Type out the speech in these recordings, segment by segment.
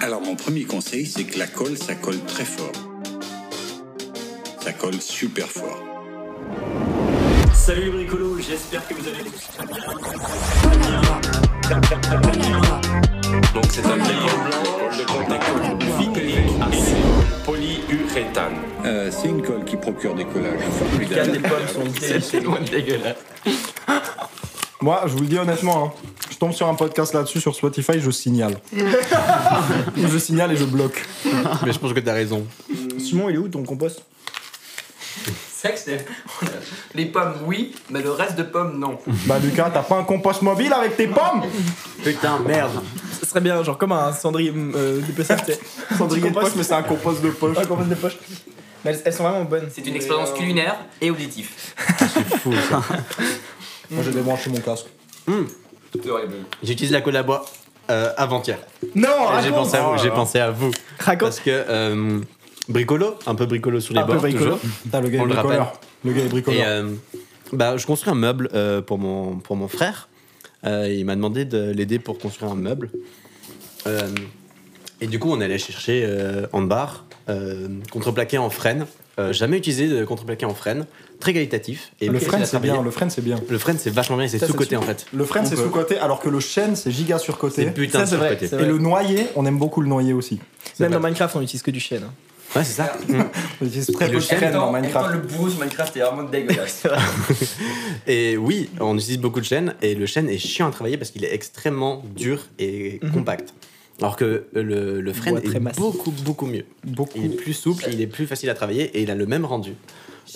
Alors mon premier conseil, c'est que la colle, ça colle très fort. Ça colle super fort. Salut les bricolos, j'espère que vous allez Donc c'est un glycol blanc de contenu vinylique acide polyuréthane. Euh, c'est une colle qui procure des collages formidables. Les pommes sont C'est loin de dégueulasse. Moi, je vous le dis honnêtement, hein, je tombe sur un podcast là-dessus sur Spotify, je signale. je signale et je bloque. Mais je pense que t'as raison. Simon, il est où ton compost C'est vrai que c'est- Les pommes, oui, mais le reste de pommes, non. Bah Lucas, t'as pas un compost mobile avec tes pommes Putain, merde. Ce serait bien, genre comme un cendrier euh, de PC, tu sais. Cendrier de compost. poche, mais c'est un compost de poche. Ouais, compost de poche. Mais elles, elles sont vraiment bonnes. C'est une expérience culinaire et auditive. Moi, j'ai débranché mon casque. J'utilise la colle à bois euh, avant-hier. Oh, Non, Et J'ai raconte, pensé à vous. J'ai Ah, pensé à vous. raconte. Parce que euh, bricolo, un peu bricolo sur les Un peu bords. bricolo. toujours. T'as le gars On est le rappelle. bricoleur. Le gars est Et bricoleur. euh, bah, je construis un meuble euh, pour, mon, pour mon frère. Euh, il m'a demandé de l'aider pour construire un meuble. Euh, et du coup, on allait chercher euh, en barre, euh, contreplaqué en frêne. Euh, jamais utilisé de contreplaqué en frêne. Très qualitatif. Et Le plus facile frein, à c'est travailler. bien. Le frein, c'est bien. Le frêne, c'est vachement bien. et C'est Ça, c'est sous-côté en super. fait. Le frein, c'est peut. sous-côté, alors que le chêne, c'est giga C'est sur-côté. putain Ça, de c'est vrai. sous-côté. c'est Et vrai. le noyer, on aime beaucoup le noyer aussi. Même vrai. dans Minecraft, on n'utilise que du chêne. hein. Ouais, c'est ça. Mm. On utilise très Et peu le de chêne, chêne dans En Minecraft. même temps, le bourreau sur Minecraft est vraiment dégueulasse. Et oui, on utilise beaucoup de chêne et le chêne est chiant à travailler parce qu'il est extrêmement dur et Mhm. compact. Alors que le, le frêne Bois très est massif. beaucoup, beaucoup mieux. Beaucoup. Il est plus souple, il est plus facile à travailler et il a le même rendu.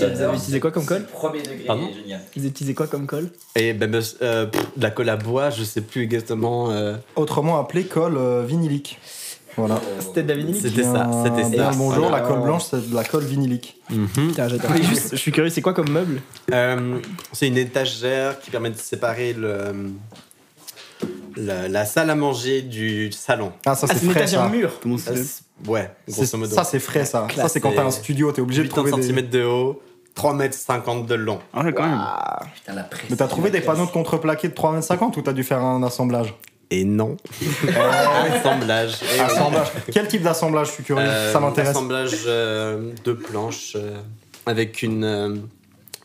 Euh, Vous utilisez quoi comme colle Premier degré, Pardon génial. Vous utilisez quoi comme colle Et ben, ben, euh, pff, de la colle à bois, je sais plus exactement. euh, Autrement appelé colle euh, vinylique. Voilà. C'était de la vinyle C'était ça, Bien- c'était bien ça. le bonjour, Voilà. la colle blanche, c'est de la colle vinylique. Mhm. Putain, j'adore. Mais juste, je suis curieux, c'est quoi comme meuble Ah, Euh, C'est une étagère qui permet de séparer le, la, la salle à manger du salon. Ah, ça, c'est frais, ça. mur. Comment ça Euh, ouais, C'est- grosso modo. Ça, c'est frais, ça. Ça, c'est quand t'as un studio, t'es obligé de 80 trouver des... cm de haut, 3 mètres 50 de long. Ah ouais, quand même. Putain, la presse. Mais t'as trouvé des panneaux de contreplaqué de 3,50 ou t'as dû faire un assemblage Et non. Euh, assemblage. Eh oui. Assemblage. Quel type d'assemblage, je suis curieux, Euh, ça m'intéresse. Assemblage euh, de planches euh, avec une, euh,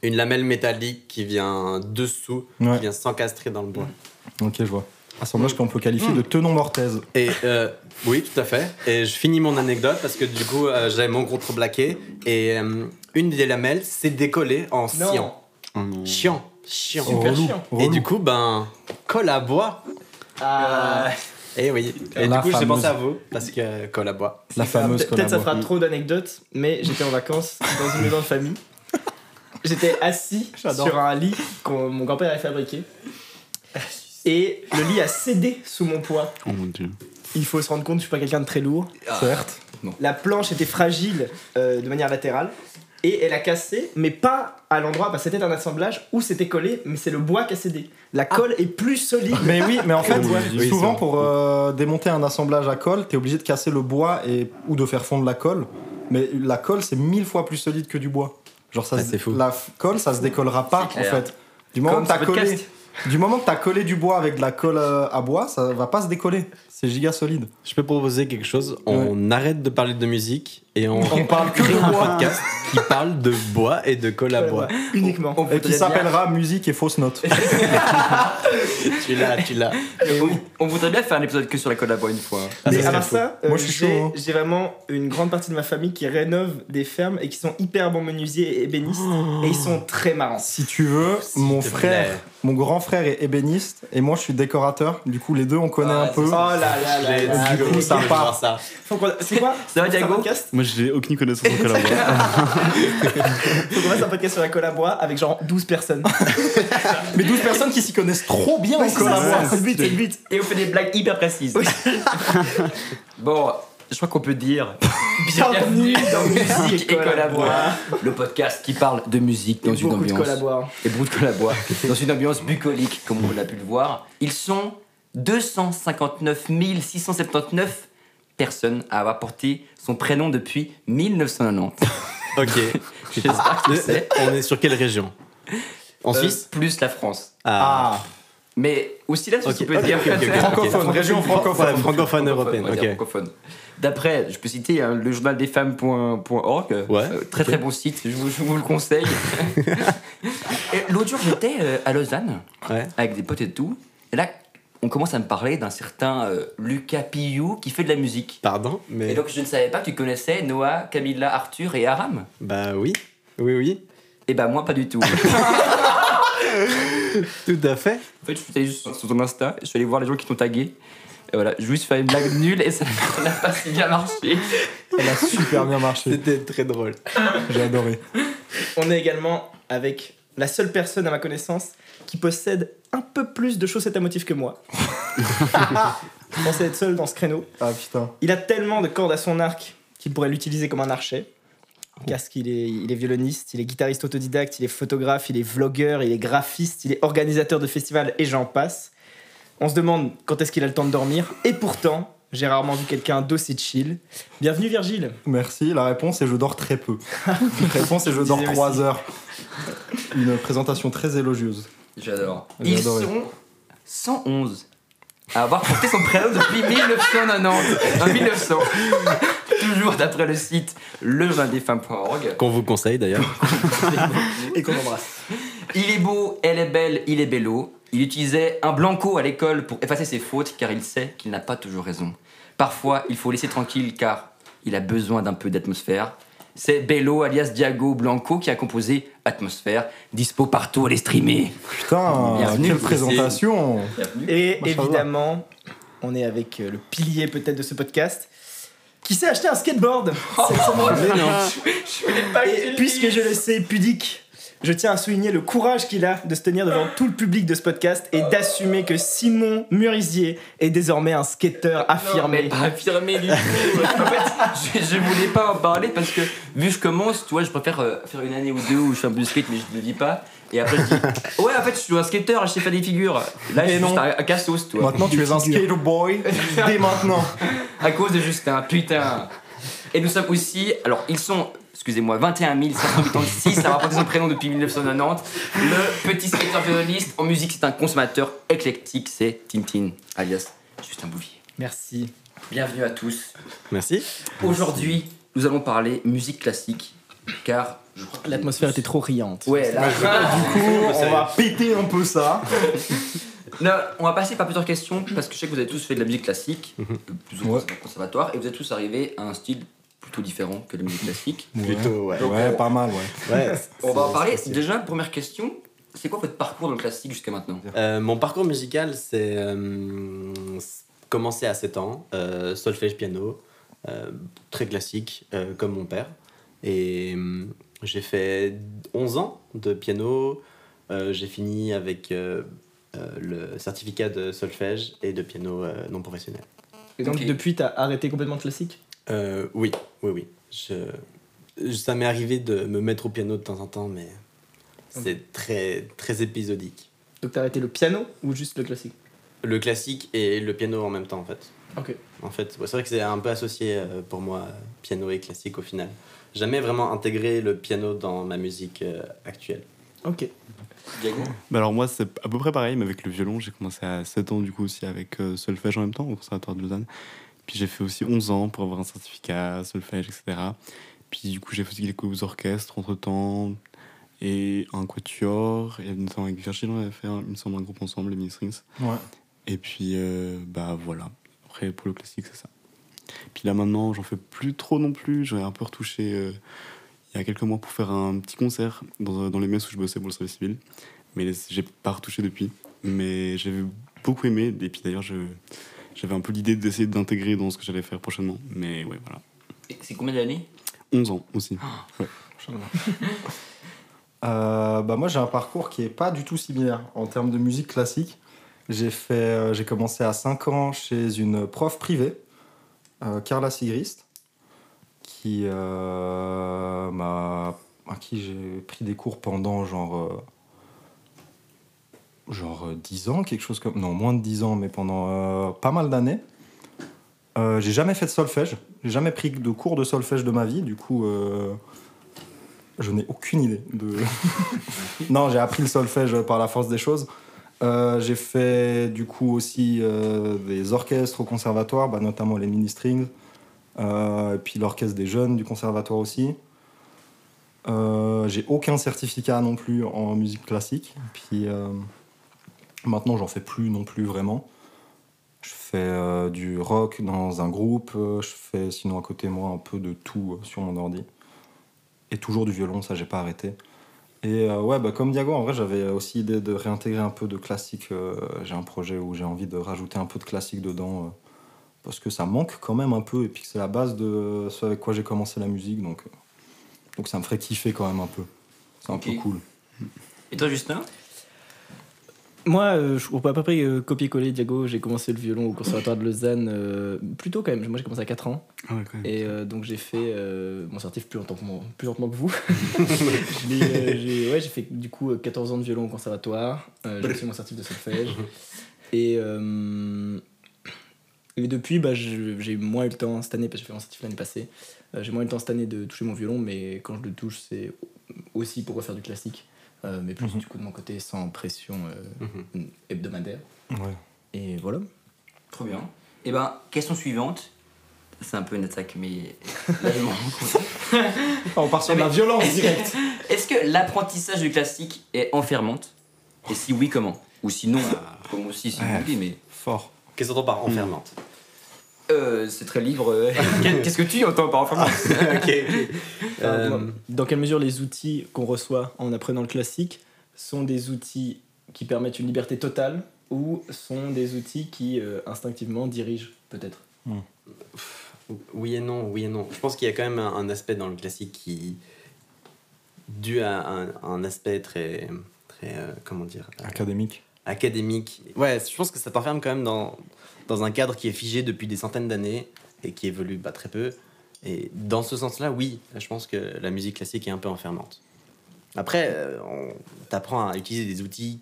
une lamelle métallique qui vient dessous, Ouais. qui vient s'encastrer dans le bois. Ok, je vois. Assemblage qu'on peut qualifier de tenon mortaise. Et euh, oui, tout à fait. Et je finis mon anecdote parce que du coup, euh, j'avais mon contreblaqué et euh, une des lamelles s'est décollée en sciant. Oh non. Chiant, chiant. Super Relou, chiant. Et relou. du coup, ben, colle à bois. Et Eh oui. Et La du coup, j'ai fameuse. pensé à vous parce que euh, colle à bois. La fameuse Peut-être ça collabo. fera trop d'anecdotes, mais j'étais en vacances dans une maison de famille. J'étais assis J'adore. sur un lit que mon grand-père avait fabriqué. Et le lit a cédé sous mon poids. Oh mon dieu. Il faut se rendre compte, je suis pas quelqu'un de très lourd. Certes. La planche était fragile euh, de manière latérale. Et elle a cassé, mais pas à l'endroit, parce que c'était un assemblage où c'était collé, mais c'est le bois qui a cédé. Ah. La colle est plus solide. Mais oui, mais en fait, Oui, oui, souvent ça. pour euh, démonter un assemblage à colle, t'es obligé de casser le bois et, ou de faire fondre la colle. Mais la colle, c'est mille fois plus solide que du bois. Genre, ça Ah, se- c'est fou. la f- colle, ça se décollera pas, en C'est clair. fait. Du moment, Comme que t'as ce podcast. collé, du moment que t'as collé du bois avec de la colle euh, à bois, ça va pas se décoller. C'est giga solide. Je peux proposer quelque chose. On arrête de parler de musique et on On parle que crée de un bois. podcast qui parle de bois et de colle à bois. Uniquement. Et qui s'appellera Musique et Fausse Note. Tu l'as, tu l'as. On- On voudrait bien faire un épisode que sur la collabo une fois. Eh Mais Ah, ça, à part c'est ça, fou. euh, Moi, je suis j'ai chaud, hein. j'ai vraiment une grande partie de ma famille qui rénove des fermes et qui sont hyper bons menuisiers et ébénistes. Et ils sont très marrants. Si tu veux, S'il mon te frère, plaît. mon grand frère est ébéniste et moi je suis décorateur. Du coup, les deux on connaît Ah, un c'est peu. Oh là là là là. du coup, ça Je veux part. voir ça. Faut qu'on- C'est quoi Ça va, Faut qu'on fasse un Diago podcast Moi, j'ai aucune connaissance en colle à bois. Faut qu'on fasse un podcast sur la colle à bois avec genre 12 personnes. Mais 12 personnes qui s'y connaissent trop bien en C'est collabo. ça, c'est le but, c'est le but. Et on fait des blagues hyper précises. bon, je crois qu'on peut dire Bienvenue dans musique et collabo. Le podcast qui parle de musique dans Et une Beaucoup de ambiance. colle à boire. et Brut Colabois, dans une ambiance bucolique, comme on l'a pu le voir. Ils sont 259 679 personnes à avoir porté son prénom depuis 1990. Ok. Euh, J'espère que Le- c'est. On est sur quelle région En Suisse Plus la Euh, France. Euh, Ah. Mais aussi là, c'est ce Ok, qu'on peut ok, dire. ok, ok, ok. Francophone, région francophone. Ouais, francophone Francophone, européenne, on va ok. dire francophone. D'après, je peux citer hein, le journal des femmes.org. Ouais, Euh, très très bon site, je vous, je vous le conseille. Et L'autre jour, j'étais euh, à Lausanne Ouais. avec des potes et tout. Et là, on commence à me parler d'un certain euh, Lucas Pillou qui fait de la musique. Pardon, Et mais. donc, je ne savais pas que tu connaissais Noah, Camilla, Arthur et Aram. Bah oui, oui, oui. Et bah, moi, pas du tout. Tout à fait. En fait, je suis allé juste sur ton Insta, je suis allé voir les gens qui t'ont tagué. Et voilà, je voulais juste faire une blague nulle et ça n'a pas si bien marché. Elle a super bien marché. C'était très drôle. J'ai adoré. On est également avec la seule personne à ma connaissance qui possède un peu plus de chaussettes à motif que moi. Je pensais être seul dans ce créneau. Ah putain. Il a tellement de cordes à son arc qu'il pourrait l'utiliser comme un archet. Parce qu'il est, il est violoniste, il est guitariste autodidacte, il est photographe, il est vlogueur, il est graphiste, il est organisateur de festivals et j'en passe. On se demande quand est-ce qu'il a le temps de dormir. Et pourtant, j'ai rarement vu quelqu'un d'aussi chill. Bienvenue Virgile. Merci. La réponse est je dors très peu. La réponse est je dors Disais aussi. 3 heures. Une présentation très élogieuse. J'adore. J'ai Ils adoré. sont 111 à avoir porté son prénom depuis 1990. Enfin, 1900. Toujours d'après le site levindesfemmes.org. Qu'on vous conseille d'ailleurs. Et qu'on embrasse. Il est beau, elle est belle, il est bello. Il utilisait un blanco à l'école pour effacer ses fautes car il sait qu'il n'a pas toujours raison. Parfois, il faut laisser tranquille car il a besoin d'un peu d'atmosphère. C'est Bello alias Diago Blanco qui a composé Atmosphère, dispo partout, elle est streamée. Putain, Bienvenue, quelle vous présentation. Et Mashallah. évidemment, on est avec euh, le pilier peut-être de ce podcast. Qui s'est acheté un skateboard cette semaine. Et puisque je le sais pudique, je tiens à souligner le courage qu'il a de se tenir devant tout le public de ce podcast et d'assumer que Simon Murisier est désormais un skateur affirmé. affirmé. Pas affirmé du tout. en fait, je, je voulais pas en parler parce que vu que je commence, tu vois, je préfère euh, faire une année ou deux où je suis un peu de skate, mais je ne le dis pas. Et après, je dis, ouais, en fait, je suis un skateur, je sais faire des figures. Là, je suis non. juste un, un cassos, toi. Maintenant, tu es un skater boy dès maintenant. À cause de Justin, putain. Et nous sommes aussi, alors ils sont, excusez-moi, 21 586 à avoir porté son prénom depuis 1990. Le petit skateur violoniste en musique, c'est un consommateur éclectique, c'est Tintin, alias Justin Bouvier. Merci. Bienvenue à tous. Merci. Aujourd'hui, nous allons parler musique classique, car je crois que L'atmosphère était trop riante. Ouais, là, Du coup, on va péter un peu ça. Non, on va passer par plusieurs questions parce que je sais que vous avez tous fait de la musique classique, plus ou moins Ouais. au conservatoire, et vous êtes tous arrivés à un style plutôt différent que la musique classique. Plutôt, ouais. Donc, Ouais, on- pas mal, ouais. Ouais. On va en parler. C'est- Déjà, première question, c'est quoi votre parcours dans le classique jusqu'à maintenant Euh, mon parcours musical, c'est euh, c'est commencé à 7 ans, euh, solfège piano, euh, très classique, euh, comme mon père. Et euh, j'ai fait 11 ans de piano, euh, j'ai fini avec euh, euh, le certificat de solfège et de piano euh, non professionnel. Et donc Ok. depuis, t'as arrêté complètement le classique Euh, oui, oui, oui. Je- je- ça m'est arrivé de me mettre au piano de temps en temps, mais c'est très, très épisodique. Donc t'as arrêté le piano ou juste le classique Le classique et le piano en même temps, en fait. Ok. En fait, ouais, c'est vrai que c'est un peu associé euh, pour moi, euh, piano et classique au final. Jamais vraiment intégré le piano dans ma musique euh, actuelle. Ok. Diago Bah alors moi c'est à peu près pareil mais avec le violon j'ai commencé à 7 ans du coup aussi avec euh, solfège en même temps au conservatoire de Lausanne. Puis j'ai fait aussi 11 ans pour avoir un certificat solfège etc. Puis du coup j'ai fait aussi quelques orchestres entre temps et un quatuor et notamment avec Virgil on avait fait un- il me semble un groupe ensemble les mini strings. Ouais. Et puis euh, bah voilà après pour le classique c'est ça. Puis là maintenant j'en fais plus trop non plus j'aurais un peu retouché euh, il y a quelques mois pour faire un petit concert dans, dans les messes où je bossais pour le service civil mais les- j'ai pas retouché depuis. Mais j'avais beaucoup aimé, et puis d'ailleurs, je- j'avais un peu l'idée d'essayer d'intégrer dans ce que j'allais faire prochainement. Mais ouais, voilà. Et C'est combien d'années 11 ans aussi. Euh, bah moi j'ai un parcours qui est pas du tout similaire en termes de musique classique. J'ai fait, euh, j'ai commencé à 5 ans chez une prof privée, euh, Carla Sigrist, qui euh, m'a, à qui j'ai pris des cours pendant genre euh, genre euh, 10 ans, quelque chose comme non moins de 10 ans, mais pendant euh, pas mal d'années. Euh, j'ai jamais fait de solfège, j'ai jamais pris de cours de solfège de ma vie, du coup. euh, je n'ai aucune idée de. non, j'ai appris le solfège par la force des choses. Euh, j'ai fait du coup aussi euh, des orchestres au conservatoire, bah, notamment les mini strings, euh, et puis l'orchestre des jeunes du conservatoire aussi. Euh, j'ai aucun certificat non plus en musique classique. Puis euh, maintenant, j'en fais plus non plus vraiment. Je fais euh, du rock dans un groupe. euh, Je fais sinon à côté moi un peu de tout euh, sur mon ordi. Et toujours du violon, ça j'ai pas arrêté. Et euh, ouais, bah, comme Diago, en vrai, j'avais aussi idée de réintégrer un peu de classique. euh, j'ai un projet où j'ai envie de rajouter un peu de classique dedans. euh, parce que ça manque quand même un peu. Et puis que c'est la base de ce avec quoi j'ai commencé la musique. Donc, euh, donc ça me ferait kiffer quand même un peu. C'est un Ok. peu cool. Et toi, Justin Moi, euh, je- on peut à peu près euh, copier-coller Diago. J'ai commencé le violon au conservatoire de Lausanne euh, plus tôt quand même. Moi, j'ai commencé à 4 ans. Ah ouais, quand même. Et euh, donc j'ai fait euh, mon certif plus lentement que, moi- plus lentement que vous. Mais, euh, j'ai ouais, j'ai fait du coup euh, 14 ans de violon au conservatoire. Euh, j'ai fait mon certif de solfège. Et, euh, et depuis, bah, je- j'ai moins eu le temps cette année, parce que j'ai fait mon certif l'année passée. Euh, j'ai moins eu le temps cette année de toucher mon violon, mais quand je le touche, c'est aussi pour refaire du classique. Euh, mais plus du coup de mon côté, sans pression euh, hebdomadaire. Ouais. Et voilà. Trop bien. Et ben, question suivante. C'est un peu une attaque, mais là, je m'en rends compte. On part sur la violence directe. Est-ce que l'apprentissage du classique est enfermante Et si oui, comment Ou sinon, comme aussi, si vous voulez, mais. Fort. Qu'est-ce qu'on entend par enfermante Euh, c'est très libre. euh. Qu'est-ce que tu entends par enfermante Hmm. Ok. Enfin, Euh, moi, Dans quelle mesure les outils qu'on reçoit en apprenant le classique sont des outils qui permettent une liberté totale ou sont des outils qui euh, instinctivement dirigent peut-être Oui et non, oui et non. Je pense qu'il y a quand même un, un aspect dans le classique qui. dû à un, un aspect très. très euh, comment dire euh, Académique. Académique. Ouais, je pense que ça t'enferme quand même dans, dans un cadre qui est figé depuis des centaines d'années et qui évolue bah, très peu. Et dans ce sens-là, oui, je pense que la musique classique est un peu enfermante. Après, euh, on t'apprend à utiliser des outils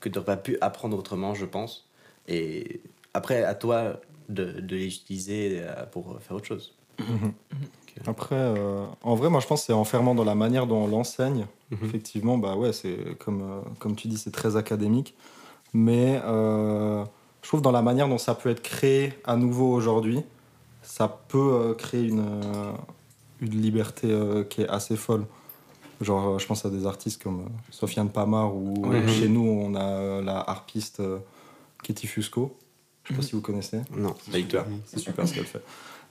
que tu n'aurais pas pu apprendre autrement, je pense. Et après, à toi de, de les utiliser euh, pour faire autre chose. Après, euh, en vrai, moi, je pense que c'est enfermant dans la manière dont on l'enseigne. Effectivement, bah ouais, c'est comme, euh, comme tu dis, c'est très académique. Mais euh, je trouve dans la manière dont ça peut être créé à nouveau aujourd'hui, ça peut euh, créer une, euh, une liberté euh, qui est assez folle. Genre, euh, je pense à des artistes comme euh, Sofiane Pamar ou euh, Mhm. chez nous, on a euh, la harpiste euh, Katie Fusco. Je sais pas si vous connaissez. Non, Avec toi. C'est super ce qu'elle fait.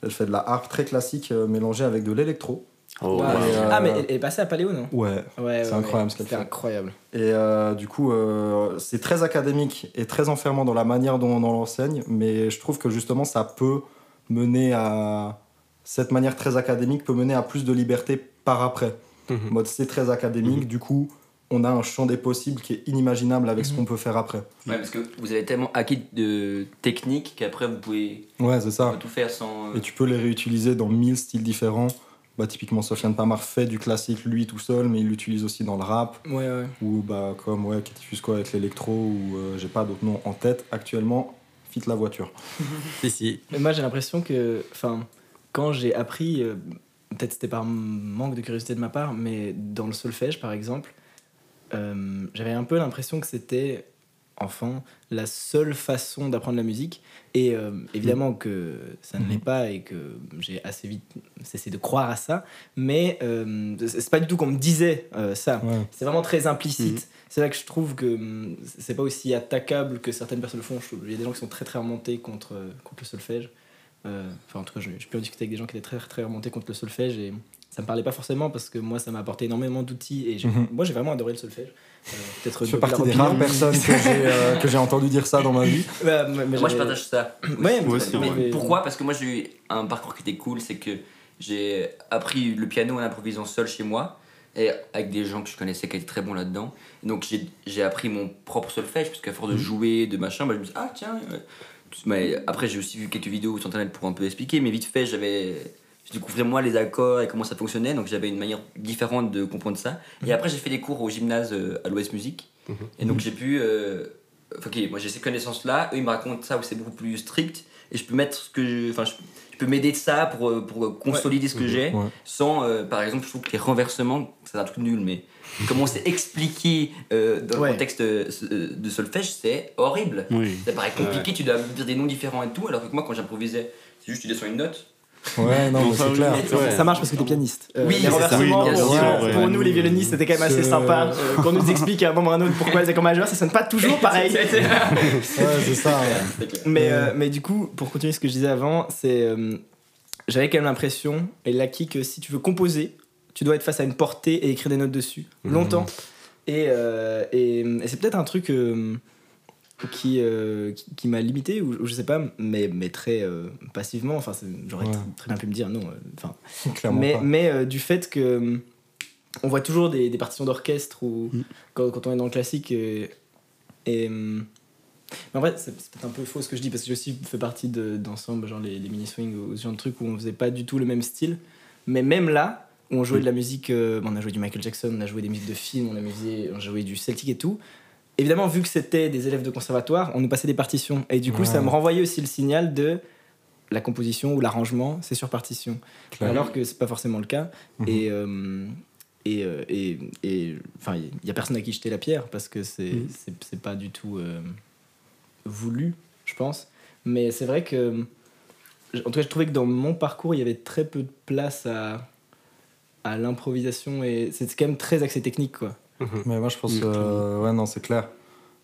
Elle fait de la harpe très classique euh, mélangée avec de l'électro. Oh, Ah, wow. mais- Ah, mais Euh, elle- elle est passée à Paléo, non Ouais. Ouais, C'est incroyable ce qu'elle C'était fait. incroyable. Et euh, du coup, euh, c'est très académique et très enfermant dans la manière dont on en l'enseigne, mais je trouve que justement, ça peut mener à. Cette manière très académique peut mener à plus de liberté par après. Mhm. Mode, c'est très académique, du coup, on a un champ des possibles qui est inimaginable avec ce qu'on peut faire après. Ouais, parce que vous avez tellement acquis de techniques qu'après, vous pouvez Ouais, c'est ça. tout faire sans. euh, Et tu peux les réutiliser dans mille styles différents. Bah, typiquement, Sofiane Pamar fait du classique lui tout seul, mais il l'utilise aussi dans le rap, Ouais, ouais. ou bah, comme ouais, Katy Fusco avec l'électro, ou euh, j'ai pas d'autres noms en tête actuellement, fit la voiture. si, si. Mais moi, j'ai l'impression que, enfin, quand j'ai appris, euh, peut-être c'était par manque de curiosité de ma part, mais dans le solfège, par exemple, euh, j'avais un peu l'impression que c'était, enfin, la seule façon d'apprendre la musique. Et euh, évidemment que ça ne l'est pas et que j'ai assez vite cessé de croire à ça. Mais euh, c'est c'est pas du tout qu'on me disait euh, ça. Ouais. C'est vraiment très implicite. Mhm. C'est là que je trouve que hum, c'est pas aussi attaquable que certaines personnes le font. Je trouve- Il y a des gens qui sont très très remontés contre, euh, contre le solfège. Euh, Enfin, en tout cas, j'ai j'ai pu en discuter avec des gens qui étaient très très remontés contre le solfège et ça me parlait pas forcément parce que moi ça m'a apporté énormément d'outils et j'ai- Mhm. moi j'ai vraiment adoré le solfège. Euh, Peut-être Je fais de partie leur des opinion. rares personnes que j'ai euh, que j'ai entendu dire ça dans ma vie. Bah, mais- mais Moi, je j'avais- partage ça. Ouais, Moi aussi, en mais- vrai. mais- Pourquoi Parce que moi j'ai eu un parcours qui était cool, c'est que j'ai appris le piano en improvisant seul chez moi et avec des gens que je connaissais qui étaient très bons là-dedans. Donc j'ai- j'ai appris mon propre solfège parce qu'à Mhm. force de jouer, de machin, bah, je me suis dit, ah tiens. euh. Mais après j'ai aussi vu quelques vidéos sur internet pour un peu expliquer, mais vite fait j'avais je découvrais moi les accords et comment ça fonctionnait, donc j'avais une manière différente de comprendre ça. Mhm. Et après j'ai fait des cours au gymnase euh, à l'Ouest Musique et donc j'ai pu euh, Ok, moi j'ai ces connaissances-là, eux ils me racontent ça où c'est beaucoup plus strict, et je peux mettre ce que je. Enfin, je, je peux m'aider de ça pour, euh, pour consolider ce que j'ai. Ouais. Sans, euh, par exemple, je trouve que les renversements, c'est un truc nul, mais comment c'est expliqué euh, dans Ouais. le contexte euh, s- euh, de solfège, c'est horrible. Oui. Ça paraît compliqué, tu dois dire des noms différents et tout, alors que moi, quand j'improvisais, c'est juste tu descends une note. Ouais, non, mais c'est clair. Ça, ça marche parce que t'es pianiste. Euh, Oui, les c'est ça. renversements, Oui, bien pour, sûr, euh, ouais. pour nous les violonistes, c'était quand même assez C'est- sympa euh, qu'on nous explique à un moment ou à un autre pourquoi les accords majeurs, ça sonne pas toujours pareil. Ouais, c'est ça. ouais. mais, euh, mais du coup, pour continuer ce que je disais avant, c'est euh, j'avais quand même l'impression et l'acquis que si tu veux composer, tu dois être face à une portée et écrire des notes dessus Mhm. longtemps. Et, euh, et, et c'est peut-être un truc euh, qui, euh, qui, qui m'a limité ou, ou je sais pas, mais, mais très euh, passivement. Enfin, c'est- j'aurais Ouais. très- très bien pu me dire non. euh, Enfin, Clairement mais pas. mais, euh, du fait que hum, on voit toujours des, des partitions d'orchestre ou Mm. quand, quand on est dans le classique euh, et hum, mais en vrai c'est c'est peut-être un peu faux ce que je dis parce que j'ai aussi fait partie de- d'ensemble genre les, mini swings ou ce genre de trucs où on faisait pas du tout le même style mais même là où on jouait de la musique euh, bon, on a joué du Michael Jackson on a joué des musiques de films on a joué, on jouait du Celtic et tout évidemment vu que c'était des élèves de conservatoire on nous passait des partitions et du coup Ouais. ça me renvoyait aussi le signal de la composition ou l'arrangement c'est sur partition Clairement. Mhm. alors que c'est pas forcément le cas. Et. euh, et, euh, et, et- enfin, il n'y a personne à qui jeter la pierre parce que c'est Mhm. c'est- c'est pas du tout euh, voulu, je pense. Mais c'est vrai que, en tout cas, je trouvais que dans mon parcours, il y avait très peu de place à, à l'improvisation et c'est quand même très axé technique, quoi. Mais moi, je pense. Mm, euh, clairement. ouais, non, c'est clair.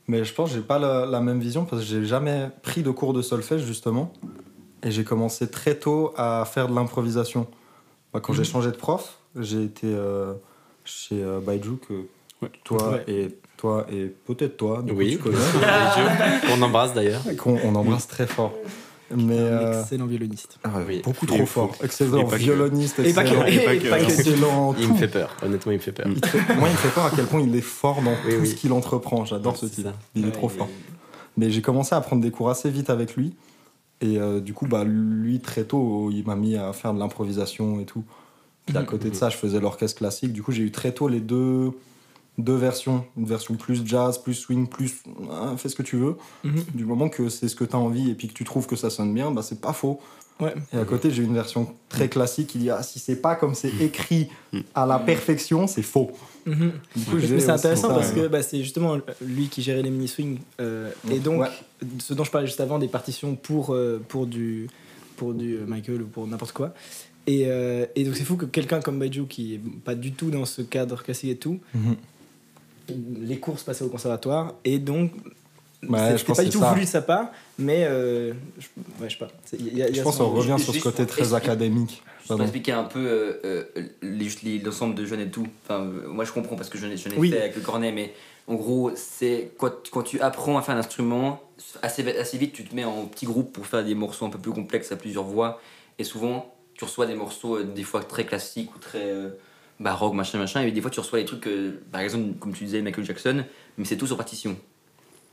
Mais je pense que j'ai pas la, la même vision parce que j'ai jamais pris de cours de solfège, justement. Et j'ai commencé très tôt à faire de l'improvisation. Bah, quand j'ai changé de prof, j'ai été euh, chez euh, Baiju, que Ouais. toi Ouais. et toi et peut-être toi, du coup, Oui. tu connais, On embrasse d'ailleurs. qu'on on embrasse très fort. Mais. Un euh, excellent violoniste. ah ouais, Oui. Beaucoup Et trop faut- fort. Excellent et pas que. violoniste, Et pas que. excellent. et pas et que- pas que- Excellent. Il me tout. fait peur. Honnêtement, il me fait peur. Il te fait- Moi, il me fait peur à quel point il est fort dans Oui, tout oui. ce qu'il entreprend. J'adore ce C'est type. ça. Il est Ouais, trop il fort. Mais j'ai commencé à prendre des cours assez vite avec lui. Et euh, du coup, bah, lui, très tôt, il m'a mis à faire de l'improvisation et tout. Puis à Mhm. côté de ça, je faisais l'orchestre classique. Du coup, j'ai eu très tôt les deux, deux versions. Une version plus jazz, plus swing, plus euh, fais ce que tu veux. Mhm. Du moment que c'est ce que tu as envie et puis que tu trouves que ça sonne bien, bah, c'est pas faux. Ouais. Et à côté, j'ai une version Mhm. très classique. Il dit ah, si c'est pas comme c'est écrit à la perfection, c'est faux. Mhm. Du coup, j'ai Mais c'est aussi intéressant ça, parce ouais. que bah, c'est justement lui qui gérait les mini swings euh, et donc Ouais. ce dont je parlais juste avant des partitions pour euh, pour du pour du Michael ou pour n'importe quoi et, euh, et donc c'est fou que quelqu'un comme Baiju qui est pas du tout dans ce cadre classique et tout Mhm. les cours se passaient au conservatoire et donc Ouais, je c'était pense pas que du c'est tout ça. voulu de sa part mais euh, je, ouais, je sais pas C'est- il y a- il y Je a pense ce- qu'on revient sur ce Juste côté pour très expliquer- académique. Je peux Pardon. expliquer un peu euh, euh, les- juste les- l'ensemble de jeunes et tout. Enfin, euh, moi je comprends parce que je n'ai je n'ai Oui. fait avec le cornet, mais en gros, c'est quand, tu- quand tu apprends à faire un instrument, assez, assez vite tu te mets en petits groupes pour faire des morceaux un peu plus complexes à plusieurs voix. Et souvent, tu reçois des morceaux euh, des fois très classiques ou très euh, baroques, machin, machin. Et des fois, tu reçois des trucs, euh, par exemple, comme tu disais, Michael Jackson, mais c'est tout sur partition.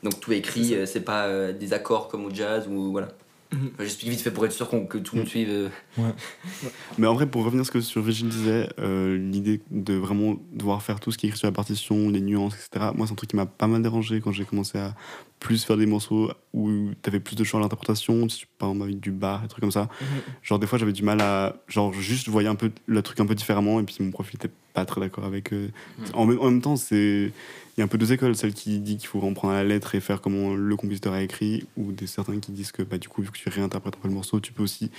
Donc tout est écrit, euh, c'est pas euh, des accords comme au jazz ou voilà. Mhm. Enfin, J'explique vite fait pour être sûr qu'on- que tout le monde suive. euh, Mais en vrai, pour revenir à ce que sur Virgin disait, euh, l'idée de vraiment devoir faire tout ce qui est écrit sur la partition, les nuances, etc., moi, c'est un truc qui m'a pas mal dérangé quand j'ai commencé à plus faire des morceaux où t'avais plus de choix à l'interprétation, tu- par exemple avec du bar, des trucs comme ça. Genre, des fois, j'avais du mal à. Genre, juste, je voyais un peu le truc un peu différemment, et puis mon profil était pas très d'accord avec. euh, En, même, en même temps, c'est. Il y a un peu deux écoles, celle qui dit qu'il faut en prendre à la lettre et faire comme le compositeur a écrit, ou des certains qui disent que bah, du coup, vu que tu réinterprètes un peu le morceau, tu peux aussi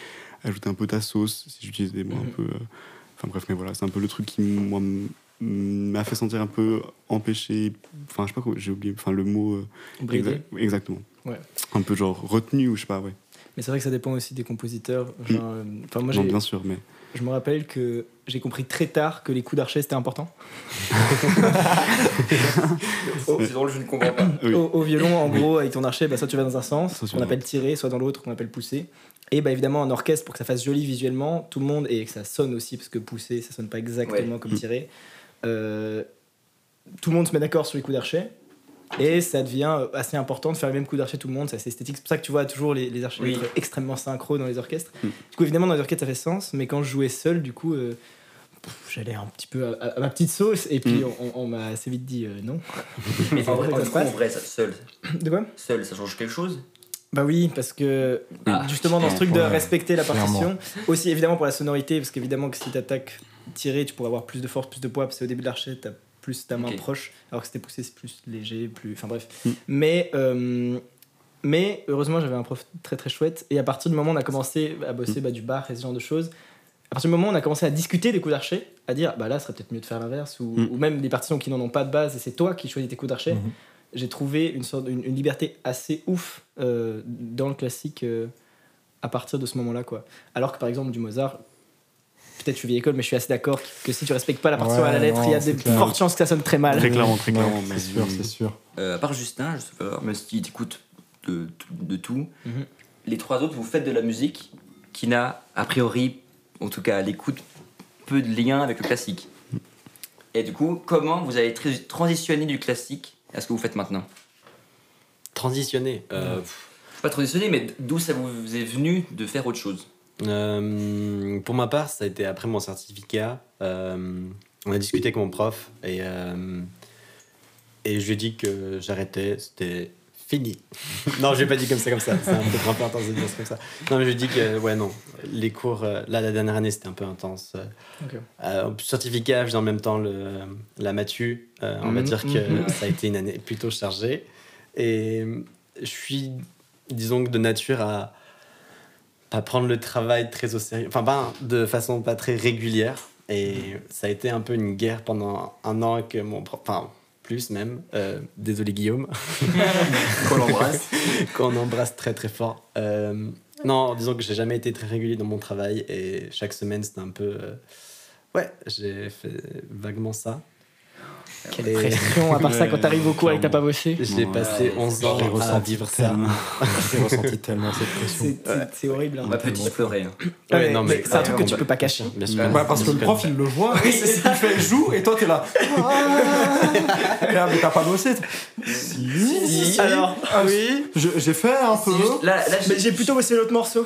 ajouter un peu ta sauce, si j'utilise des mots un peu. euh, Enfin bref, mais voilà, c'est un peu le truc qui moi m- m'a fait sentir un peu empêché. Enfin, je sais pas quoi, j'ai oublié. Enfin, le mot. euh, Bridé. exa- exactement. Ouais. Un peu genre retenu ou je sais pas, ouais. mais c'est vrai que ça dépend aussi des compositeurs genre, euh, enfin moi non, j'ai bien sûr, mais. Je me rappelle que j'ai compris très tard que les coups d'archet c'était important. c'est drôle, je ne comprends pas. Oui. Au, au violon, en gros, avec ton archet, bah, soit tu vas dans un sens, Ça, tu qu'on vas- appelle tirer, soit dans l'autre, qu'on appelle pousser. Et bah, évidemment, en orchestre, pour que ça fasse joli visuellement, tout le monde, et que ça sonne aussi, parce que pousser, ça sonne pas exactement comme Mm. tirer, euh, tout le monde se met d'accord sur les coups d'archet. Et ça devient euh, assez important de faire le même coup d'archet tout le monde, c'est assez esthétique. C'est pour ça que tu vois toujours les, les archers Oui. être extrêmement synchro dans les orchestres. Mm. Du coup, évidemment, dans les orchestres, ça fait sens, mais quand je jouais seul, du coup, euh, pff, j'allais un petit peu à, à- à ma petite sauce, et puis Mm. on, on m'a assez vite dit euh, non. Mais en vrai, Ça se en passe vrai, ça- seul, De quoi seul, ça change quelque chose Bah oui, parce que Ah, justement dans ce truc de ouais, respecter la partition, clairement. aussi évidemment pour la sonorité, parce qu'évidemment que si t'attaques tiré, tu pourras avoir plus de force, plus de poids, parce qu'au début de l'archet, t'as plus ta main Ok. proche, alors que si t'es poussé, c'est plus léger, plus. Enfin bref. Mais, euh, mais heureusement, j'avais un prof très très chouette, et à partir du moment où on a commencé à bosser bah, du bar et ce genre de choses, à partir du moment où on a commencé à discuter des coups d'archet, à dire bah là, ce serait peut-être mieux de faire l'inverse, ou, Mm. ou même des partitions qui n'en ont pas de base, et c'est toi qui choisis tes coups d'archet, j'ai trouvé une, sorte, une, une liberté assez ouf euh, dans le classique euh, à partir de ce moment-là. quoi. Alors que par exemple, du Mozart, peut-être je suis vieille école, mais je suis assez d'accord que si tu respectes pas la partition Ouais, à la lettre, non, il y a c'est des clair. fortes chances que ça sonne très mal. Très clairement, très Ouais, clairement. mais- c'est sûr, c'est sûr. Euh, à part Justin, je sais pas, mais si t'écoutes de, de tout, Mhm. les trois autres, vous faites de la musique qui n'a, a priori, en tout cas à l'écoute, peu de lien avec le classique. Et du coup, comment vous avez tra- transitionné du classique à ce que vous faites maintenant Transitionner. euh, Pas transitionné, mais d'où ça vous est venu de faire autre chose Euh, pour ma part, ça a été après mon certificat. Euh, on a discuté avec mon prof et, euh, et je lui ai dit que j'arrêtais, c'était fini. non, je l'ai pas dit comme ça, comme ça. C'est un peu, un peu intense de dire ça comme ça. Non, mais je lui ai dit que, ouais, non, les cours, euh, là, la dernière année, c'était un peu intense. Ok. Euh, au certificat, j'ai en même temps le, la Mathieu. Euh, on va Mhm. dire que Mhm. ça a été une année plutôt chargée. Et euh, je suis, disons que de nature à pas prendre le travail très au sérieux, enfin pas de façon pas très régulière. Mm. Et ça a été un peu une guerre pendant un an que mon prof, enfin plus même, euh, désolé Guillaume, Qu'on l'embrasse. qu'on embrasse très très fort. Euh, non, disons que j'ai jamais été très régulier dans mon travail et chaque semaine c'était un peu. euh, ouais, j'ai fait vaguement ça. Et Pression, à part ça, quand t'arrives au cours et que t'as pas bossé. J'ai passé Ouais, 11 J'ai ans à ressenti vivre ça. tellement. J'ai ressenti tellement cette pression. C'est c'est horrible. hein. Ma petite pleurait. Ouais, Ouais, non, mais- c'est un truc que ouais, tu on peux pas cacher. Bien sûr. Bah, parce que le prof, il le voit, il fait le joue, et toi, t'es là. Ah, Là, mais t'as pas bossé. Si, Alors, oui. J'ai fait un peu. Là, là mais j'ai plutôt bossé l'autre morceau.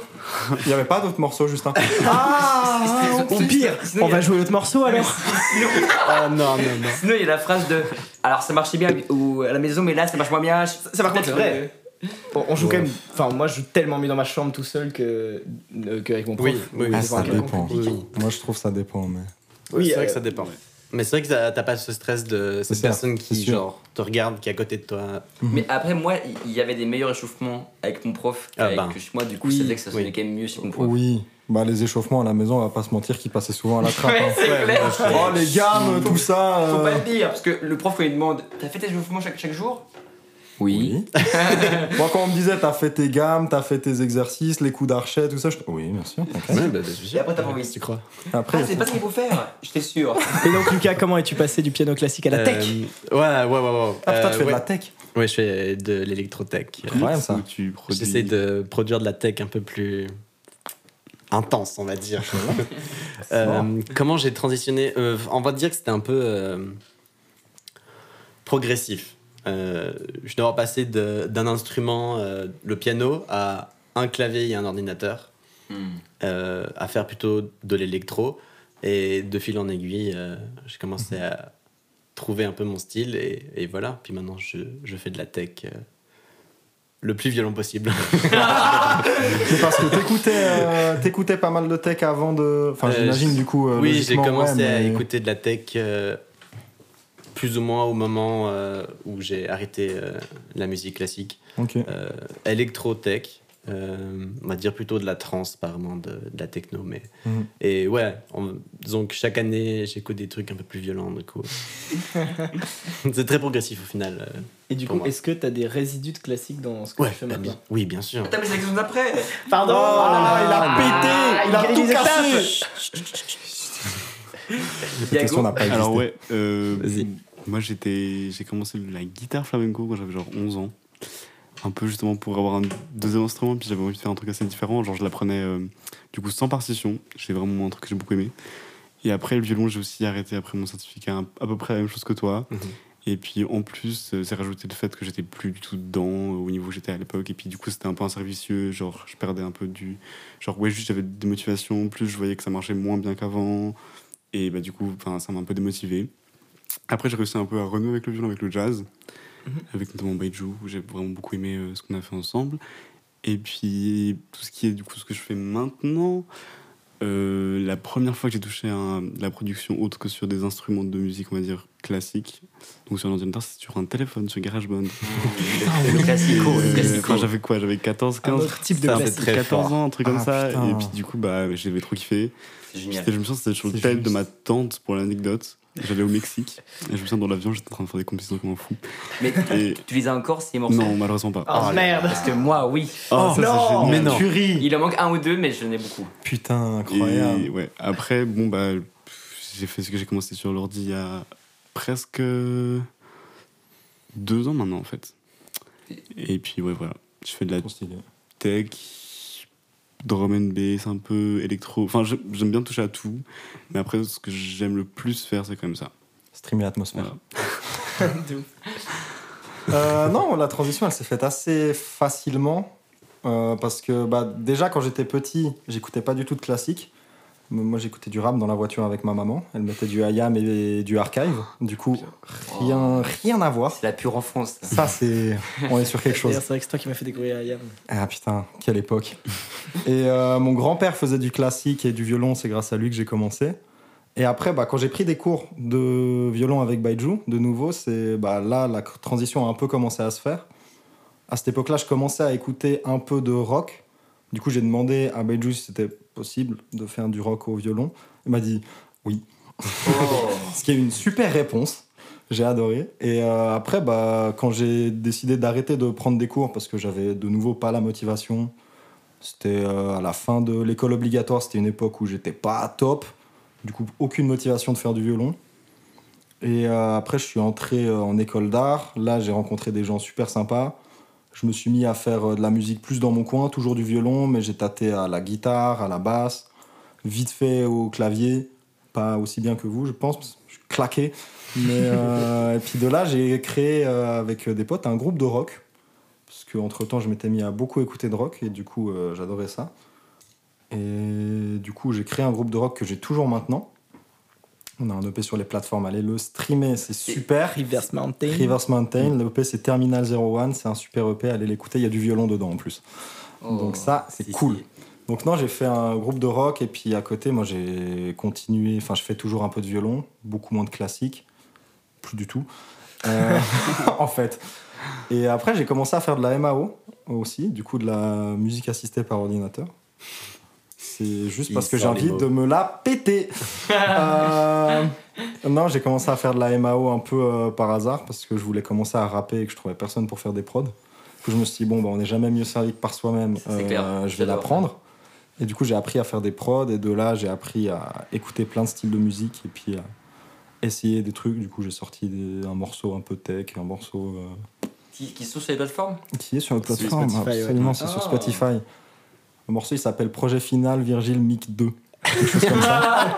Il n'y avait pas d'autres morceaux, Justin. Ah Ou pire, Sinon, on il y a- va jouer l'autre morceau alors. Ah non, non, non. Sinon, il y a la phrase de Alors ça marchait bien ou à la maison, mais là ça marche moins bien. Ça, par contre, c'est vrai. Bon, on joue quand même. Enfin, moi, je joue tellement mieux dans ma chambre tout seul que euh, qu'avec mon prof. Oui, oui, Devant ah, ça un cadre. dépend. Moi, je trouve ça dépend, mais. Oui, c'est vrai euh, que ça dépend. Mais c'est vrai que t'as t'as pas ce stress de cette ça, personne qui c'est sûr. genre te regarde, qui est à côté de toi. Mais après, moi, il y avait des meilleurs échauffements avec mon prof Ah qu'avec ben. que chez moi. Du coup, Oui, ça faisait que ça sonnait oui. quand même mieux chez mon prof. Oui. Bah, les échauffements à la maison, on va pas se mentir qu'ils passaient souvent à la trappe. hein. C'est clair. Oh, les gammes, tout ça. Faut pas euh, le dire, parce que le prof, quand il demande T'as fait tes échauffements chaque, chaque jour Oui. Moi, quand on me disait, t'as fait tes gammes, t'as fait tes exercices, les coups d'archet, tout ça, je. Oui, bien sûr. ok. Ouais, bah, je- Et après, t'as pas envie. tu crois Après, Ah, c'est pas ce qu'il faut faire J'étais sûr. Et donc, Lucas, comment es-tu passé du piano classique à la tech Euh, Ouais, ouais, ouais, ouais. Ah, putain, Euh, tu fais de ouais. la tech. Ouais, je fais de l'électrotech. Euh, Incroyable, ça. Où tu produis- J'essaie de produire de la tech un peu plus intense, on va dire. Euh, comment j'ai transitionné Euh, On va dire que c'était un peu euh, progressif. Euh, je dois avoir passé de- d'un instrument, euh, le piano, à un clavier et un ordinateur, euh, à faire plutôt de l'électro. Et de fil en aiguille, euh, j'ai commencé à trouver un peu mon style et, et voilà. Puis maintenant, je, je fais de la tech euh, le plus violent possible. C'est parce que t'écoutais, euh, t'écoutais pas mal de tech avant de. Enfin, Euh, j'imagine je- du coup. euh, oui, j'ai logiquement, commencé ouais, à mais- écouter de la tech euh, plus ou moins au moment euh, où j'ai arrêté euh, la musique classique. Ok. Euh, Electro-tech, euh, on va dire plutôt de la trance, pas vraiment de, de la techno. Mais... Mhm. Et ouais, on- disons que chaque année, j'écoute des trucs un peu plus violents. Du coup. C'est très progressif au final. euh. Et du Pour coup, moi. est-ce que t'as des résidus de classique dans ce que tu fais bah, maintenant bien- Oh oui, bien sûr. T'as mis la question d'après Pardon Ah, il a pété grille les étapes. Cette question n'a pas existé. Alors ouais, euh, Ah, Vas-y. moi j'étais, j'ai commencé la guitare flamenco quand j'avais genre 11 ans. Un peu justement pour avoir un deuxième instrument, puis j'avais envie de faire un truc assez différent. Genre je l'apprenais euh, du coup sans partition. C'est vraiment un truc que j'ai beaucoup aimé. Et après le violon, j'ai aussi arrêté après mon certificat un- à peu près la même chose que toi. Mhm. Et puis en plus, euh, c'est rajouté le fait que j'étais plus du tout dedans euh, au niveau où j'étais à l'époque. Et puis du coup, c'était un peu inservicieux. Genre je perdais un peu du. Genre ouais, juste j'avais des motivations. Plus je voyais que ça marchait moins bien qu'avant. Et bah, du coup, 'fin, ça m'a un peu démotivé. Après, j'ai réussi un peu à renouer avec le violon, avec le jazz, avec notamment Baiju, où j'ai vraiment beaucoup aimé euh, ce qu'on a fait ensemble. Et puis, tout ce qui est du coup ce que je fais maintenant, euh, la première fois que j'ai touché à la production autre que sur des instruments de musique, on va dire classique, donc sur un ordinateur, c'est sur un téléphone, sur GarageBand. Ah, Le classico, Euh, le classico. quand j'avais quoi J'avais 14, Un 15, autre type de Ça, classique. c'est très 14 fort. ans, un truc comme Ah, ça. putain. Et puis du coup, bah, j'avais trop kiffé. C'est J'étais- génial. Je me souviens, c'était sur le C'est tel juste. de ma tante pour l'anecdote. J'allais au Mexique. Et je me souviens, dans l'avion, j'étais en train de faire des compétitions comme un fou. Mais Et tu les as encore ces morceaux non, malheureusement pas. Oh, merde. Parce que moi, oui. Ah, ça, c'est non, mais génial. non. Il en manque un ou deux, mais je n'ai beaucoup. Putain, Et, incroyable. ouais, après, bon, bah, pff, j'ai fait ce que j'ai commencé sur l'ordi il y a presque deux ans maintenant, en fait. Et puis, ouais, voilà. Je fais de la Trop stylé. tech, drum and bass, un peu électro. Enfin, je- j'aime bien toucher à tout. Mais après, ce que j'aime le plus faire, c'est quand même ça. Streamer atmosphère. Voilà. Euh, non, la transition, elle s'est faite assez facilement. euh, parce que bah, déjà, quand j'étais petit, j'écoutais pas du tout de classique. Mais Moi, j'écoutais du rap dans la voiture avec ma maman. Elle mettait du IAM et du Archive. Du coup, rien, rien à voir. C'est la pure en France. ça. Ça, c'est. On est sur quelque chose. D'ailleurs, C'est vrai que c'est toi qui m'as fait découvrir Ayam. Ah putain, quelle époque. et euh, mon grand-père faisait du classique et du violon, c'est grâce à lui que j'ai commencé. Et après, bah, quand j'ai pris des cours de violon avec Baiju, de nouveau, c'est bah, là, la transition a un peu commencé à se faire. À cette époque-là, je commençais à écouter un peu de rock. Du coup, j'ai demandé à Baiju si c'était possible de faire du rock au violon. Il m'a dit oui. Ce qui est une super réponse. J'ai adoré. Et euh, après, bah, quand j'ai décidé d'arrêter de prendre des cours parce que j'avais de nouveau pas la motivation, c'était euh, à la fin de l'école obligatoire, c'était une époque où j'étais pas top. Du coup, aucune motivation de faire du violon. Et euh, après, je suis entré euh, en école d'art. Là, j'ai rencontré des gens super sympas. Je me suis mis à faire euh, de la musique plus dans mon coin, toujours du violon, mais j'ai tâté à la guitare, à la basse, vite fait au clavier. Pas aussi bien que vous, je pense, parce que je suis claqué. Mais euh, et puis de là, j'ai créé euh, avec des potes un groupe de rock. Parce qu'entre temps, je m'étais mis à beaucoup écouter de rock et du coup, euh, j'adorais ça. Et du coup, j'ai créé un groupe de rock que j'ai toujours maintenant. On a un EP sur les plateformes. Allez le streamer, c'est super. Reverse Mountain. Rivers Mountain, l'EP c'est Terminal 01, c'est un super EP, allez l'écouter, il y a du violon dedans en plus. Oh, Donc ça, c'est si, cool. si. Donc non, j'ai fait un groupe de rock et puis à côté, moi j'ai continué, enfin je fais toujours un peu de violon, beaucoup moins de classique, plus du tout, Euh, en fait. Et après, j'ai commencé à faire de la MAO aussi, du coup de la musique assistée par ordinateur. C'est juste Il parce que j'ai sort les envie mots. de me la péter. Euh, non, j'ai commencé à faire de la MAO un peu euh, par hasard parce que je voulais commencer à rapper et que je trouvais personne pour faire des prods. Du coup, je me suis dit, bon, bah, on n'est jamais mieux servi que par soi-même, euh, Ça, c'est clair. je vais J'adore. l'apprendre. Et du coup, j'ai appris à faire des prods et de là, j'ai appris à écouter plein de styles de musique et puis à essayer des trucs. Du coup, j'ai sorti des- un morceau un peu tech, un morceau euh, Qui, qui sont sur les plateformes qui est sur la Sur plateforme. Spotify, ouais. absolument, c'est sur Ah. Spotify. Le morceau, il s'appelle Projet Final Virgile Mic 2. Quelque chose comme ça.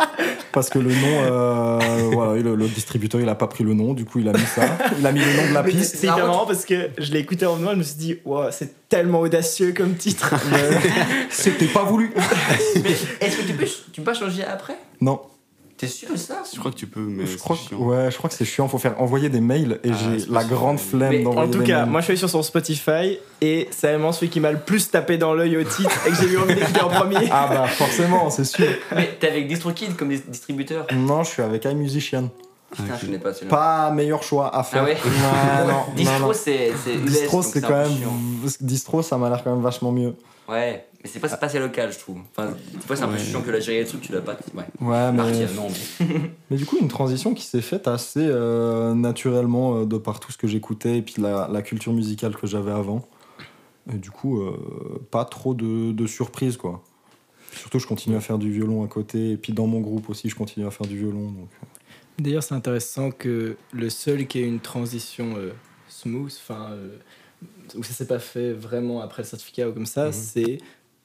Parce que le nom, euh, voilà, le, le distributeur, il a pas pris le nom, du coup, il a mis ça. Il a mis le nom de la Mais piste. C'est hyper marrant parce que je l'ai écouté en venant, je me suis dit, Wow, c'est tellement audacieux comme titre. C'était pas voulu. Mais est-ce que tu peux, tu peux pas changer après Non. T'es sûr de ça Je crois que tu peux, mais je c'est crois, que, chiant. ouais, je crois que c'est chiant. Faut faire envoyer des mails et Ah, j'ai c'est la possible. grande Mais flemme d'envoyer En des tout cas, mails. moi je suis allé sur son Spotify et c'est vraiment celui qui m'a le plus tapé dans l'œil au titre et que j'ai eu envie d'écouter en premier. Ah bah forcément, c'est sûr. Mais t'es avec DistroKid comme dis- distributeur Non, je suis avec iMusician. Putain, je connais pas celui-là. Ah, Pas meilleur choix à faire. Ah ouais Non, non, non, Distro, non. c'est. c'est US, Distro, donc c'est un quand peu même. chiant. Distro, ça m'a l'air quand même vachement mieux. Ouais, mais c'est pas, c'est pas assez local, je trouve. Enfin, des fois, c'est un peu Ouais. chiant que la gérer le truc, tu l'as pas. Ouais. Ouais, Ah, mais. euh, Partir, non. Mais du coup, une transition qui s'est faite assez euh, naturellement euh, de par tout ce que j'écoutais et puis la, la culture musicale que j'avais avant. Et du coup, euh, pas trop de, de surprises, quoi. Surtout, je continue à faire du violon à côté. Et puis, dans mon groupe aussi, je continue à faire du violon. Donc, D'ailleurs, c'est intéressant que le seul qui ait une transition euh, smooth, enfin, euh, où ça s'est pas fait vraiment après le certificat ou comme Mhm. ça, c'est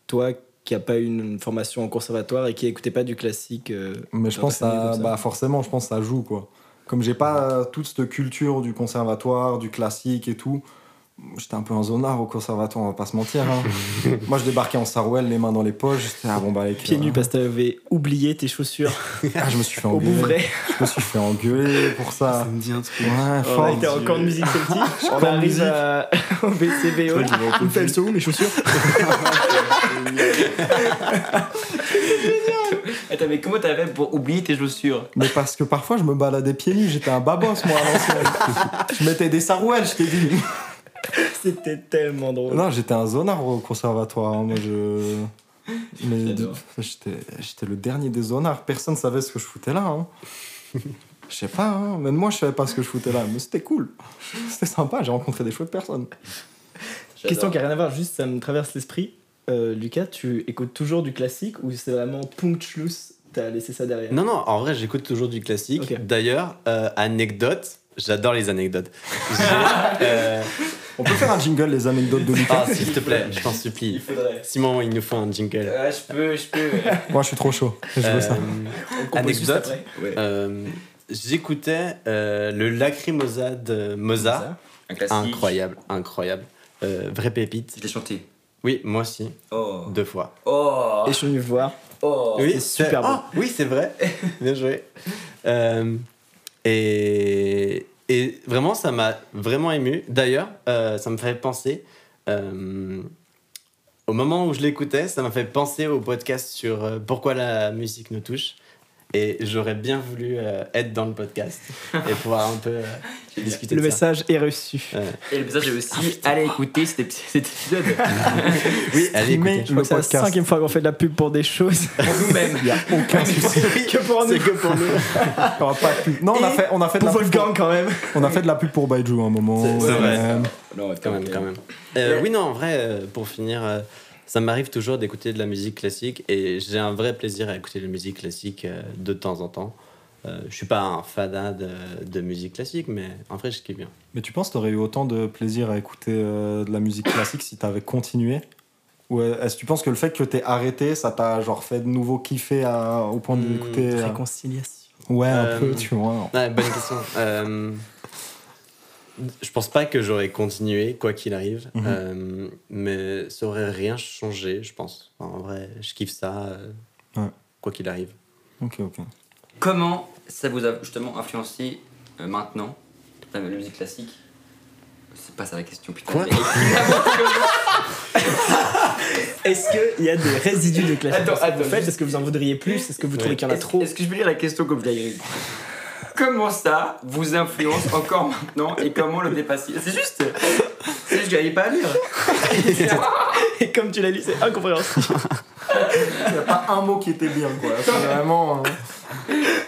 toi qui n'as pas eu une formation en conservatoire et qui n'écoutait pas du classique. euh, Mais je dans pense ta famille ça- comme ça. bah forcément, je pense que ça joue quoi. Comme j'ai pas euh, toute cette culture du conservatoire, du classique et tout, J'étais un peu un zonard au conservatoire, on va pas se mentir. hein. Moi, je débarquais en sarouel, les mains dans les poches. J'étais, ah bon, bah, avec, Pieds euh, nus parce que t'avais oublié tes chaussures ah, je me suis fait au engueuler. Bouvray. Je me suis fait engueuler pour ça. Ça me dit un truc. Ouais, fort. on était en camp de musique celtique. on Camp de arrive Oh musique. à- au BCBO. Ils me font, elles sont où mes chaussures Attends, mais comment t'avais pour oublier tes chaussures Mais parce que parfois, je me baladais pieds nus. J'étais un babos, moi, à l'ancienne. je mettais des sarouels, je t'ai dit. C'était tellement drôle. Non, j'étais un zonard au conservatoire. hein. Moi, je. Mais J'adore. j'étais j'étais le dernier des zonards. Personne savait ce que je foutais là. hein. Je sais pas, hein. même moi je savais pas ce que je foutais là, mais c'était cool. C'était sympa, j'ai rencontré des chouettes personnes. Question qui a rien à voir, juste ça me traverse l'esprit. Euh, Lucas, tu écoutes toujours du classique ou c'est vraiment Punktschluss T'as laissé ça derrière Non, non, en vrai, j'écoute toujours du classique. Ok. D'ailleurs, euh, anecdote, j'adore les anecdotes. J'ai, euh, On peut faire un jingle, les anecdotes de Lucas ah, s'il te plaît, je t'en supplie. faudrait. Simon, il nous faut un jingle. Ah, je peux, je peux. Ah. Moi je suis trop chaud, je veux ça. Euh, On compose juste anecdote, après. euh, j'écoutais euh, le Lacrimosa de Mozart. Un classique. Incroyable, incroyable. Euh, vraie Je pépite. l'ai chanté. Oui, moi aussi, Oh. deux fois. Oh. Et je suis venu voir. Oh. oui, c'est c'est- super ah, oui, c'est vrai. Bien joué. Euh, et, et vraiment, ça m'a vraiment ému. D'ailleurs, euh, ça me fait penser. euh, au moment où je l'écoutais, ça m'a fait penser au podcast sur euh, pourquoi la musique nous touche. Et j'aurais bien voulu euh, être dans le podcast et pouvoir un peu euh, discuter Le de ça. message est reçu. Et le message est aussi allez écouter cet ép- cet épisode Oui, allez, Streamer écoutez. Je crois que c'est la podcast. cinquième fois qu'on fait de la pub pour des choses. pour vous-même. Il y a aucun souci. que pour nous. C'est que pour nous. Il y aura pas de pub. Non, on a Et fait, on a fait de Pour la pub. Wolfgang quand même. On a fait de la pub pour Baiju à un moment. C'est- c'est quand vrai. même. Non, quand même, quand même. Euh, Oui, non, en vrai, euh, pour finir, euh, ça m'arrive toujours d'écouter de la musique classique et j'ai un vrai plaisir à écouter de la musique classique euh, de temps en temps. Euh, je suis pas un fada de, de musique classique, mais en vrai, je kiffe bien. Mais tu penses que t'aurais eu autant de plaisir à écouter euh, de la musique classique si t'avais continué Ou euh, est-ce que tu penses que le fait que t'aies arrêté, ça t'a genre fait de nouveau kiffer à- au point Hmm, d'écouter euh, Réconciliation. Ouais, Euh, un peu, tu vois. Ouais, bonne question. Euh, je pense pas que j'aurais continué, quoi qu'il arrive, Mhm. Euh, mais ça aurait rien changé, je pense. Enfin, en vrai, je kiffe ça, euh, Ouais. quoi qu'il arrive. Ok, ok. Comment ça vous a justement influencé euh, maintenant la musique classique C'est pas ça la question, putain. Quoi mais- Est-ce qu'il y a des résidus de classique Attends, dans ce que vous attends, faites juste- Est-ce que vous en voudriez plus Est-ce que vous trouvez qu'il y en a Est-ce Ah, trop est-ce que je peux lire la question comme je l'ai écrite Comment ça vous influence encore maintenant et comment le dépasser C'est juste C'est juste que j'arrive pas à lire. Et comme tu l'as lu, c'est incompréhensible. Il n'y a pas un mot qui était bien, quoi. C'est vraiment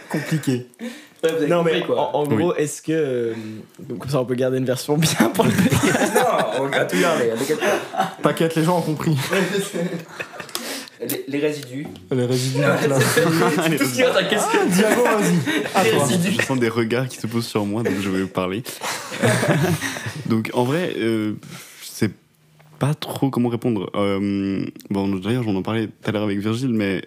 compliqué. Ouais, vous avez Non compris, mais en, quoi. en gros, est-ce que euh, donc comme ça on peut garder une version bien pour le Non, on regarde tout les, T'inquiète, les gens ont compris. les, les résidus. Les résidus de la classe. Tout ce qui reste à la question. Diago, vas-y. À Les toi. résidus. Je sens des regards qui se posent sur moi, donc je vais vous parler. donc en vrai, euh, je sais pas trop comment répondre. Euh, bon, d'ailleurs, j'en en parlais tout à l'heure avec Virgile, mais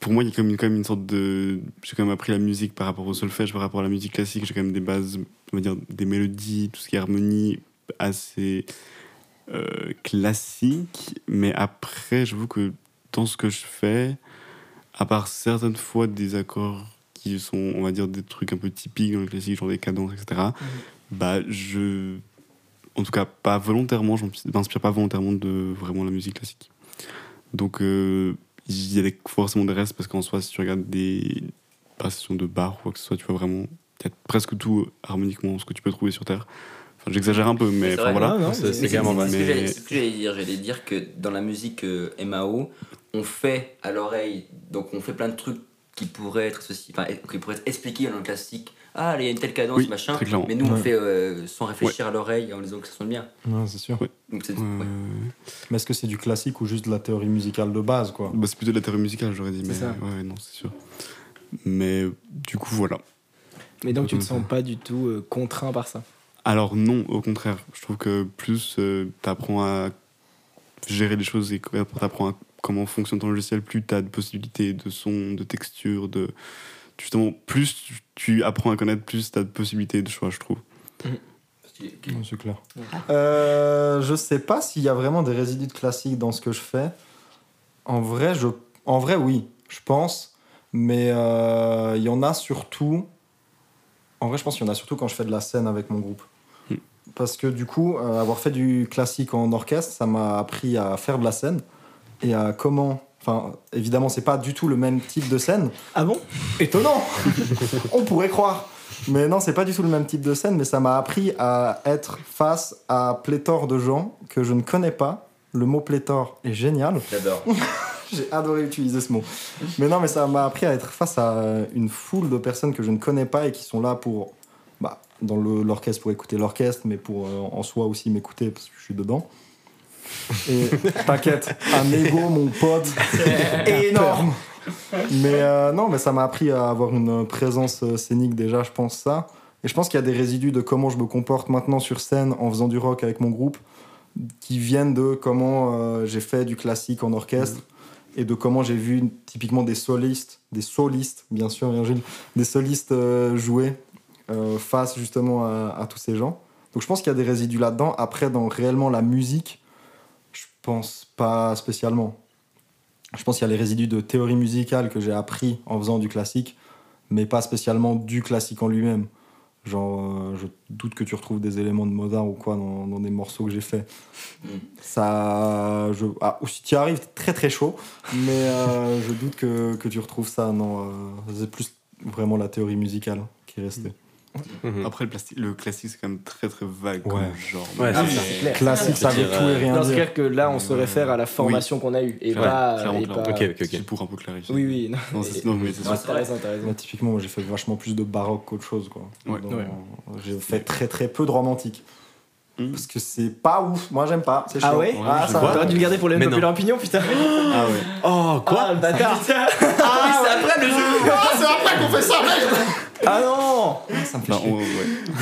pour moi, il y a quand même, quand même une sorte de. J'ai quand même appris la musique par rapport au solfège, par rapport à la musique classique. J'ai quand même des bases, on va dire, des mélodies, tout ce qui est harmonie assez euh, classique. Mais après, j'avoue que dans ce que je fais, à part certaines fois des accords qui sont, on va dire, des trucs un peu typiques dans le classique, genre des cadences, etc., Mhm. bah, je. En tout cas, pas volontairement, je m'inspire pas volontairement de vraiment la musique classique. Donc, euh, il y a des- forcément des restes parce qu'en soi, si tu regardes des passations de bar ou quoi que ce soit, tu vois vraiment. Il y a presque tout euh, harmoniquement, ce que tu peux trouver sur Terre. Enfin, j'exagère un peu, mais C'est enfin, vrai, voilà. Ah, non, C'est- mais- c'est Mais carrément vrai. c'est- c'est ce que mais- j'allais- c'est ce que j'allais dire. J'allais dire que dans la musique euh, MAO, on fait à l'oreille, donc on fait plein de trucs qui pourraient être ceci, enfin, qui pourraient être expliqués dans le classique. Ah, il y a une telle cadence, Oui, machin. très clairement. Mais nous, on Ouais. fait euh, sans réfléchir à l'oreille en disant que ça sonne bien. Non, c'est sûr. Donc c'est. Euh, Ah ouais. Mais est-ce que c'est du classique ou juste de la théorie musicale de base, quoi bah, c'est plutôt de la théorie musicale, j'aurais dit, mais ça. ouais, ouais, non, c'est sûr. Mais du coup, voilà. Mais donc tu te sens pas du tout euh, contraint par ça. Alors non, au contraire. Je trouve que plus euh, t'apprends à gérer les choses et que- euh, t'apprends à comment fonctionne ton logiciel, plus t'as de possibilités de son, de texture, de justement plus tu- tu apprends à connaître, plus t'as de possibilités de choix, je trouve. stylé. Ouais, C'est clair. Euh, je sais pas s'il y a vraiment des résidus de classique dans ce que je fais. En vrai, je... en vrai oui, je pense. Mais euh, il y en a surtout. En vrai, je pense qu'il y en a surtout quand je fais de la scène avec mon groupe. Hmm. Parce que du coup, euh, avoir fait du classique en orchestre, ça m'a appris à faire de la scène et à comment. Enfin, évidemment, c'est pas du tout le même type de scène. Ah bon Étonnant On pourrait croire. Mais non, c'est pas du tout le même type de scène, mais ça m'a appris à être face à pléthore de gens que je ne connais pas. Le mot pléthore est génial. J'adore. J'ai adoré utiliser ce mot. Mais non, mais ça m'a appris à être face à euh, une foule de personnes que je ne connais pas et qui sont là pour, bah, dans le- l'orchestre pour écouter l'orchestre, mais pour euh, en soi aussi m'écouter parce que je suis dedans. Et t'inquiète, un ego, mon pote, énorme. Mais euh, non, mais ça m'a appris à avoir une présence euh, scénique déjà, je pense ça. Et je pense qu'il y a des résidus de comment je me comporte maintenant sur scène en faisant du rock avec mon groupe qui viennent de comment euh, j'ai fait du classique en orchestre et de comment j'ai vu typiquement des solistes, des solistes, bien sûr, Virgile, des solistes euh, jouer euh, face justement à, à tous ces gens. Donc je pense qu'il y a des résidus là-dedans. Après, dans réellement la musique, je pense pas spécialement. Je pense qu'il y a les résidus de théorie musicale que j'ai appris en faisant du classique, mais pas spécialement du classique en lui-même. Genre, euh, je doute que tu retrouves des éléments de Mozart ou quoi dans, dans des morceaux que j'ai faits. Ça, je, ah, ou si tu y arrives, t'es très très chaud, mais euh, je doute que, que tu retrouves ça. Non, euh, c'est plus vraiment la théorie musicale qui est restée. Après, le, plasti- le classique, c'est quand même très très vague. comme Ouais. genre. Ouais, Ah, Mais- mais ça, c'est clair. Classique, ça veut C'est-à-dire, tout et rien Non, c'est dire. euh, clair que là, on se réfère à la formation qu'on a eue. Et Ouais, pas. clairement, et clairement. pas- Ok, ok, C'est ok. pour un peu clarifier. Oui, oui. Non, Non, c'est- non, mais c'est sûr. Ouais, t'as raison, t'as raison. Mais typiquement, moi, j'ai fait vachement plus de baroque qu'autre chose. Quoi. Ouais. Dans- Ouais. J'ai fait très très peu de romantique. Mm. Parce que c'est pas ouf. Moi, j'aime pas. C'est Ah chaud. ouais Ah, je ça vois. va. T'aurais dû le garder pour les Mais populaires opinions, putain. Ah ouais. Oh, quoi ah, le bâtard. Ah, c'est après le jeu Ah non Bah, on- ouais.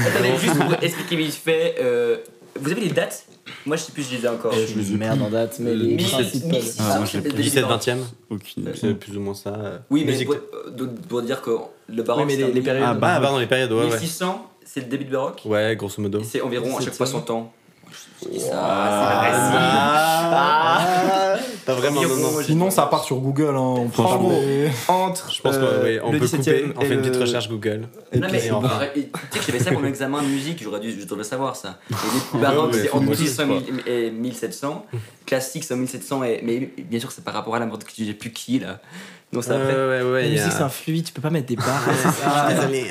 Attendez, juste pour expliquer vite fait, euh, vous avez les dates Moi, je sais plus, je les ai encore. Je suis une merde en date, mais les Mille- principales. mille six cents- Ah, moi, je l'ai 17 20 e Aucune. idée. c'est plus ou moins ça. euh, Oui, mais musique. pour, euh, de- pour dire que le Oui, baroque, mais c'est les, un- les périodes. Ah, bah, pardon, les périodes, ouais, ouais. 1600, c'est le début du baroque. Ouais, grosso modo. Et C'est environ à chaque fois 100 ans. Je dis ça, c'est pas facile. Ah, Pas vraiment, non, non. Environ, j'ai- Sinon, ça part sur Google. hein. On prend Franchement. des- Entre. Je pense qu'on euh, ouais, on le peut 17e couper, on et fait une petite le- recherche Google. Non, mais, puis, enfin. arrête, tu sais que j'avais ça pour mon examen de musique, j'aurais dû, je devrais savoir ça. Et les baroques, ouais, c'est faut entre moi aussi, 1600 quoi. et 1700. Classique, c'est en 1700. Et, mais bien sûr, c'est par rapport à la mort que tu dis, j'ai plus qui là. Non, ça Ouais, après. ouais, ouais, La il y a- musique, c'est un fluide, tu peux pas mettre des barres. Ah, désolé.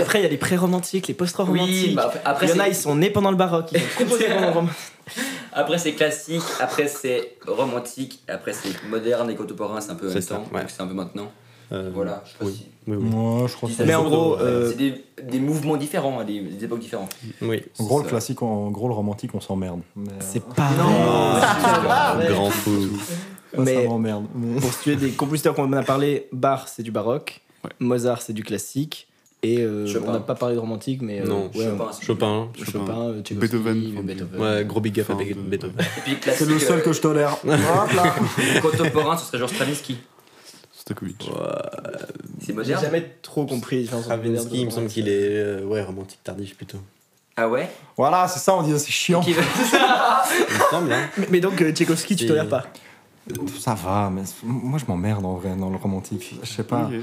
Après, il y a les pré-romantiques, les Oui, post-romantiques. bah, après- après, il y en a, c'est- ils sont nés pendant le baroque. Ils ont composé pendant le romantique. Après c'est classique, après c'est romantique, après c'est moderne et contemporain, c'est un peu en C'est même ça, temps, ouais. donc c'est un peu maintenant. Euh, Voilà, je sais pas oui. si- Oui, oui. Moi, je crois que Ça, Mais en c'est- gros, ouais, euh, c'est des, des mouvements différents, hein, des, des époques différentes. Oui. En gros, c'est le ça. classique, en gros, le romantique, on s'emmerde. Mais, euh, C'est pas Ah, vrai. Grand fou. moi, mais- ça m'emmerde. Mais- Pour tuer des compositeurs qu'on en a parlé, Bach, c'est du baroque. Ouais. Mozart, c'est du classique. Et euh, Chopin. on n'a pas parlé de romantique, mais. euh, Non, ouais, Chopin, c'est- Chopin. on- Chopin, euh, Tchaïkovski, Beethoven. euh, Beethoven. Ouais, gros big up Enfin, avec de- Beethoven. Et puis C'est classique, le seul que je tolère. Hop là. euh, contemporain, ce serait genre Stravinsky. Stokovic. C'est J'ai moderne. jamais trop compris. enfin, Stravinsky, il me semble qu'il est euh, ouais, romantique tardif plutôt. Ah ouais Voilà, c'est ça, on dit, c'est chiant. Qui- Il me semble, hein. Mais, mais donc, euh, Tchaïkovski, tu Et- tolères pas Ça va, mais c'est- moi, je m'emmerde en vrai dans le romantique. Je sais pas. Ok.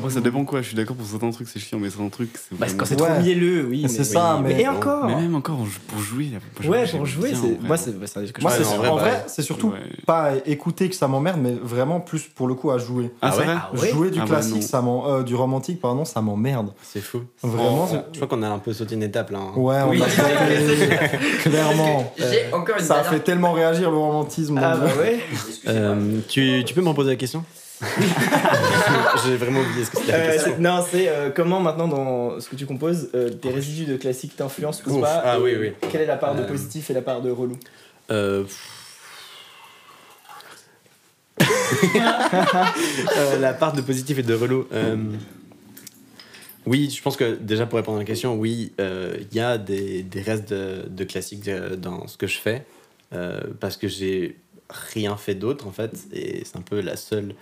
Moi, ça dépend quoi. Je suis d'accord pour certains trucs, c'est chiant, mais certains trucs, c'est. Bah, c'est quand vraiment- c'est Ouais. trop mielleux, oui. Mais c'est ça, mais- Et encore Mais même encore, je- pour jouer. y a- Ouais, j'aime pour jouer, bien, en c'est. vrai. Moi, c'est bah, c'est un disque que je Moi, Ouais, c'est non, en en vrai, vrai, bah, c'est surtout ouais. pas écouter que ça m'emmerde, mais vraiment plus pour le coup à jouer. Ah, Ah c'est ouais vrai ouais Jouer du Ah ouais, classique, non. ça m'en- euh, du romantique, pardon, ça m'emmerde. C'est fou. Vraiment, On- c'est- je crois qu'on a un peu sauté une étape là. hein. Ouais, on Oui. a sauté, clairement. J'ai encore une Ça a dernière. fait tellement réagir le romantisme. Ah donc- bah ouais Excusez-moi. Euh, tu, tu peux m'en poser la question J'ai vraiment oublié ce que c'était la Euh, question. Non, c'est euh, comment maintenant dans ce que tu composes, euh, tes résidus de classique t'influencent ou Ouf, pas ah et oui, oui. Quelle est la part de Euh, positif et la part de relou Euh, pff. Euh, la part de positif et de relou. euh, Oui, je pense que déjà pour répondre à la question, oui, euh, il y a des, des restes de, de classiques euh, dans ce que je fais euh, parce que j'ai rien fait d'autre en fait et c'est un peu la seule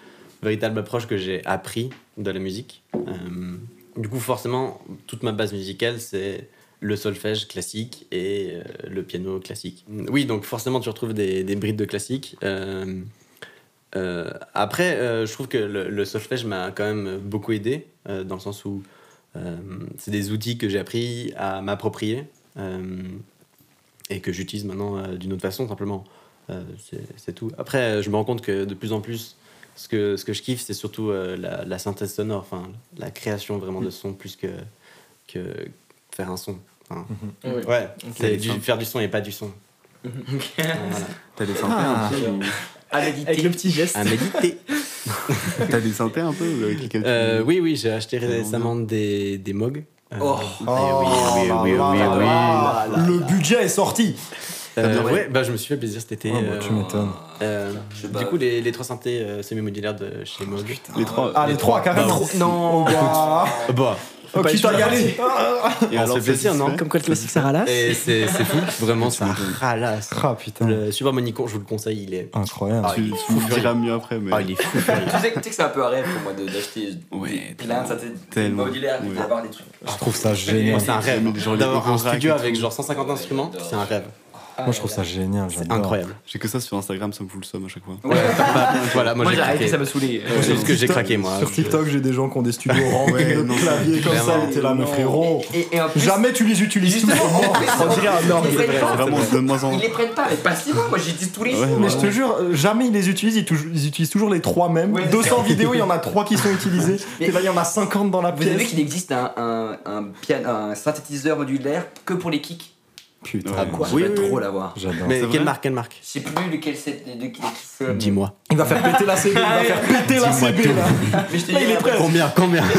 véritable approche que j'ai appris de la musique. Euh, du coup, forcément, toute ma base musicale, c'est le solfège classique et euh, le piano classique. Oui, donc forcément, tu retrouves des, des brides de classique. Euh, euh, après, euh, je trouve que le, le solfège m'a quand même beaucoup aidé, euh, dans le sens où euh, c'est des outils que j'ai appris à m'approprier euh, et que j'utilise maintenant euh, d'une autre façon, simplement. Euh, c'est c'est tout. Après, euh, je me rends compte que de plus en plus, ce que, ce que je kiffe, c'est surtout euh, la, la synthèse sonore, enfin, la création vraiment de son plus que, que faire un son. Enfin, Mhm. Ouais, c'est les du- synthés. faire du son et pas du son. Voilà. T'as des synthés hein. Ah. un peu ou- À méditer. Avec le petit geste. À méditer. T'as des synthés un peu ou avec lesquels tu- Euh, oui, oui, j'ai acheté Vraiment récemment des, des MOG. Euh, Oh. eh oui, oh, oui, oui, oui, oui, oui. Le budget est sorti. Euh, bien, ouais, ouais. bah, je me suis fait plaisir cet été. Ah, bah, tu euh, m'étonnes. euh, Je du bave. coup, les, les trois synthés euh, semi-modulaires de chez MOG. Les trois. Ah, les trois, carrément. Non. Ah, Bah, Oh, pas qui être t'a sûr. galé Ah, Et alors, fait plaisir, non Comme quoi le classique ça ralasse. et c'est c'est fou, vraiment, ça ralasse. Ah, putain. Le Subharmonicon, je vous le conseille, il est. Incroyable. Ah, Tu, il est tu me fou diras mieux après, mais. Ah, il est fou. Tu sais, tu sais que c'est un peu un rêve pour moi de- d'acheter Ouais, plein de synthés Tellement. modulaires et Ouais. d'avoir des trucs. Je trouve ça Moi, génial. c'est un rêve. Mais les gens, les D'avoir un oranges studio rack et avec tout. genre 150 instruments, c'est un rêve. Moi, je trouve ça génial. C'est j'adore. incroyable. J'ai que ça sur Instagram, ça me fout le somme à chaque fois. voilà, moi, Moi j'ai j'ai arrêté, craqué. ça me saoulait. C'est juste que j'ai TikTok- craqué, moi. Sur TikTok, j'ai des gens qui ont des studios rangés Ouais, de non, claviers comme ça. clairement. Et t'es là, mais frérot, Et, et en plus, jamais tu les utilises tous. justement, en plus, On dirait un orgue. ils les prennent pas. Vraiment, donne-moi en. Ils les prennent pas, mais passivement. Moi, j'ai dit tous les Ouais, jours. Mais je te jure, euh, jamais ils les utilisent, ils, touj- ils utilisent toujours les trois mêmes. Ouais. 200 vidéos, il y en a trois qui sont utilisées. Et là, il y en a 50 dans la Vous avez vu pièce. qu'il existe un, un, un, piano, un synthétiseur modulaire que pour les kicks Putain, Ah, Quoi Oui, Je vais oui, trop oui. l'avoir. j'adore. Mais C'est quelle vrai marque, quelle marque Je sais plus lequel c'est. De, de, qui- qui c'est. Dis-moi. Il va faire péter la CB, il va faire péter la Dis-moi CB là. Mais je te Là, dis, il est prêt. Combien, combien Je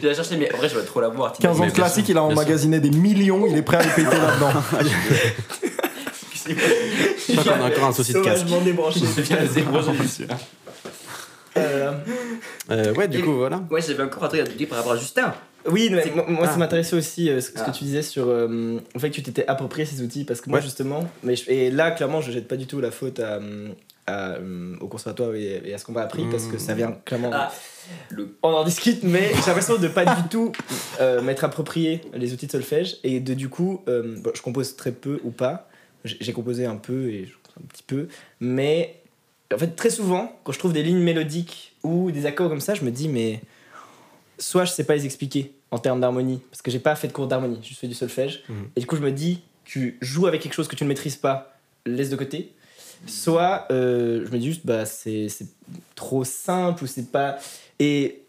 vais la chercher, mais en vrai, je vais trop l'avoir. 15 ans de bien classique, sûr, il a bien emmagasiné des millions, il est prêt à les péter là-dedans. Je crois qu'on a encore un souci de casque. Sauvagement débranché. Euh, Euh, ouais, du Et- coup, voilà. Ouais, j'avais encore un truc à te dire par rapport à Justin. Oui, mais C'est- moi, moi, Ah. ça m'intéressait aussi euh, ce, ce Ah. que tu disais sur euh, le fait que tu t'étais approprié ces outils parce que moi Ouais. justement, mais je- et là clairement je jette pas du tout la faute à, euh, à, euh, au conservatoire et, et à ce qu'on m'a appris parce que ça vient clairement. Ah. Le- On en discute, mais j'ai l'impression de pas du tout euh, m'être approprié les outils de solfège et de du coup, euh, bon, je compose très peu ou pas. J'ai j'ai composé un peu et je compose un petit peu, mais en fait très souvent quand je trouve des lignes mélodiques ou des accords comme ça, je me dis mais soit je sais pas les expliquer en termes d'harmonie, parce que j'ai pas fait de cours d'harmonie, je fais du solfège. Mhm. Et du coup, je me dis, tu joues avec quelque chose que tu ne maîtrises pas, laisse de côté. Soit euh, je me dis juste, bah c'est c'est trop simple ou c'est pas. Et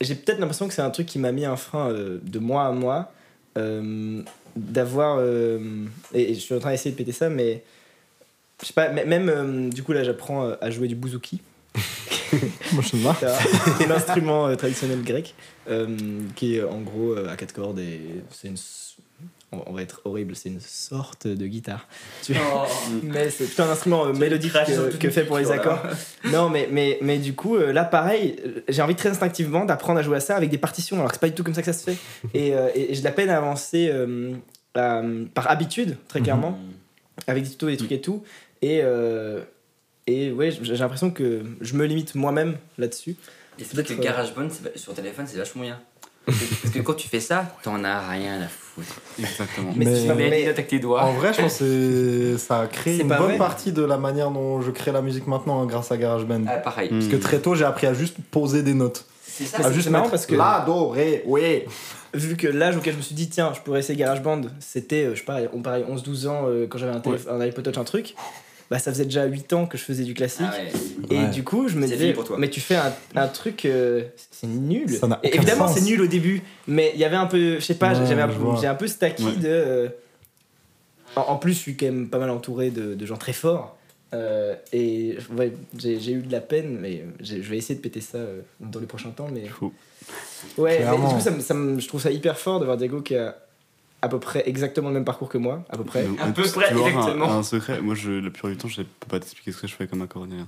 j'ai peut-être l'impression que c'est un truc qui m'a mis un frein euh, de moi à moi, euh, d'avoir. euh, et, et je suis en train d'essayer de péter ça, mais. Je sais pas, m- même euh, du coup, là j'apprends euh, à jouer du bouzouki. Moi, je sais pas. C'est un- l'instrument euh, traditionnel grec euh, qui est en gros euh, à quatre cordes et c'est une. s- On on va être horrible, c'est une sorte de guitare. Tu- mais c'est plutôt un instrument euh, mélodique création que, toute que fait pour les unique, accords. Non, mais, mais, mais du coup, euh, là pareil, euh, j'ai envie très instinctivement d'apprendre à jouer à ça avec des partitions, alors que c'est pas du tout comme ça que ça se fait. Et, euh, et- et j'ai de la peine à avancer euh, à- par habitude, très clairement Mm. avec des tutos, des trucs et tout. Et, euh, et ouais, j'ai j'ai l'impression que je me limite moi-même là-dessus. Et c'est vrai que Peut-être, GarageBand c'est va- sur téléphone, c'est vachement bien. Parce que quand tu fais ça, t'en as rien à foutre. Exactement. Mais, Mais- si je Mais m'avais- dis avec tes En doigts. vrai, je pense que c'est- ça a créé C'est une pas bonne vrai. partie de la manière dont je crée la musique maintenant hein, grâce à GarageBand. Ah, pareil. Mm. Parce que très tôt, j'ai appris à juste poser des notes. C'est ça. Ah, À c'est juste marrant mettre parce que- La, do, ré, ouais. vu que l'âge auquel je me suis dit, tiens, je pourrais essayer GarageBand, c'était, euh, je sais pas, on parlait 11-12 ans euh, quand j'avais un, téléphone- un iPod Touch, un truc. Bah, ça faisait déjà 8 ans que je faisais du classique. Ah ouais. Et Ouais. du coup, je me C'est disais, fini pour toi. mais tu fais un, un truc, euh, c'est nul. Ça n'a Et aucun évidemment, sens. c'est nul au début, mais il y avait un peu, je sais pas, Ouais, j'avais un, je vois. j'ai un peu stacky Ouais. de. euh, en, en plus, je suis quand même pas mal entouré de, de gens très forts. euh, et ouais, j'ai j'ai eu de la peine, mais j'ai- je vais essayer de péter ça euh, dans les prochains temps. Mais Chaud. ouais, mais Clairement. du coup, ça me- ça me- je trouve ça hyper fort de voir Diego qui a à peu près exactement le même parcours que moi, à peu près. Donc, à peu tu- tu près, dois avoir un- exactement. Un, secret, moi je, la plupart du temps, je peux pas t'expliquer ce que je fais comme accord ni rien.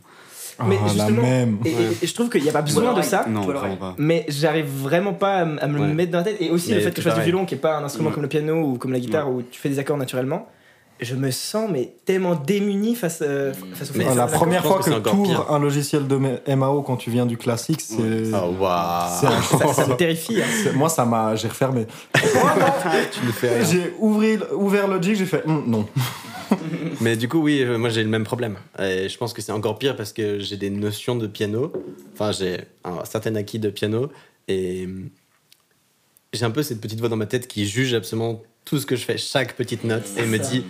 Mais Ah, la justement- même. Et, et- Ouais. et je trouve qu'il n'y a pas besoin de alors, ça. Non, Toi, Laurent. vraiment pas. mais j'arrive vraiment pas à, m- à me Ouais. le mettre dans la tête et aussi Mais le fait que tout je fasse du pareil. Mm. violon qui est pas un instrument Ouais. comme le piano ou comme la guitare où tu fais des accords naturellement je me sens mais tellement démuni face, euh, Mm. face au fait Mais que ça Ah, la me la première je pense fois que que, c'est encore tu pire. ouvres un logiciel de M- MAO quand tu viens du classique, c'est. Ah, waouh. c'est un- ça, ça me terrifie. hein. c'est- Moi, ça m'a. J'ai refermé. Tu le fais. J'ai ouvri- ouvert Logic, j'ai fait. Hum, non. Mais du coup, oui, euh, moi j'ai le même problème. Et je pense que c'est encore pire parce que j'ai des notions de piano. Enfin, j'ai un certain acquis de piano. Et hum, j'ai un peu cette petite voix dans ma tête qui juge absolument tout ce que je fais, chaque petite note, et me dit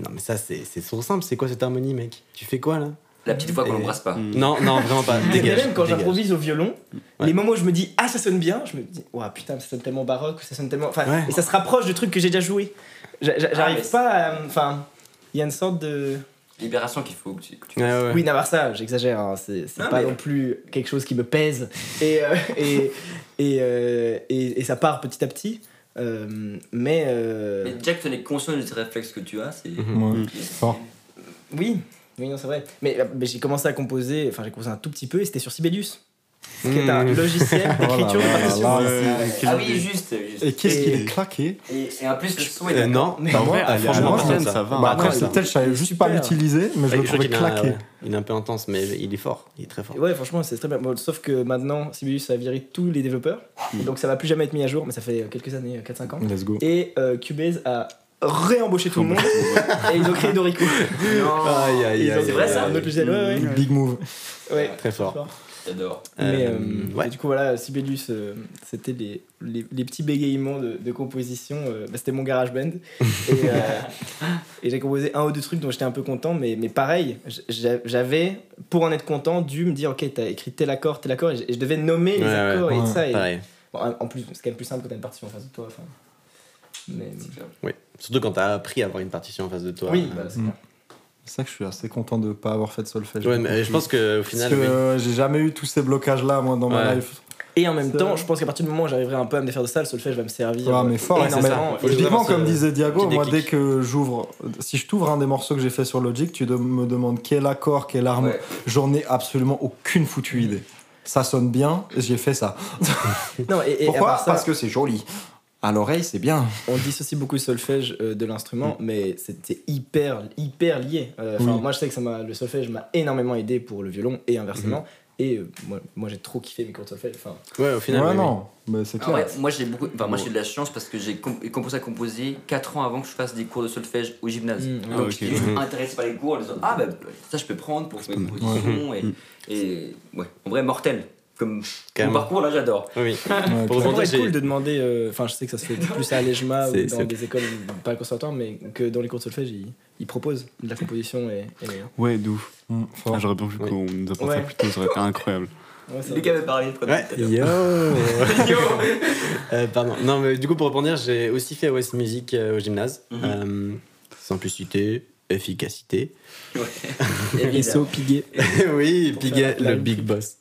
Non, mais ça, c'est c'est trop simple. C'est quoi cette harmonie, mec Tu fais quoi là La petite voix qu'on Et- Mm. n'embrasse pas. Non, non, vraiment pas. Mais Dégage. même quand dégage. j'improvise au violon, Ouais. les moments où je me dis ah ça sonne bien, je me dis ouah putain ça sonne tellement baroque, ça sonne tellement, enfin Ouais. et ça se rapproche de trucs que j'ai déjà joué. J'a- j'a- J'arrive Ah, mais pas, à- enfin il y a une sorte de Libération qu'il faut que tu. que tu- Ouais, ouais. oui n'avoir ça, j'exagère, hein, c'est c'est Non, pas mais- non plus quelque chose qui me pèse et euh, et, et, euh, et- et ça part petit à petit, Euh, mais, euh, Mais Jack, tu es conscient de ce réflexe que tu as. C'est. Mm. Ouais. Mm-hmm. Fort. oui. Oui, non, c'est vrai. Mais, euh, mais j'ai commencé à composer, enfin j'ai composé un tout petit peu et c'était sur Sibelius, qui est un logiciel d'écriture de Hmm. Voilà, partition. voilà, Ah oui, juste. juste. Et qu'est-ce qu'il Et- est claqué Et, et en plus, le son est. Euh, d'accord. non, Mais bah, en moi, vrai, Ah, euh, franchement, franchement, pas ça, ça. va. Bah Ah, Après, non, c'est il- peut-être je savais juste super. pas l'utiliser, mais je Ouais, le je crois trouvais qu'il a- claqué. ouais, Il est un peu intense, mais il est fort. Il est très fort. euh, Ouais, franchement, c'est très bien. Bon, sauf que maintenant, Sibelius a viré tous les développeurs. Hmm. Donc ça va plus jamais être mis à jour, mais ça fait euh, quelques années, 4-5 ans. Let's go. Et euh, Cubase a réembauché tout le monde et ils ont créé Dorico. Aïe, aïe, Ils ont aïe, c'est vrai, aïe, ça un autre aïe. logiciel. Ouais, ouais. Big move. ouais. Très fort. J'adore. Mais, Euh, Mm-hmm. euh, ouais. Du coup, voilà, Sibelius, euh, c'était les, les, les petits bégayements de, de composition. euh, bah, c'était mon garage band. Et, euh, et j'ai composé un ou deux trucs dont j'étais un peu content, mais, mais pareil, j- j'a- j'avais, pour en être content, dû me dire Ok, t'as écrit tel accord, tel accord, et j- et je devais nommer les Ouais, ouais, accords et ouais, ça. et- Pareil. bon, en en plus, c'est quand même plus simple quand t'as une partie en face de toi. enfin. Mais, Oui. Surtout quand t'as appris à avoir une partition en face de toi. oui, Euh, bah, c'est Mm. clair. C'est ça que je suis assez content de pas avoir fait de solfège. Ouais, mais euh, je pense qu'au Parce final, que oui. euh, j'ai jamais eu tous ces blocages-là, moi, dans ma Ouais. life. Et en même C'est- temps, je pense qu'à partir du moment où j'arriverai un peu à me défaire de ça, le solfège va me servir. Ouais, Ah, mais fort, Ouais, c'est mais ça. Faut juste typiquement, avoir ce comme disait Diago, petit moi, dès déclic. que j'ouvre, si je t'ouvre un des morceaux que j'ai fait sur Logic, tu de- me demandes quel accord, quelle arme, Ouais. j'en ai absolument aucune foutue idée. Ça sonne bien, j'ai fait ça. Non, et, et à Pourquoi part ça, Parce que c'est joli. À l'oreille, c'est bien. on dissocie beaucoup le solfège euh, de l'instrument, mais c'était hyper, hyper lié. Euh, enfin, Oui. Moi, je sais que ça m'a, le solfège m'a énormément aidé pour le violon et inversement. Et euh, moi, moi, j'ai trop kiffé mes cours de solfège. Enfin, Ouais, au final. ouais, oui, non, mais c'est Ah clair. ouais, moi j'ai beaucoup, enfin, moi j'ai de la chance parce que j'ai com- commencé à composer 4 ans avant que je fasse des cours de solfège au gymnase. Mm, Donc ah, j'étais ok. juste Mhm. intéressé par les cours en disant ah bah ça je peux prendre pour mes compositions et, et ouais en vrai mortel comme mon Carrément. parcours là j'adore. Oui, oui. Ouais, Pour ça rebondir, pourrait être j'ai- cool de demander. euh, Enfin, je sais que ça se fait plus à l'EJMA ou C'est- dans c'est- des écoles, pas le conservatoire, mais que dans les cours de solfège, ils, ils proposent de la composition et. et- Ouais, de ouf. Mm, fort. Ah, J'aurais bien vu Oui. qu'on nous apporte ça Ouais. plus tôt, ça aurait été incroyable. Ouais, ça- Les gars me parlaient de Ouais, yo Euh, Pardon. Non, mais du coup, pour rebondir, j'ai aussi fait West Music euh, au gymnase. Mhm. Euh, simplicité, efficacité. SO Piguet. oui, Pour Piguet, faire la le même big boss.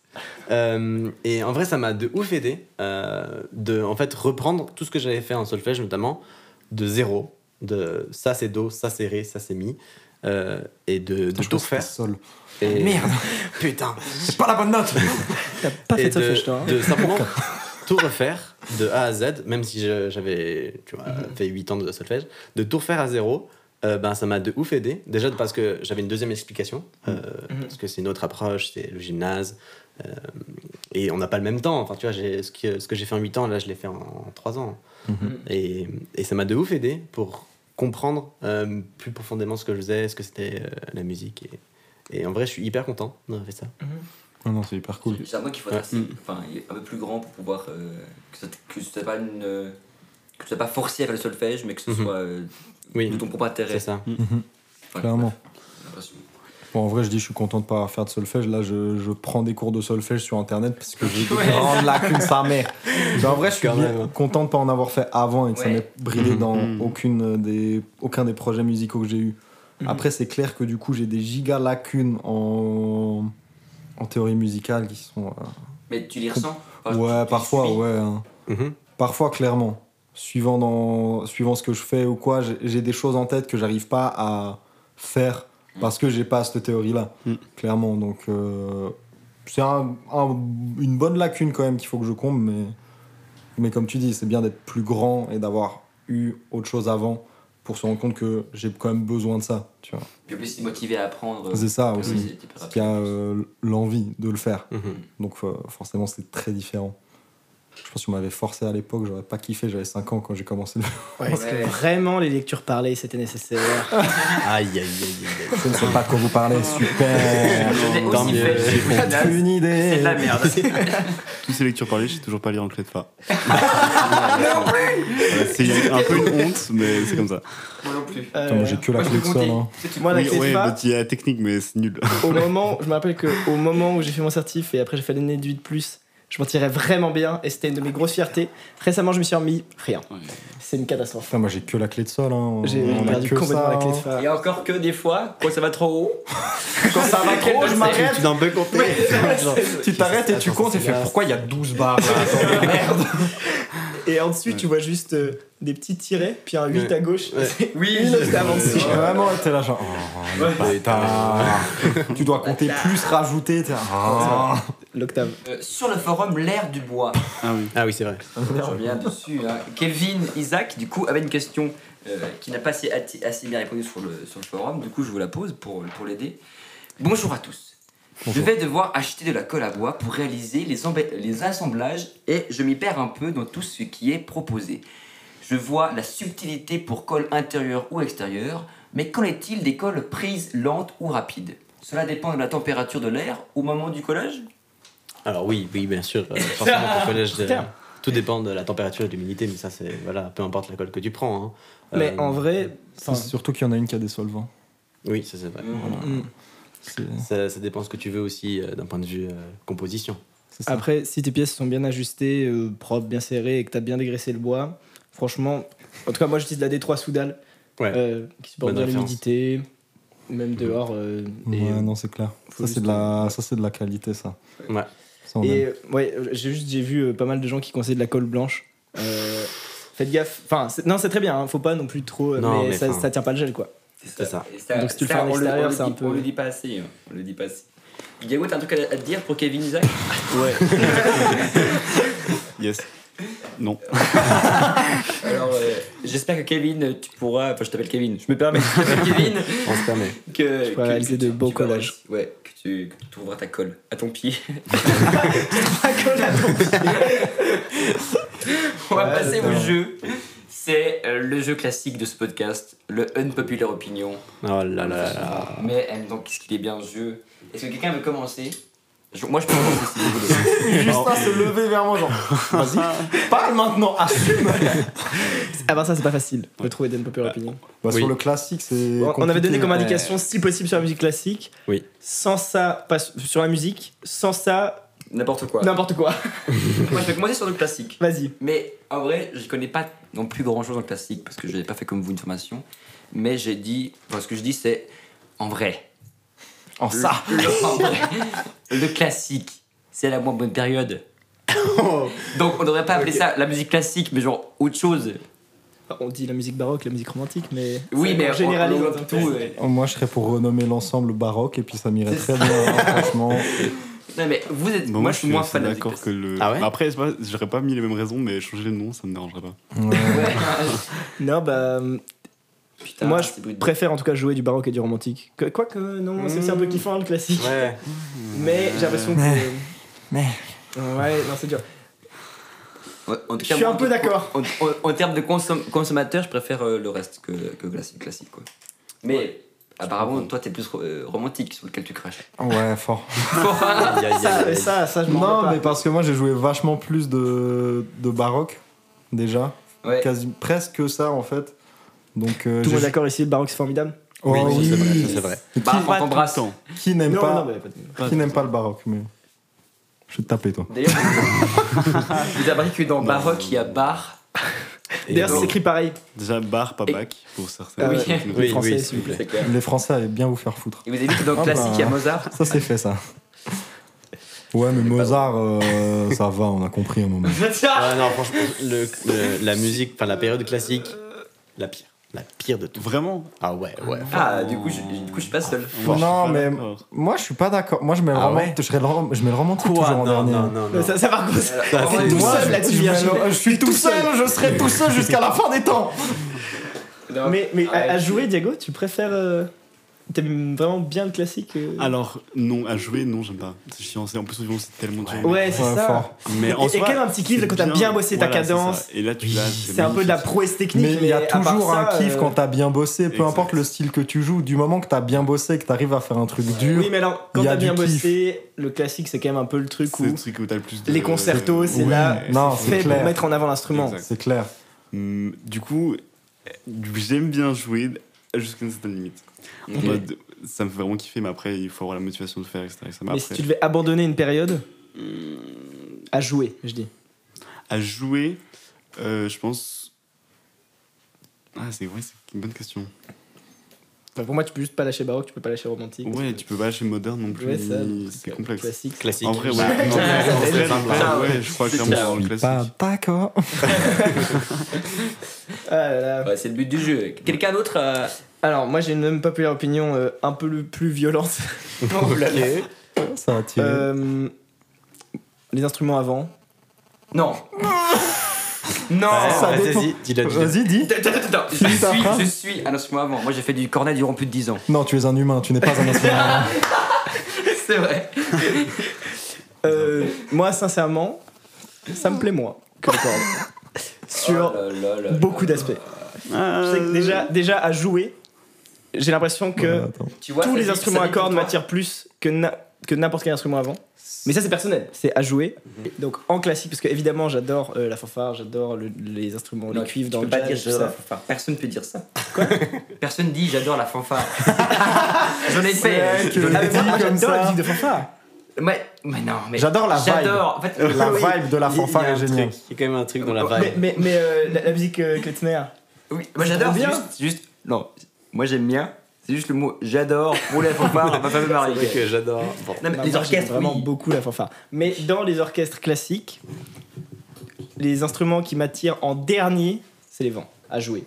Euh, et en vrai, ça m'a de ouf aidé euh, de en fait reprendre tout ce que j'avais fait en solfège, notamment de zéro, de ça c'est do, ça c'est ré, ça c'est mi, euh, et de, de Putain, je pense tout que refaire. c'est sol. Et- Merde. putain, C'est pas la bonne note T'as pas et fait de de, solfège, toi. hein. de simplement tout refaire de A à Z, même si je- j'avais tu vois, fait 8 ans de solfège, de tout refaire à zéro, euh, ben, ça m'a de ouf aidé. Déjà parce que j'avais une deuxième explication, euh, parce que c'est une autre approche, c'est le gymnase, euh, et on n'a pas le même temps. Enfin, tu vois, j'ai- ce que, ce que j'ai fait en 8 ans, là, je l'ai fait en 3 ans. Et, et ça m'a de ouf aidé pour comprendre euh, plus profondément ce que je faisais, ce que c'était euh, la musique. Et, et en vrai, je suis hyper content d'avoir fait ça. Non, non, c'est hyper cool. J'ai l'impression qu'il faudra assez- enfin, il est un peu plus grand pour pouvoir euh, que ce que ce soit pas une euh, que ce soit pas forcé à faire le solfège mais que ce Mhm. soit euh, Oui, de ton propre intérêt. c'est ça. Voilà. Clairement. J'ai l'impression. Bon, en vrai, je dis, je suis content de pas faire de solfège. Là, je, je prends des cours de solfège sur internet parce que j'ai des grandes lacunes, sa mère. Mais en vrai, je suis Quand bien même. content de pas en avoir fait avant et que ça Ouais. m'ait bridé dans Mhm. aucune des, aucun des projets musicaux que j'ai eu. Mhm. Après, c'est clair que du coup, j'ai des giga lacunes en, en théorie musicale qui sont. euh, Mais tu les ressens. Enfin, tu- Ah, tu ouais, les parfois, subis. ouais. hein. Mhm. Parfois, clairement. Suivant, dans, suivant ce que je fais ou quoi, j'ai- j'ai des choses en tête que j'arrive pas à faire parce que j'ai pas cette théorie-là, Mm. clairement. Donc, euh, c'est un- un- une bonne lacune quand même qu'il faut que je comble, mais, mais comme tu dis, c'est bien d'être plus grand et d'avoir eu autre chose avant pour se rendre compte que j'ai quand même besoin de ça, tu vois. Puis en plus, il est motivé à apprendre. euh, C'est ça Oui, aussi, c'est hyper Ah qui a euh, l'envie de le faire. Mhm. Donc fo- forcément, c'est très différent. Je pense qu'on m'avait forcé à l'époque, j'aurais pas kiffé, j'avais 5 ans quand j'ai commencé le Parce que vraiment, les lectures parlées, c'était nécessaire. Aïe, aïe, aïe, aïe, aïe. Je ne sais pas de quoi vous parlez, super Je l'ai Tant aussi mieux. fait. J'ai Une C'est de la idée merde. Toutes ces lectures parlées, je sais toujours pas lire en clé de fa. Ouais, C'est un peu une honte, mais c'est comme ça. Moi non plus. Euh, Putain, moi j'ai que la Moi, je peux clé seule. compter. Hein. C'est tout. moi, la Oui, clé de ouais, fa, mais il y a la technique, mais c'est nul. au moment, je me rappelle que au moment où j'ai fait mon certif et après j'ai fait l'année du 8 plus, je m'en tirais vraiment bien et c'était une de mes grosses fiertés. Récemment, je me suis remis rien. Ouais. C'est une catastrophe. Putain, moi j'ai que la clé de sol. Hein. J'ai On a perdu que complètement ça, la clé de hein. fa. Et encore que des fois, quand ça va trop haut, Quand ça va trop, Oh, je m'arrête. Tu n'en peux compter. Tu t'arrêtes et tu comptes et fais pourquoi il y a 12 barres là Et en dessous, tu vois juste euh, des petits tirets, puis un 8 à gauche. oui, Une octave en dessous. J'ai vraiment été là genre. Oh, le bâtard. tu dois compter plus, rajouter. t'es- Ah. L'octave. Euh, sur le forum L'ère du bois. Ah oui. Ah oui, c'est vrai. Je reviens dessus. hein. Kevin Isaac, du coup, avait une question euh, qui n'a pas assez, atti- assez bien répondu sur le, sur le forum. Du coup, je vous la pose pour, pour l'aider. Bonjour à tous. Je vais devoir acheter de la colle à bois pour réaliser les, embe- les assemblages et je m'y perds un peu dans tout ce qui est proposé. Je vois la subtilité pour colle intérieure ou extérieure, mais qu'en est-il des colles prises lentes ou rapides Cela dépend de la température de l'air au moment du collage Alors oui, oui, bien sûr. euh, forcément, pour collège, de- Putain. tout dépend de la température et de l'humidité, mais ça, c'est voilà, peu importe la colle que tu prends. hein. Mais Euh, en vrai, C'est surtout qu'il y en a une qui a des solvants. oui, ça c'est vrai. C'est- Ça, ça dépend ce que tu veux aussi euh, d'un point de vue euh, composition. c'est ça. après, si tes pièces sont bien ajustées, euh, propres, bien serrées et que t'as bien dégraissé le bois, franchement, en tout cas, moi j'utilise de la D3 Soudal Ouais. euh, qui supporte Bonne bien référence. l'humidité, même dehors. euh, et, Ouais, non, c'est clair. faut Ça, c'est juste- de, la... ça, c'est de la qualité, ça. Ouais. Ça, on Et aime. euh, ouais, euh, j'ai juste j'ai vu euh, pas mal de gens qui conseillent de la colle blanche. Euh, faites gaffe. Enfin, c'est- non, c'est très bien. hein, faut pas non plus trop. euh, Non, mais, mais ça, enfin- ça tient pas le gel, quoi. C'est ça. Et ça- Donc, si tu le ça, fais en on on extérieur, le c'est un dit- peu- On le dit pas assez. hein. On le dit pas assez. Diego, t'as un truc à, à te dire pour Kevin Isaac Ouais. Yes. Non. Alors, euh, j'espère que Kevin, tu pourras. Enfin, je t'appelle Kevin. Je me permets. Je t'appelle Kevin. On se permet. Que, pourras que- que réaliser de tu- beaux tu vas- collages. Ouais, que tu que tu ouvras ta colle à ton pied. On va Ouais, passer au j'adore. jeu. C'est euh, le jeu classique de ce podcast, le Unpopular Opinion. Oh là là là. Mais euh, donc, qu'est-ce qu'il est bien ce jeu Est-ce que quelqu'un veut commencer Je- Moi, je peux commencer si vous voulez. Justin se lever vers moi, genre, vas-y, parle maintenant, assume Ah ben ça, c'est pas facile de trouver des popular opinion. Bah, Oui. Sur le classique, c'est. On- On compliqué. hein. avait donné comme indication, si possible, sur la musique classique. Oui. Sans ça, pas su- sur la musique. Sans ça, N'importe quoi. n'importe quoi. Moi, je vais commencer sur le classique. Vas-y. Mais en vrai, je connais pas non plus grand chose en classique parce que je n'ai pas fait comme vous une formation. Mais j'ai dit, enfin, ce que je dis, c'est en vrai. En Le- ça le, en vrai. Le classique, c'est la moins bonne période. Oh. Donc on devrait pas appeler ça la musique classique, mais genre autre chose. On dit la musique baroque, la musique romantique, mais. Oui, mais en général, on- on- tout, ouais. Moi, je serais pour renommer l'ensemble baroque et puis ça m'irait très bien, hein, franchement. Non mais vous êtes, Bah, moi, je suis moins fan de la musique d'accord que le. Ah ouais Bah, Après, c'est pas- j'aurais pas mis les mêmes raisons, mais changer le nom, ça me dérangerait pas. Ouais. classique. Non, bah. Ouais. Putain, moi, je c'est brut. préfère en tout cas jouer du baroque et du romantique. Que- Quoique, non, c'est c'est un peu kiffant le classique. Ouais. Mais j'ai l'impression que. Mais- Ouais, non, c'est dur. En- en tout Je cas, suis un moi, peu en- d'accord. En, en- en termes de consom- consommateur, je préfère euh, le reste que, que classique, classique quoi. Mais apparemment, toi, t'es plus ro- euh, romantique sur lequel tu craches. Ouais, fort. Aïe, aïe, aïe, Ça, aïe. ça, ça, je m'en Non, remets pas. mais parce que moi, j'ai joué vachement plus de, de baroque, déjà. Ouais. Quasi, presque ça, en fait. Donc, euh, Tout le j'ai- monde est d'accord ici, le baroque c'est formidable. Oh, Oui, oui. ça, c'est vrai, ça, c'est vrai. Bah, on pas t'embrasse. Qui n'aime Non, pas, non, mais pas de- qui n'aime pas le baroque, mais. Je vais te taper, toi. D'ailleurs, vous avez appris que dans baroque, il y a bar. D'ailleurs, donc- c'est écrit pareil. Déjà, bar, pas Et- bac, pour certains. Euh, Ah ouais. Donc, Les Oui, Français, oui, s'il s'il vous vous plaît. clair. Les Français allaient bien vous faire foutre. Et vous avez vu que dans Ah classique, il y a bah. Mozart. Ça, c'est fait, ça. Ouais, mais Mozart, euh, ça va, on a compris un moment. Ah non, franchement, le- le- la musique, enfin la période classique, la pire. La pire de tout. Vraiment Ah ouais, ouais. Ah, du coup, je, du coup, je suis pas seul. Moi, je suis Non, pas mais- d'accord. Moi, je suis pas d'accord. Moi, je mets le Ah roman- ouais je serais le rom- je mets le romantique toujours en non, dernier. non, non, non. Ça, ça, par contre, Ça, c'est Et tout moi, seul je- là-dessus, je, Virgile. vais- je suis tout seul, je serai tout seul jusqu'à la fin des temps. Mais, mais à- à, Arrête. jouer, Diago, tu préfères. euh, T'aimes vraiment bien le classique euh, Alors, non, à jouer, non, j'aime pas. C'est chiant. c'est- En plus, au violon, c'est tellement dur. Ouais, c'est Ouais, ça. fort. Mais Il en y a soi, quand même un petit kiff c'est quand t'as bien bossé ta voilà, c'est cadence. ça. Et là, tu l'as. C'est un peu de la prouesse technique. Mais il y a à part toujours ça, un kiff euh, quand t'as bien bossé, peu exact. importe le style que tu joues. Du moment que t'as bien bossé et que t'arrives à faire un truc dur, Oui, mais alors, quand Il y a t'as bien du kiff. bossé, le classique, c'est quand même un peu le truc C'est le où truc où t'as le plus de. les concertos, c'est là. Ouais, non, Fait c'est pour clair. mettre en avant l'instrument. Exact. C'est clair. Hum, Du coup, j'aime bien jouer jusqu'à une certaine limite. En mode, ça me fait vraiment kiffer, mais après, il faut avoir la motivation de faire, etc. Et ça, mais Mais si après, tu devais abandonner une période, à jouer, je dis. à jouer, euh, je pense. Ah, c'est ouais, c'est une bonne question. Enfin, pour moi, tu peux juste pas lâcher baroque, tu peux pas lâcher romantique. Ouais, tu peux pas lâcher moderne non plus. Ouais, ça, c'est complexe. Classique. Classique. En vrai, ouais. Bah, Non, Ouais, en vrai, c'est ouais, simple, ouais, hein. ouais, je crois C'est clairement ça, dans le Pas, classique. pas quoi. Ah là là. Ouais, c'est le but du jeu. Quelqu'un d'autre euh, Alors, moi, j'ai une même populaire opinion euh, un peu le- plus violente. Ça a tiré. Euh, les instruments avant. Non. non. ça vas-y, dépend. vas-y, dis-le, dis-le. Vas-y, dis. Attends, attends, attends, Je Finis ta suis, phrase. je suis. Ah non, c'est moi avant. Moi, j'ai fait du cornet durant plus de 10 ans. Non, tu es un humain, tu n'es pas un instrument. c'est vrai. Euh, moi, sincèrement, ça me plaît moins que les cordes. Sur Oh beaucoup d'aspects. Euh, Je sais que déjà, déjà à jouer, j'ai l'impression que Attends. Tu vois, tous ça les dit- instruments ça à dit pour cordes toi. m'attirent plus que, na- que n'importe quel instrument avant. Mais ça, c'est personnel, c'est à jouer. Mhm. Donc en classique, parce que évidemment, j'adore euh, la fanfare, j'adore le- les instruments, Non, les cuivres tu dans peux le pas jazz, dire tout j'adore ça. la fanfare. Personne peut dire ça. Quoi Personne dit j'adore la fanfare. J'en ai fait. que- J'en ai Ah, mais Dit moi, comme J'adore ça. la musique de fanfare. Ouais, mais non, mais. J'adore la vibe. J'adore. En fait, La oui, vibe de la Il y a- fanfare il y a est un géniale. truc, Il y a quand même un truc dans la Mais, vibe. mais- mais, euh, la, la musique euh, Klezmer. oui, moi j'adore. c'est trop bien. Juste, c'est juste. Non, moi j'aime bien. C'est juste le mot j'adore pour la fanfare. Ma femme me C'est marie. vrai que j'adore. Bon. Non, mais Bah, les moi, j'aime orchestres, vraiment oui. beaucoup la fanfare. Mais dans les orchestres classiques, les instruments qui m'attirent en dernier, c'est les vents à jouer.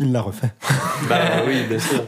Il l'a refait. Bah oui, bien sûr.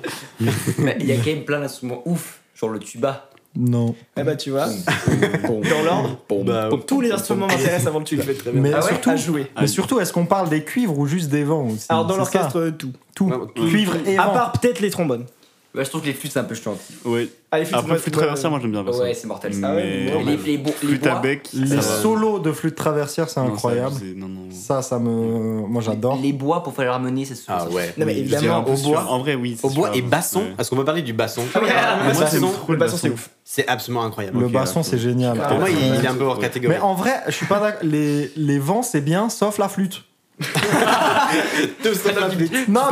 Mais il y a quand même plein d'instruments ouf, genre le tuba. Non. Eh bah tu vois, dans l'ordre, Bah, tous les instruments m'intéressent avant le tuba. Mais Ah ouais surtout, à jouer. mais surtout, est-ce qu'on parle des cuivres ou juste des vents aussi Alors dans C'est l'orchestre, ça, euh, tout. tout. Non, tout. Cuivre et À vent. part peut-être les trombones. Bah, je trouve que les flûtes c'est un peu chiant. Ouais. Ah, les flûtes, Après, moi, flûte moi, traversière, moi j'aime bien personne. Ouais, c'est mortel ça. Ah ouais, Mais ouais. quand Les, même. les, bo- les flûte à bois- bec, Les ça va. solos de flûte traversière, c'est Non, ça, incroyable. c'est- Non, non. Ça, ça me. Moi, j'adore. Les bois pour faire l'harmonie, c'est sûr. Ah ouais. Non mais Oui, je dirais un évidemment. peu au sur- bois. En vrai, oui. c'est Au bois sur- et basson. ouais. Est-ce qu'on peut parler du basson Ah oui, ah, Moi, le basson, j'aime trop le basson, c'est ouf. C'est absolument incroyable. Le Ok, basson, ouais. c'est génial. Pour Ah, Pour moi, il, il est un peu hors Ouais. catégorie. Mais en vrai, je suis pas d'accord. Les, les vents, c'est bien, sauf la flûte. Non,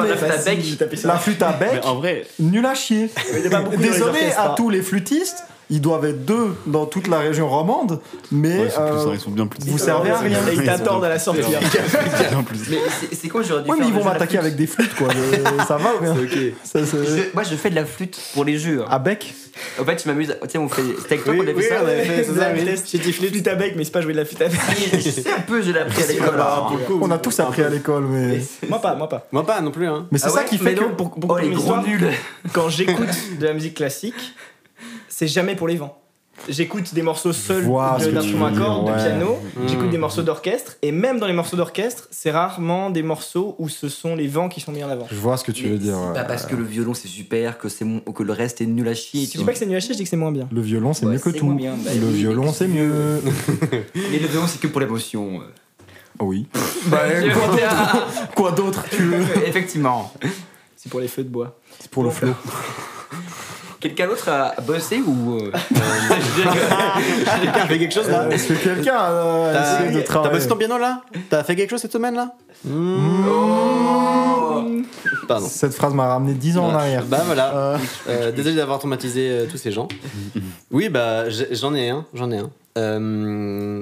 mais la flûte à facile. bec. la flûte à bec, Mais en vrai, nul à chier. beaucoup dans les Désolé orchestres, à hein. tous les flûtistes, ils doivent être deux dans toute la région romande, mais ouais, ils sont plus- euh, ils sont bien plus. vous servez à rien. Et ils t'attendent à la sortie. hein. Bien plus. Mais c'est- c'est quoi j'aurais dû Ouais, faire mais ils le vont jeu à la m'attaquer flûte avec des flûtes, quoi. Euh, ça va ou bien ok. Ça, c'est- Je- Moi je fais de la flûte pour les jeux. hein. À bec En fait, je m'amuse. à- Tu sais, on fait. C'était avec toi Oui, qu'on avait oui, ça on avait fait, c'est ça, oui. J'ai dit flûte à bec, mais c'est pas jouer de la flûte à bec. Je sais un peu, je l'ai appris à l'école. hein. On a tous appris à l'école, mais. Moi pas, moi pas. Moi pas non plus. Hein. Mais c'est Ah ça ouais qui Mais fait non, que. pour- pour- pour Oh, les mes gros soirs. nuls. Quand j'écoute de la musique classique, c'est jamais pour les vents. J'écoute des morceaux seuls Wow, ce de- que tu d'instruments à veux dire, cordes, de ouais. piano, Mm. j'écoute des morceaux d'orchestre, et même dans les morceaux d'orchestre, c'est rarement des morceaux où ce sont les vents qui sont mis en avant. Je vois ce que tu Mais veux dire. euh, c'est ouais. Pas parce que le violon c'est super, que, c'est mon- que le reste est nul à chier. Je tu dis vois. pas que c'est nul à chier, je dis que c'est moins bien. Le violon, c'est Ouais, mieux que c'est tout. moins bien, bah le oui, violon, c'est mieux. Mais le violon c'est que pour l'émotion. euh. oui. Bah, quoi d'autre Quoi d'autre tu veux Effectivement. C'est pour les feux de bois. C'est pour le flow. Quelqu'un d'autre a bossé ou. euh, Quelqu'un fait quelque chose là Ah, Est-ce que quelqu'un bah, T'as euh, essaie de t'as bossé travailler ton piano là T'as fait quelque chose cette semaine là Oh. Pardon. Cette phrase m'a ramené 10 ans en arrière. Bah voilà. Euh, Euh, désolé d'avoir traumatisé euh, tous ces gens. Oui, bah j'ai- j'en ai un, j'en ai un. Euh,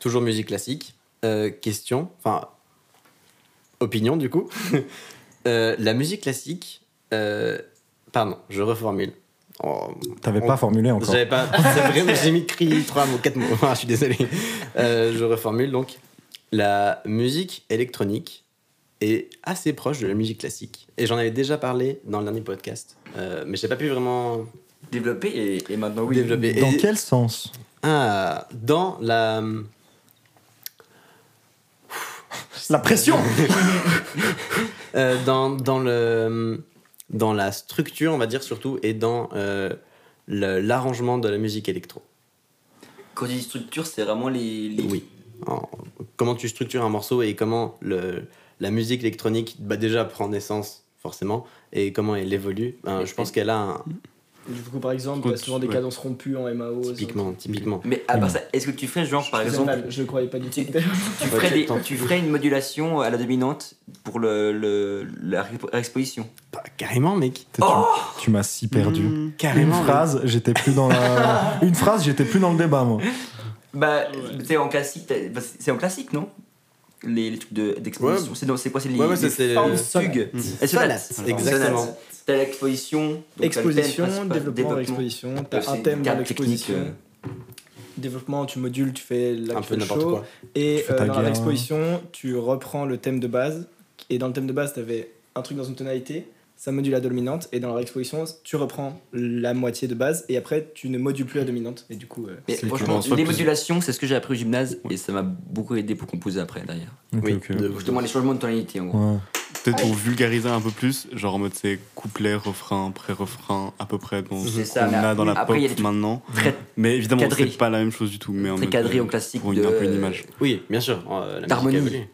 toujours musique classique. Euh, question, enfin opinion du coup. Euh, la musique classique. euh, pardon, je reformule. Oh, T'avais on- pas formulé encore. J'avais pas. C'est vrai, mais j'ai mis cri trois mots, quatre mots. Ah, je suis désolé. Euh, je reformule donc. La musique électronique est assez proche de la musique classique. Et j'en avais déjà parlé dans le dernier podcast. Euh, mais j'ai pas pu vraiment Développé et, et maintenant oui. développer. Dans Et- quel sens Ah, dans la. La pression Euh, dans, dans, le, dans la structure, on va dire surtout, et dans euh, le- l'arrangement de la musique électro. Quand je dis structure, c'est vraiment les. les- Oui. En- comment tu structures un morceau et comment le, la musique électronique bah, déjà prend naissance, forcément, et comment elle évolue. Ben, je pense qu'elle a un, Du coup, par exemple, Quand il y a souvent des tu- ouais. cadences rompues en MAO. ça. typiquement. typiquement. Mais à part ça, est-ce que tu ferais, genre, par C'est exemple, euh, mal, je le croyais pas du tout. tu ferais, des- Attends. tu ferais une modulation à la dominante pour le, le- la ré- réexposition Bah, carrément, mec. Tu- Tu m'as si perdu. Mmh. Une Carrément. mec. phrase, j'étais plus dans la. Une phrase, j'étais plus dans le débat, moi. Bah, c'est en classique, t'as- bah, c'est c'est en classique, non les, les trucs de- d'exposition. C'est dans- c'est quoi C'est les. Ouais, ouais, ça, les c'est. formes euh, sonate. les Sonate, sonates. exactement. Sonates. T'as l'exposition. donc t'as le thème Exposition, principal, développement, réexposition. T'as C'est un une thème dans carte technique, l'exposition. euh. Développement, tu modules, tu fais Un peu l'actual n'importe show. quoi. Et Tu fais euh, ta dans guerre. hein. l'exposition, tu reprends le thème de base. Et dans le thème de base, t'avais un truc dans une tonalité, ça module la dominante. Et dans la réexposition, tu reprends la moitié de base. Et après, tu ne modules plus la dominante. Et du coup, euh, Mais C'est franchement, clairement ça, les plus- modulations, c'est ce que j'ai appris au gymnase et ça m'a beaucoup aidé pour composer après derrière. Ok, Oui, ok. de- Justement, les changements de tonalité en gros. Ouais. Eh Peut-être pour vulgariser un peu plus, genre en mode c'est couplet, refrain, pré-refrain, à peu près dans C'est ce ça, qu'on mais a dans la après, il y a des pop trucs maintenant. Très, Mais évidemment, cadrés. c'est pas la même chose du tout. Mais en très mode, cadré euh, en classique. Pour de- une, un peu une image. Oui, bien sûr. euh, la D'harmonie. musique évolue.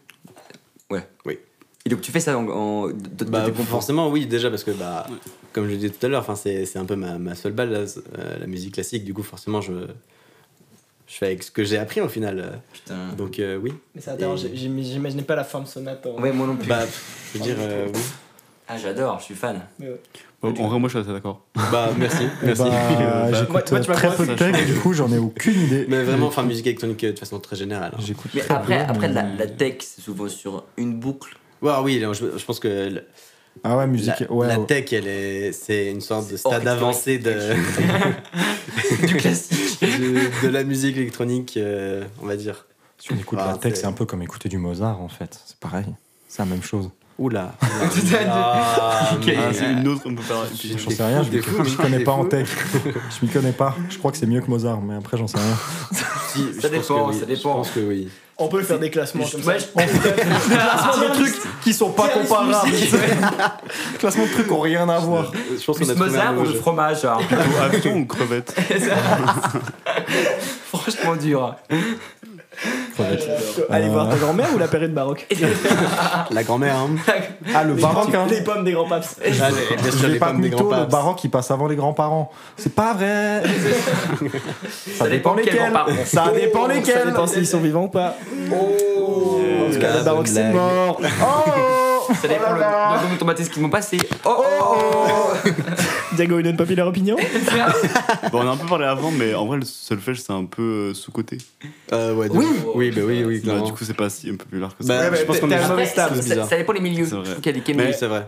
Et donc tu fais ça en. en- de- de- Bah, de- de- forcément, oui, déjà, parce que, bah, comme je le disais tout à l'heure, enfin, c'est c'est un peu ma, ma seule balle, là, c- euh, la musique classique. Du coup, forcément, je, je fais avec ce que j'ai appris au final. Putain. Donc, euh, oui. mais ça attends, Et- j'im- j'imaginais pas la forme sonate. En... Ouais, moi non plus. Bah, pff, je veux dire, euh, oui. Ah, j'adore, je suis fan. Mais ouais. Bon, en vrai, moi je suis assez d'accord. Bah, merci. Eh merci. bah, Bah, j'écoute moi, tu m'as très convaincu, peu de texte, du coup, j'en ai aucune idée. mais vraiment, enfin, musique électronique euh, de façon très générale. hein. J'écoute Mais très après, peu, après mais- la, la tech, c'est souvent sur une boucle. Ouais, oui, là, je, je pense que l- Ah ouais, musique. la, ouais, la ouais. tech, elle est, c'est une sorte de C'est hors stade avancé de, du classique. de, de la musique électronique, euh, on va dire. Si on écoute Ah, la tech, c'est- c'est un peu comme écouter du Mozart, en fait. C'est pareil. C'est la même chose. Oula. Ah, c'est une autre, on peut faire. Je suis J'en sais rien, je T'es m'y fou, t'es fou, je m'y connais t'es pas en fou. tech. Je m'y connais pas. Je crois que c'est mieux que Mozart, mais après, j'en sais rien. Si, Ça je pense dépend, que oui, ça Je dépend. pense que oui. On peut faire des classements comme ça. Ouais, je- Classement de trucs qui sont pas Tier-list comparables. musique. Classement de trucs qui ont rien à voir. Je pense qu'on a Plus trouvé un Mozart ou nouveau le jeu. fromage, genre. Avion ou crevette Franchement dur. Allez Euh. voir ta grand-mère ou la période baroque La grand-mère, hein. Ah, le baroque, hein. Les pommes des grands-paps. Ah, les- bien sûr, Je les vais pas pommes te des mytho, le grands-parents. baroque il passe avant les grands-parents. C'est pas vrai Ça dépend quel grand-parent. Ça dépend lesquels Ah, Ça dépend s'ils sont vivants ou pas. Oh En tout cas, la le baroque, bonne c'est blague. mort. Oh Ça dépend le nombre de tomates qui m'ont passé. Oh oh, Diago, il donne pas leur opinion Bon, on a un peu parlé avant, mais en vrai, le solfège c'est un peu euh, sous-côté. Euh, ouais, de- Oui. oui, bah oui, oui, Bah, clairement. du coup, c'est pas si populaire que Bah, ça. ouais, je pense t'es- qu'on t'es est. un Après, mauvais stade, ça- bizarre. Ça dépend les milieux. C'est Je vrai. trouve qu'il y a des Oui, milieux. c'est vrai.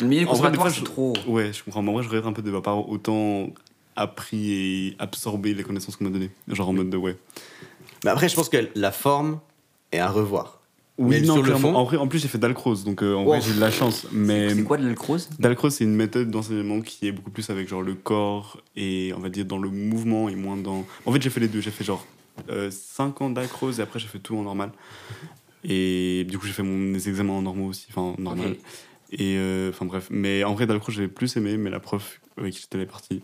Le milieu En vrai, des fois, conservatoire, je- c'est trop. Ouais, je comprends. Mais en vrai, je regrette un peu de pas avoir autant appris et absorbé les connaissances qu'on m'a données. Genre en mode de ouais. Mais après, je pense que la forme est à revoir. Oui, Mais non, sur le clairement. fond- En, vrai, en plus, j'ai fait Dalcroze, donc euh, en vrai, Wow. j'ai de la chance. Mais C'est quoi de l'alcrose Dalcroze, c'est une méthode d'enseignement qui est beaucoup plus avec genre le corps et on va dire dans le mouvement et moins dans. En fait, j'ai fait les deux. J'ai fait genre 5 ans Dalcroze et après, j'ai fait tout en normal. Et du coup, j'ai fait mon, mes examens en normaux aussi, enfin en normal. Ok. Et euh, enfin bref, mais en vrai, Dalcroze, j'avais plus aimé, mais la prof avec qui j'étais elle est partie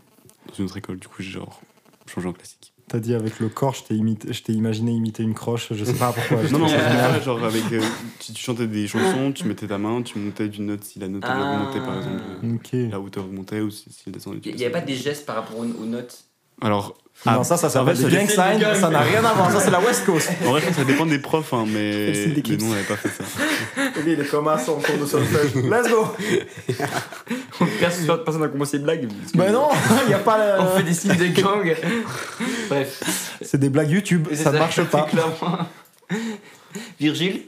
dans une autre école, du coup, j'ai genre changé en classique. T'as dit avec le corps, je t'ai imité- je t'ai imaginé imiter une croche, je sais pas pourquoi. Non, non, mais genre avec. euh, tu, tu chantais des chansons, tu mettais ta main, tu montais d'une note si la note elle Ah. augmentait par exemple. euh, Ok. La hauteur augmentait ou si, si elle descendait. tu Il n'y avait descendais. pas des gestes par rapport aux, aux notes Alors. non, ça, ça s'appelle en fait, des gang signs, ça n'a rien à voir, ça c'est la West Coast. En vrai, je pense que ça dépend des profs, hein, mais, signe mais d'éclipse. nous, on n'avait pas fait ça. Lui, il est comme un son cours de solfège. Let's go Personne personne n'a commencé de blague. Bah non, il y a pas la- On fait des signes de gang. Bref. C'est des blagues YouTube, Et c'est ça ne marche pas. clairement. Virgile,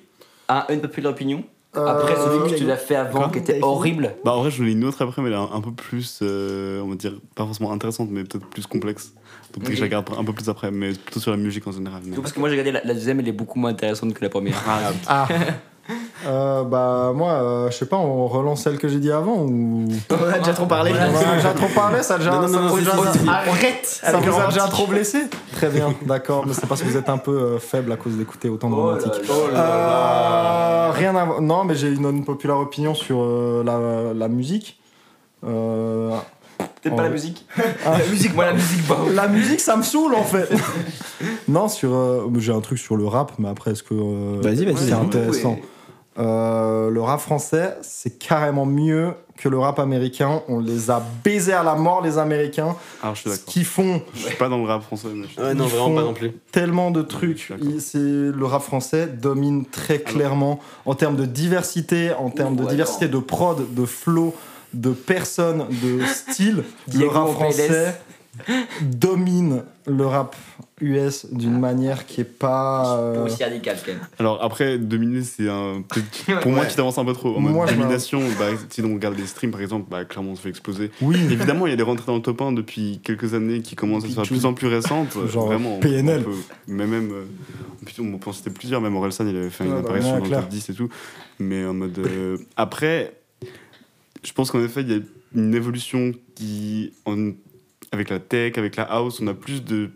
a une populaire opinion Après celui que tu l'as fait avant, Quoi qui était horrible. Bah, en vrai, j'en ai une autre après, mais elle est un, un peu plus, euh, on va dire, pas forcément intéressante, mais peut-être plus complexe. Donc, peut-être que je la Ok. garde un peu plus après, mais plutôt sur la musique en général. mais- Ah, Parce que moi j'ai regardé la, la deuxième, elle est beaucoup moins intéressante que la première. Ah, Euh, bah moi, euh, je sais pas, on relance celle que j'ai dit avant ou On en a déjà trop parlé. on en a déjà trop parlé, ça a déjà, Non, non, ça non, vous a si, déjà- si, si, si. Arrête ça avec vous a leur déjà antique. trop blessé. Très bien, d'accord, mais c'est parce que vous êtes un peu euh, faible à cause d'écouter autant de Oh romantique. Euh, rien à voir. Non, mais j'ai une, une populaire opinion sur euh, la, la musique. Euh, Peut-être Oh. pas la musique. Ah. La musique, Euh, moi la musique, bah. la musique, ça me saoule en fait. non, sur euh, j'ai un truc sur le rap, mais après est-ce que euh, Vas-y, vas-y. c'est intéressant. Euh, le rap français, c'est carrément mieux que le rap américain. On les a baisés à la mort les Américains. Alors, je suis Ce d'accord. qu'ils font Je suis pas dans le rap français, mais je suis- Ouais, Euh, non, Ils vraiment pas font- non plus. tellement de Je trucs. suis d'accord. Il- c'est- le rap français domine très clairement en termes de diversité, en termes de ouais, diversité de prod, de flow, de personnes, de style. le Diego rap Pérez. français domine le rap US Ah. d'une manière qui est pas. euh, Aussi radical, quand même. Alors après, dominer, c'est un. peut-être- Pour moi, Ouais. tu t'avances un peu trop. En Moi, mode je domination, bah, si on regarde les streams par exemple, bah, clairement, on se fait exploser. oui, Évidemment, il y a des rentrées dans le top 1 depuis quelques années qui commencent à se faire de plus en plus récentes. euh, Genre vraiment, on- PNL. on peut- mais même, euh, putain, on pense que c'était plusieurs, même Orelsan, il avait fait Ouais, une bah, apparition ouais, dans clair. le top 10 et tout. Mais en mode. euh, après, je pense qu'en effet, il y a une évolution qui. en- avec la tech, avec la house, on a plus de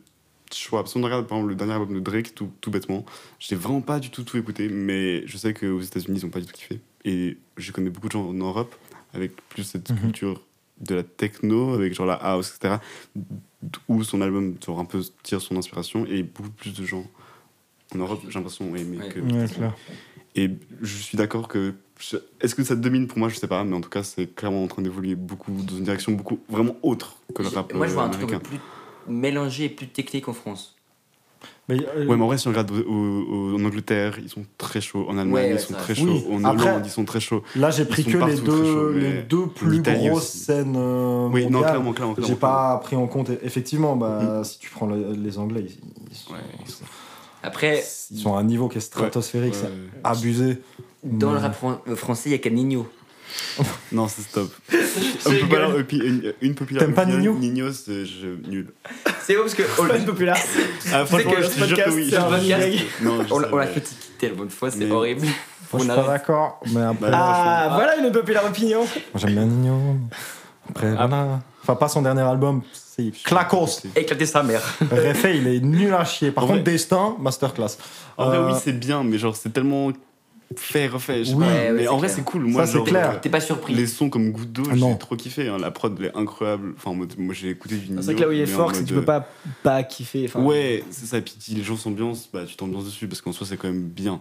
choix. Si on regarde par exemple le dernier album de Drake, tout, tout bêtement, j'ai vraiment pas du tout tout écouté, mais je sais qu'aux États-Unis, ils ont pas du tout kiffé. Et je connais beaucoup de gens en Europe avec plus cette Mhm. culture de la techno, avec genre la house, etc., où son album genre, un peu tire son inspiration, et beaucoup plus de gens en Europe, j'ai l'impression, aimer Ouais. que. ouais, clair. Et je suis d'accord que. je- Est-ce que ça domine pour moi Je sais pas, mais en tout cas, c'est clairement en train d'évoluer beaucoup dans une direction beaucoup vraiment autre que le J'ai- rap Moi, je vois euh, un truc américain. plus mélangé et plus technique en France. Mais, euh, Ouais, mais en vrai, si on regarde au- au- au- en Angleterre, ils sont très chauds. En Allemagne, Ouais, ouais, ils sont ça, très oui. chauds. En Après- Hollande, ils sont très chauds. là, j'ai Ils pris sont que les partout, très chaud, deux, les mais deux plus l'Italie grosses aussi. scènes euh, Oui, non, mondiales. clairement, clairement. J'ai clairement. Mhm. pas pris en compte, effectivement, bah, si tu prends le- les Anglais, ils, ils sont, Ouais, Après, ils sont à un niveau qui est stratosphérique, Ouais. c'est abusé. dans le Mais- rap fran- euh, français, il y a qu'à Nino. Non, c'est stop. On peut pas leur opi- une, une populaire. T'aimes pas opinion, Nino Nino, c'est je- nul. C'est bon parce que on Pas l'a- une populaire. Ah, franchement, que je ce te jure que podcast, oui. c'est un running Non, je on l'a- on l'a savais. critiqué tellement de fois, c'est Mais- horrible. Moi, je On suis pas arrête. d'accord, mais après, Bah, Ah, voilà une populaire opinion. moi, j'aime bien Nino. mais Après, voilà. Enfin, pas son dernier album, c'est Clacos. Éclater sa mère. Refait, il est nul à chier. Par En contre, vrai- Destin, masterclass. En vrai, Euh, oui, c'est bien, mais genre, c'est tellement fait, refait. je sais Oui. pas. Ouais, ouais, mais c'est en vrai, clair. c'est cool. Moi, c'est genre, clair. euh, T'es pas surpris. Les sons comme goutte d'eau, Ah, non. j'ai trop kiffé. hein. La prod, elle est incroyable. Enfin, en mode, moi, j'ai écouté du Nino. C'est vrai que là où il est mais en fort, c'est que tu peux mode, pas pas kiffer. enfin. euh, Ouais, c'est ça. Et puis si les gens s'ambiancent, bah, tu t'ambiances dessus parce qu'en soi, c'est quand même bien.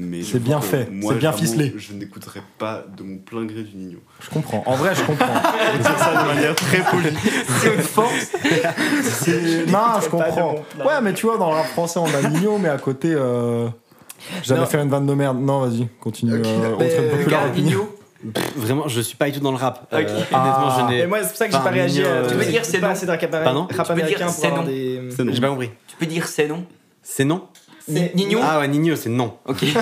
Mais C'est je vois bien que fait, moi, c'est bien clairement, ficelé. Je n'écouterai pas de mon plein gré du Nino. Je comprends. En vrai, je comprends. Je vais dire ça de manière très polie. C'est une force. C'est- non, je pas de comprends. bon plan. Ouais, mais tu vois, dans le rap français, on a Nino, mais à côté, euh, j'allais Non. faire une vanne de merde. Non, vas-y, continue. euh, autre Mais, euh, populaire Regarde opinion. Nino. Vraiment, je suis pas du tout dans le rap. Euh, Ok. honnêtement, Ah. je Et n'ai. moi, c'est pour ça que j'ai Enfin, pas réagi. Nino, à- euh, Tu veux dire c'est non. pas assez de rap Pardon américain Tu veux dire pour c'est avoir non. des. C'est non. J'ai pas compris. Tu peux dire c'est non C'est non C'est- Nino Ah ouais, Nino, c'est non. Ok. Avec-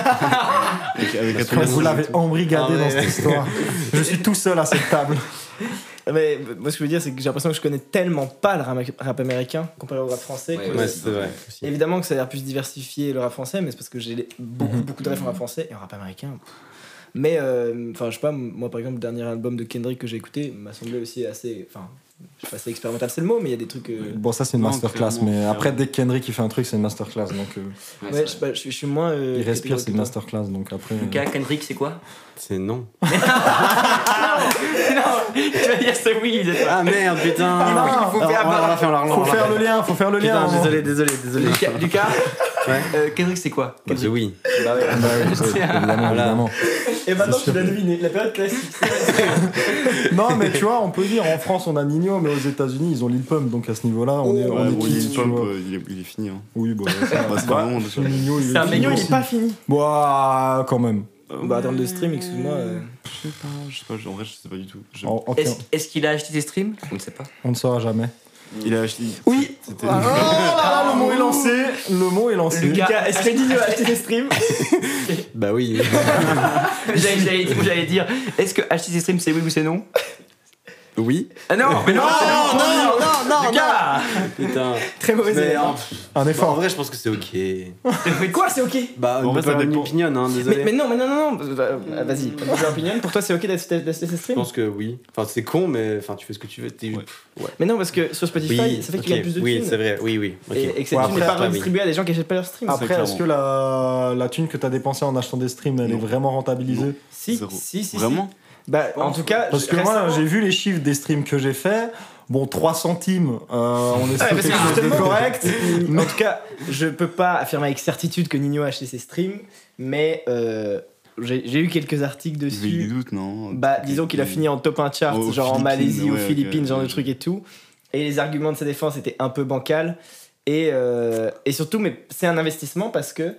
avec Quand Atreus, vous l'avez embrigadé Ah, dans ouais. cette histoire, je suis tout seul à cette table. Mais euh, moi, ce que je veux dire, c'est que j'ai l'impression que je connais tellement pas le rap, rap américain comparé au rap français. Ouais, que- Ouais, c'est vrai. Évidemment que ça a l'air plus diversifié le rap français, mais c'est parce que j'ai beaucoup, beaucoup de refs en rap français et en rap américain. pff. Mais, euh, enfin, je sais pas, moi par exemple, le dernier album de Kendrick que j'ai écouté m'a semblé aussi assez. Enfin, je sais pas si expérimental c'est le mot, mais il y a des trucs. euh, Bon, ça, c'est une Non, masterclass, clairement, mais clairement. après, dès que Kendrick il fait un truc, c'est une masterclass. Donc, euh, Ouais, ouais, je c'est sais pas, je, je suis moins. il euh, respire, c'est une catégorique masterclass. Donc, après. euh, vrai. Lucas, Kendrick, c'est quoi C'est non. Non, tu vas dire c'est oui. Ah merde, putain. non, Alors, on l'a- on l'a fait, on l'a on l'a- on Faut l'a faire fait. le lien, faut faire le lien. Putain, hein. désolé, désolé, désolé. Lucas, Lucas Ouais. euh, Kendrick, c'est quoi Bah, c'est oui. Bah oui, oui, évidemment, Voilà. évidemment. toi. Et maintenant, tu l'as deviné, la période classique. Non, mais tu vois, on peut dire en France, on a Nino, mais aux États-Unis, ils ont Lil Pump. Donc, à ce niveau-là, on est, Ouais, on est bon, quitte, Lil tu Pump, vois. euh, il est- il est fini. hein. Oui, bon, ça, Bah, c'est vraiment déjà- Nino, il C'est un Ah, fini mignon, Mignon, il aussi. est pas fini. Bah, quand même. Bah, dans le stream, excuse-moi. euh, Je sais pas, je sais pas, en vrai, je sais pas du tout. Je- Oh, ok, Est-ce est-ce qu'il a acheté ses streams On ne sait pas. On ne saura jamais. Il a acheté. Oui. Ah, C'était- Ah, le mot est lancé. Le mot est lancé. Lucas, Lucas, est-ce que Nino a euh, acheté des streams Bah oui. J'allais- J'allais j'allais dire, est-ce que acheter ses streams c'est oui ou c'est non Oui. Ah non, mais non, non, non, non, non, Lucas Putain. Très mauvais Mais élève. en, Un bah, en effort. vrai, je pense que c'est ok. Quoi, c'est ok Bah, En on vrai, ça peut dépend. opinion, hein, mais, désolé. mais non, mais non, non, non. euh, euh, Vas-y, Poser opinion. Pour toi, c'est ok d'être d'être- d'être Je stream pense que oui. Enfin, c'est con, mais enfin, tu fais ce que tu veux. T'es... Ouais. Mais non, parce que sur Spotify, ça fait qu'il y a ok, plus de Oui, thunes. c'est vrai. Oui, oui. ok. Et, et que cette Ouais, thune n'est après, pas ah oui. redistribuée à des gens qui achètent pas leur stream. Ah. Après, clairement. est-ce que la, la thune que t'as dépensée en achetant des streams, elle Non. est vraiment rentabilisée Si, Zéro. si, si, si. Vraiment Bah, en tout cas, Parce que moi, récemment- j'ai vu les chiffres des streams que j'ai fait. Bon, 3 centimes, euh, on Ouais, parce est que justement- correct. Mais en tout cas, je peux pas affirmer avec certitude que Nino a acheté ses streams, mais euh, j'ai j'ai eu quelques articles J'ai eu des dessus. doutes, non Bah, disons qu'il a fini en top 1 chart, Aux genre en Philippines, Malaisie, aux ouais, ok, Philippines, genre de ok. trucs et tout. Et les arguments de sa défense étaient un peu bancals. Et, euh, et surtout, mais c'est un investissement parce que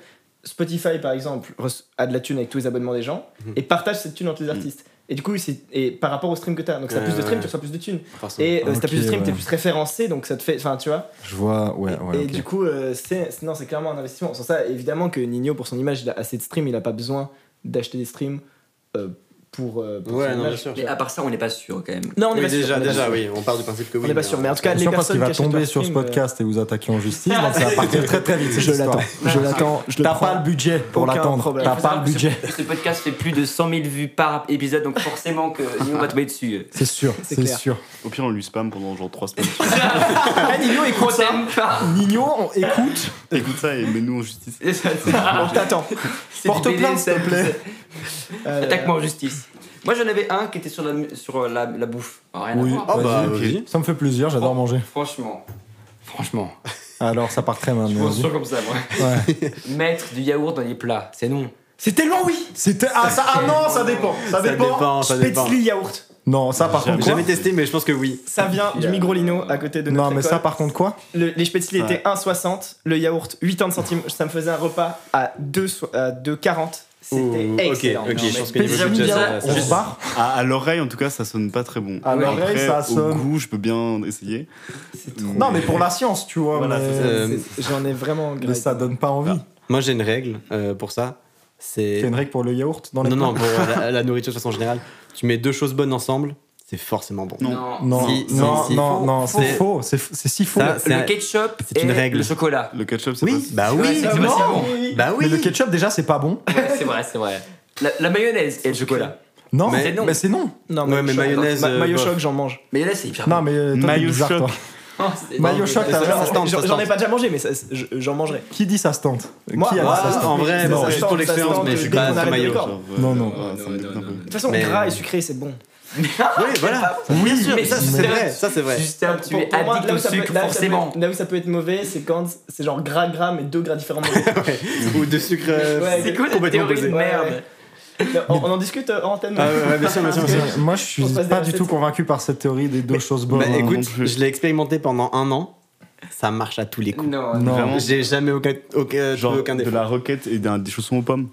Spotify, par exemple, reç- a de la thune avec tous les abonnements des gens Mhm. et partage cette thune entre les Mhm. artistes. Et du coup, c'est et par rapport au stream que t'as. Donc, si t'as Ouais, plus de streams, ouais. tu reçois plus de thunes. Forcément. Et euh, si t'as Ok, plus de streams, t'es ouais. plus référencé, donc ça te fait. Enfin, tu vois. Je vois, ouais, Et- ouais. et ok. du coup, euh, c'est c'est- non, c'est clairement un investissement. Sans ça, évidemment que Nino, pour son image, il a assez de streams, il a pas besoin d'acheter des streams euh, pour, euh, pour Ouais, son non, image. bien sûr. Mais à part ça, on n'est pas sûr quand même. Non, on est Oui, pas sûr, déjà, on est pas déjà, sûr. oui. On part du principe que oui. On n'est pas sûr, mais en tout cas, Bien les sûr, parce personnes qu'il va qui achètent tomber leur sur ce stream, euh, podcast et vous attaquer en justice, donc ça va partir très très vite. cette Je histoire. l'attends. Je l'attends. Je le T'as prends. pas le budget pour Aucun l'attendre. problème. T'as Faut pas le budget, Ce podcast fait plus de 100 000 vues par épisode, donc forcément que nous, on va tomber dessus. c'est sûr. C'est C'est clair. sûr. Au pire, on lui spam pendant genre 3 semaines. Ah, Nino, écoute ça Nino, on écoute. Écoute ça et mets-nous en justice. On t'attend. Porte plainte, s'il te plaît. Euh, Attaque-moi en justice. Moi, j'en avais un qui était sur la, mu- sur la, la bouffe. Alors, rien Oui. à voir. Ah bah, Vas-y. vas-y. Ça me fait plaisir. J'adore manger. Franchement. Franchement. Alors, ça part très mal. Je mais m'en vas-y. sors comme ça, moi. Ouais. Mettre du yaourt dans les plats, c'est non. C'est tellement oui C'était ah, ça- ah non, ça dépend. Ça euh, Ça dépend. dépend, ça dépend. Spätzli yaourt. Non, ça par Jamais. contre. J'ai quoi Jamais testé, mais je pense que oui. Ça vient du Migrolino à côté de Non, notre mais école. ça par contre quoi Le- les spätzli Ouais. étaient 1,60, le yaourt 80 centimes. Ça me faisait un repas à 2 so- à 2,40. C'était Ouh, excellent. Ok, ok, Non, mais- je pense que niveau Spécialement budget, bien, ça- On ça- se barre À, à l'oreille, en tout cas, ça sonne pas très bon. À Oui. l'oreille, Après, Ah, ça Au sonne. goût, je peux bien essayer. Non, mais pour la science, tu vois. Voilà, mais- c'est ça, euh, c'est- j'en ai vraiment mais ça donne pas envie. Moi, j'ai une règle euh, pour ça. Il y a C'est une règle pour le yaourt dans les non, non, plats pour euh, la, la nourriture de façon générale, tu mets deux choses bonnes ensemble, c'est forcément bon. Non. Non, Si, si, non, si. non, non, Faux. c'est faux, c'est f- c'est si faux. Ça, c'est Le un- ketchup c'est et une règle. le chocolat. Le ketchup, c'est Oui, bah Ouais, oui, c'est c'est pas si bon. bah oui. Mais le ketchup, déjà, c'est pas bon. Ouais, c'est vrai, c'est vrai. La, la mayonnaise et le chocolat. Non, Mais- mais, c'est non. Non, Ouais, mais choc, mayonnaise, ma- euh, mayo bof. choc, j'en mange. Mayonnaise, c'est hyper Non, mais euh, toi, t'es Mayo bizarre, choc. toi. bon. C'est- Mayo choc, Ça, t'as ça, raison. se tente, ça J'en se j'en ai tente. pas déjà mangé, mais ça- je- j'en mangerai. Qui dit ça se tente Moi, Qui a moi, dit hein, ça se en tente vrai, Non. bon, juste pour Ça se tente, l'expérience, mais je suis dès qu'on pas arrête un le maillot. record. Non, non. ça me dégoûte un peu. De toute façon, Mais- gras et sucré, c'est bon. Oui, voilà. Bien sûr, Mais ça c'est c'est vrai. vrai, ça c'est vrai. Juste un tu es Pour moi, addict là au où ça peut- sucre, là où ça peut être- forcément. Là où ça peut être mauvais, c'est quand c'est genre gras gras, mais deux gras différents. Ou de sucre. euh, Ouais, C'est quoi la complètement théorie opposé. de merde Là, on, on en discute euh, en antenne. Ah ouais, ouais, bien sûr, bien sûr, bien sûr. Moi, je suis On se passe des pas du recettes. tout convaincu par cette théorie des deux choses bonnes. Bah hein. écoute, non plus. je l'ai expérimenté pendant un an, ça marche à tous les coups. Non, Non. Vraiment. J'ai jamais aucun, aucun, Genre aucun de défaut. la roquette et d'un- des chaussons aux pommes.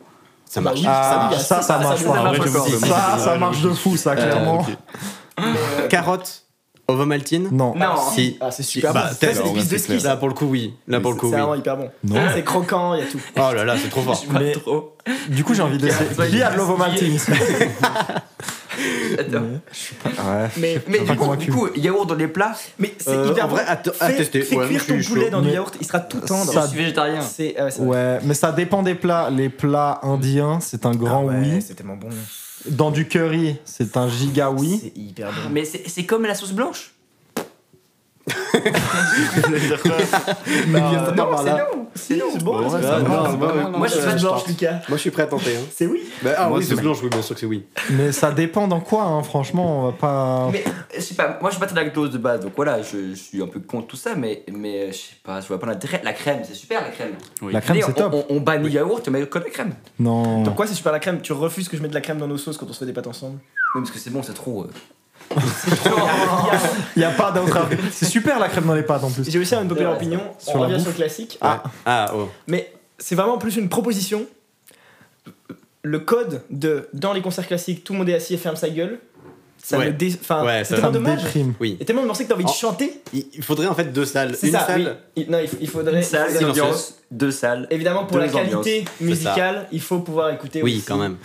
Ça marche. Ah, ça, ça marche ça pas. marche Ouais, encore. je me- Ça, ça marche de fou, ça, Oh. clairement. Euh, ok. Carotte, ovomaltine. Non. Non. Si. Ah, c'est super Bah, bon. Ça, t'es- c'est des ouais, pistes de c'est ski. clair. Là pour le coup oui. Là pour le coup C'est oui. vraiment Oh hyper bon. Non. C'est croquant, il y a tout. là là, c'est trop fort. Mais Trop. du coup, j'ai envie d'essayer. Regarde, Qui a de il l'ovomaltine ici Attends. Ouais. Mais, Mais pas du coup, convaincu. du coup, yaourt dans les plats, mais c'est Euh, hyper en vrai, bon. à, te- à Fais, tester. fais Ouais, cuire je ton suis poulet chaud. dans du Mais- yaourt, il sera tout tendre. je Ça- suis végétarien. C'est ah ouais, c'est vrai. Ouais, mais ça dépend des plats. Les plats indiens, c'est un Ah grand ouais, oui. C'est tellement bon. Dans du curry, c'est un giga oui. C'est hyper bon. Mais c'est c'est comme la sauce blanche. Non, pas par c'est là. non. C'est non. C'est Bah ouais, bon. ça non, marche. c'est pas mal, non. Moi, je suis pas de Euh, blanche, Lucas. Moi je suis prêt à tenter. hein. C'est oui. Bah, ah Moi, oui, c'est sauce oui. blanche, oui, bien sûr que c'est oui. Mais ça dépend dans quoi, hein, franchement, on va pas. Mais je sais pas, moi je suis pas très lactose de base, donc voilà, je, je suis un peu contre tout ça, mais, mais euh, je sais pas, je vois pas l'intérêt. La crème, c'est super la crème. La crème, Mais c'est on- top. On, on bannit le yaourt, mais que la crème. Non. Pourquoi c'est super la crème Tu refuses que je mette de la crème dans nos sauces quand on se fait des pâtes ensemble Oui, parce que c'est bon, c'est trop. euh. Il n'y a pas d'autre. C'est super la crème dans les pâtes en plus. J'ai aussi une populaire Ouais, opinion. Sur on la revient bouffe. sur le classique. Ah, ah oh. Mais c'est vraiment plus une proposition. Le code de dans les concerts classiques, tout le monde est assis et ferme sa gueule. Ça Ouais. me dé... enfin, Ouais, Ça ça- c'est tellement me dommage. déprime. Oui. Et tellement de morceaux que t'as envie de Oh. chanter. Il il faudrait en fait deux salles. C'est Une ça. salle. oui. Il- non, il, f- il faudrait. Une salle, il faudrait- ambiance, deux salles. Évidemment, pour Deux la qualité ambiances, musicale, il faut pouvoir écouter Oui, aussi. quand même.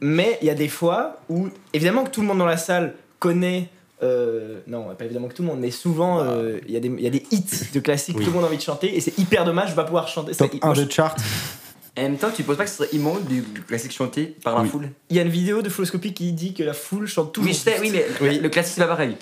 Mais il y a des fois où, évidemment, que tout le monde dans la salle connaît euh, non, pas évidemment que tout le monde, mais souvent Bah. euh, il y, a des- il y a des hits de classiques, tout le monde a envie de chanter et c'est hyper dommage, je vais pas pouvoir chanter. Top C'est- 1 moi, je- des charts. Et en même temps, tu penses pas que ce serait immonde du du classique chanté par la Oui. foule Il y a une vidéo de Floscopie qui dit que la foule chante toujours. Oui, je sais, juste. oui, mais le classique, c'est pas pareil.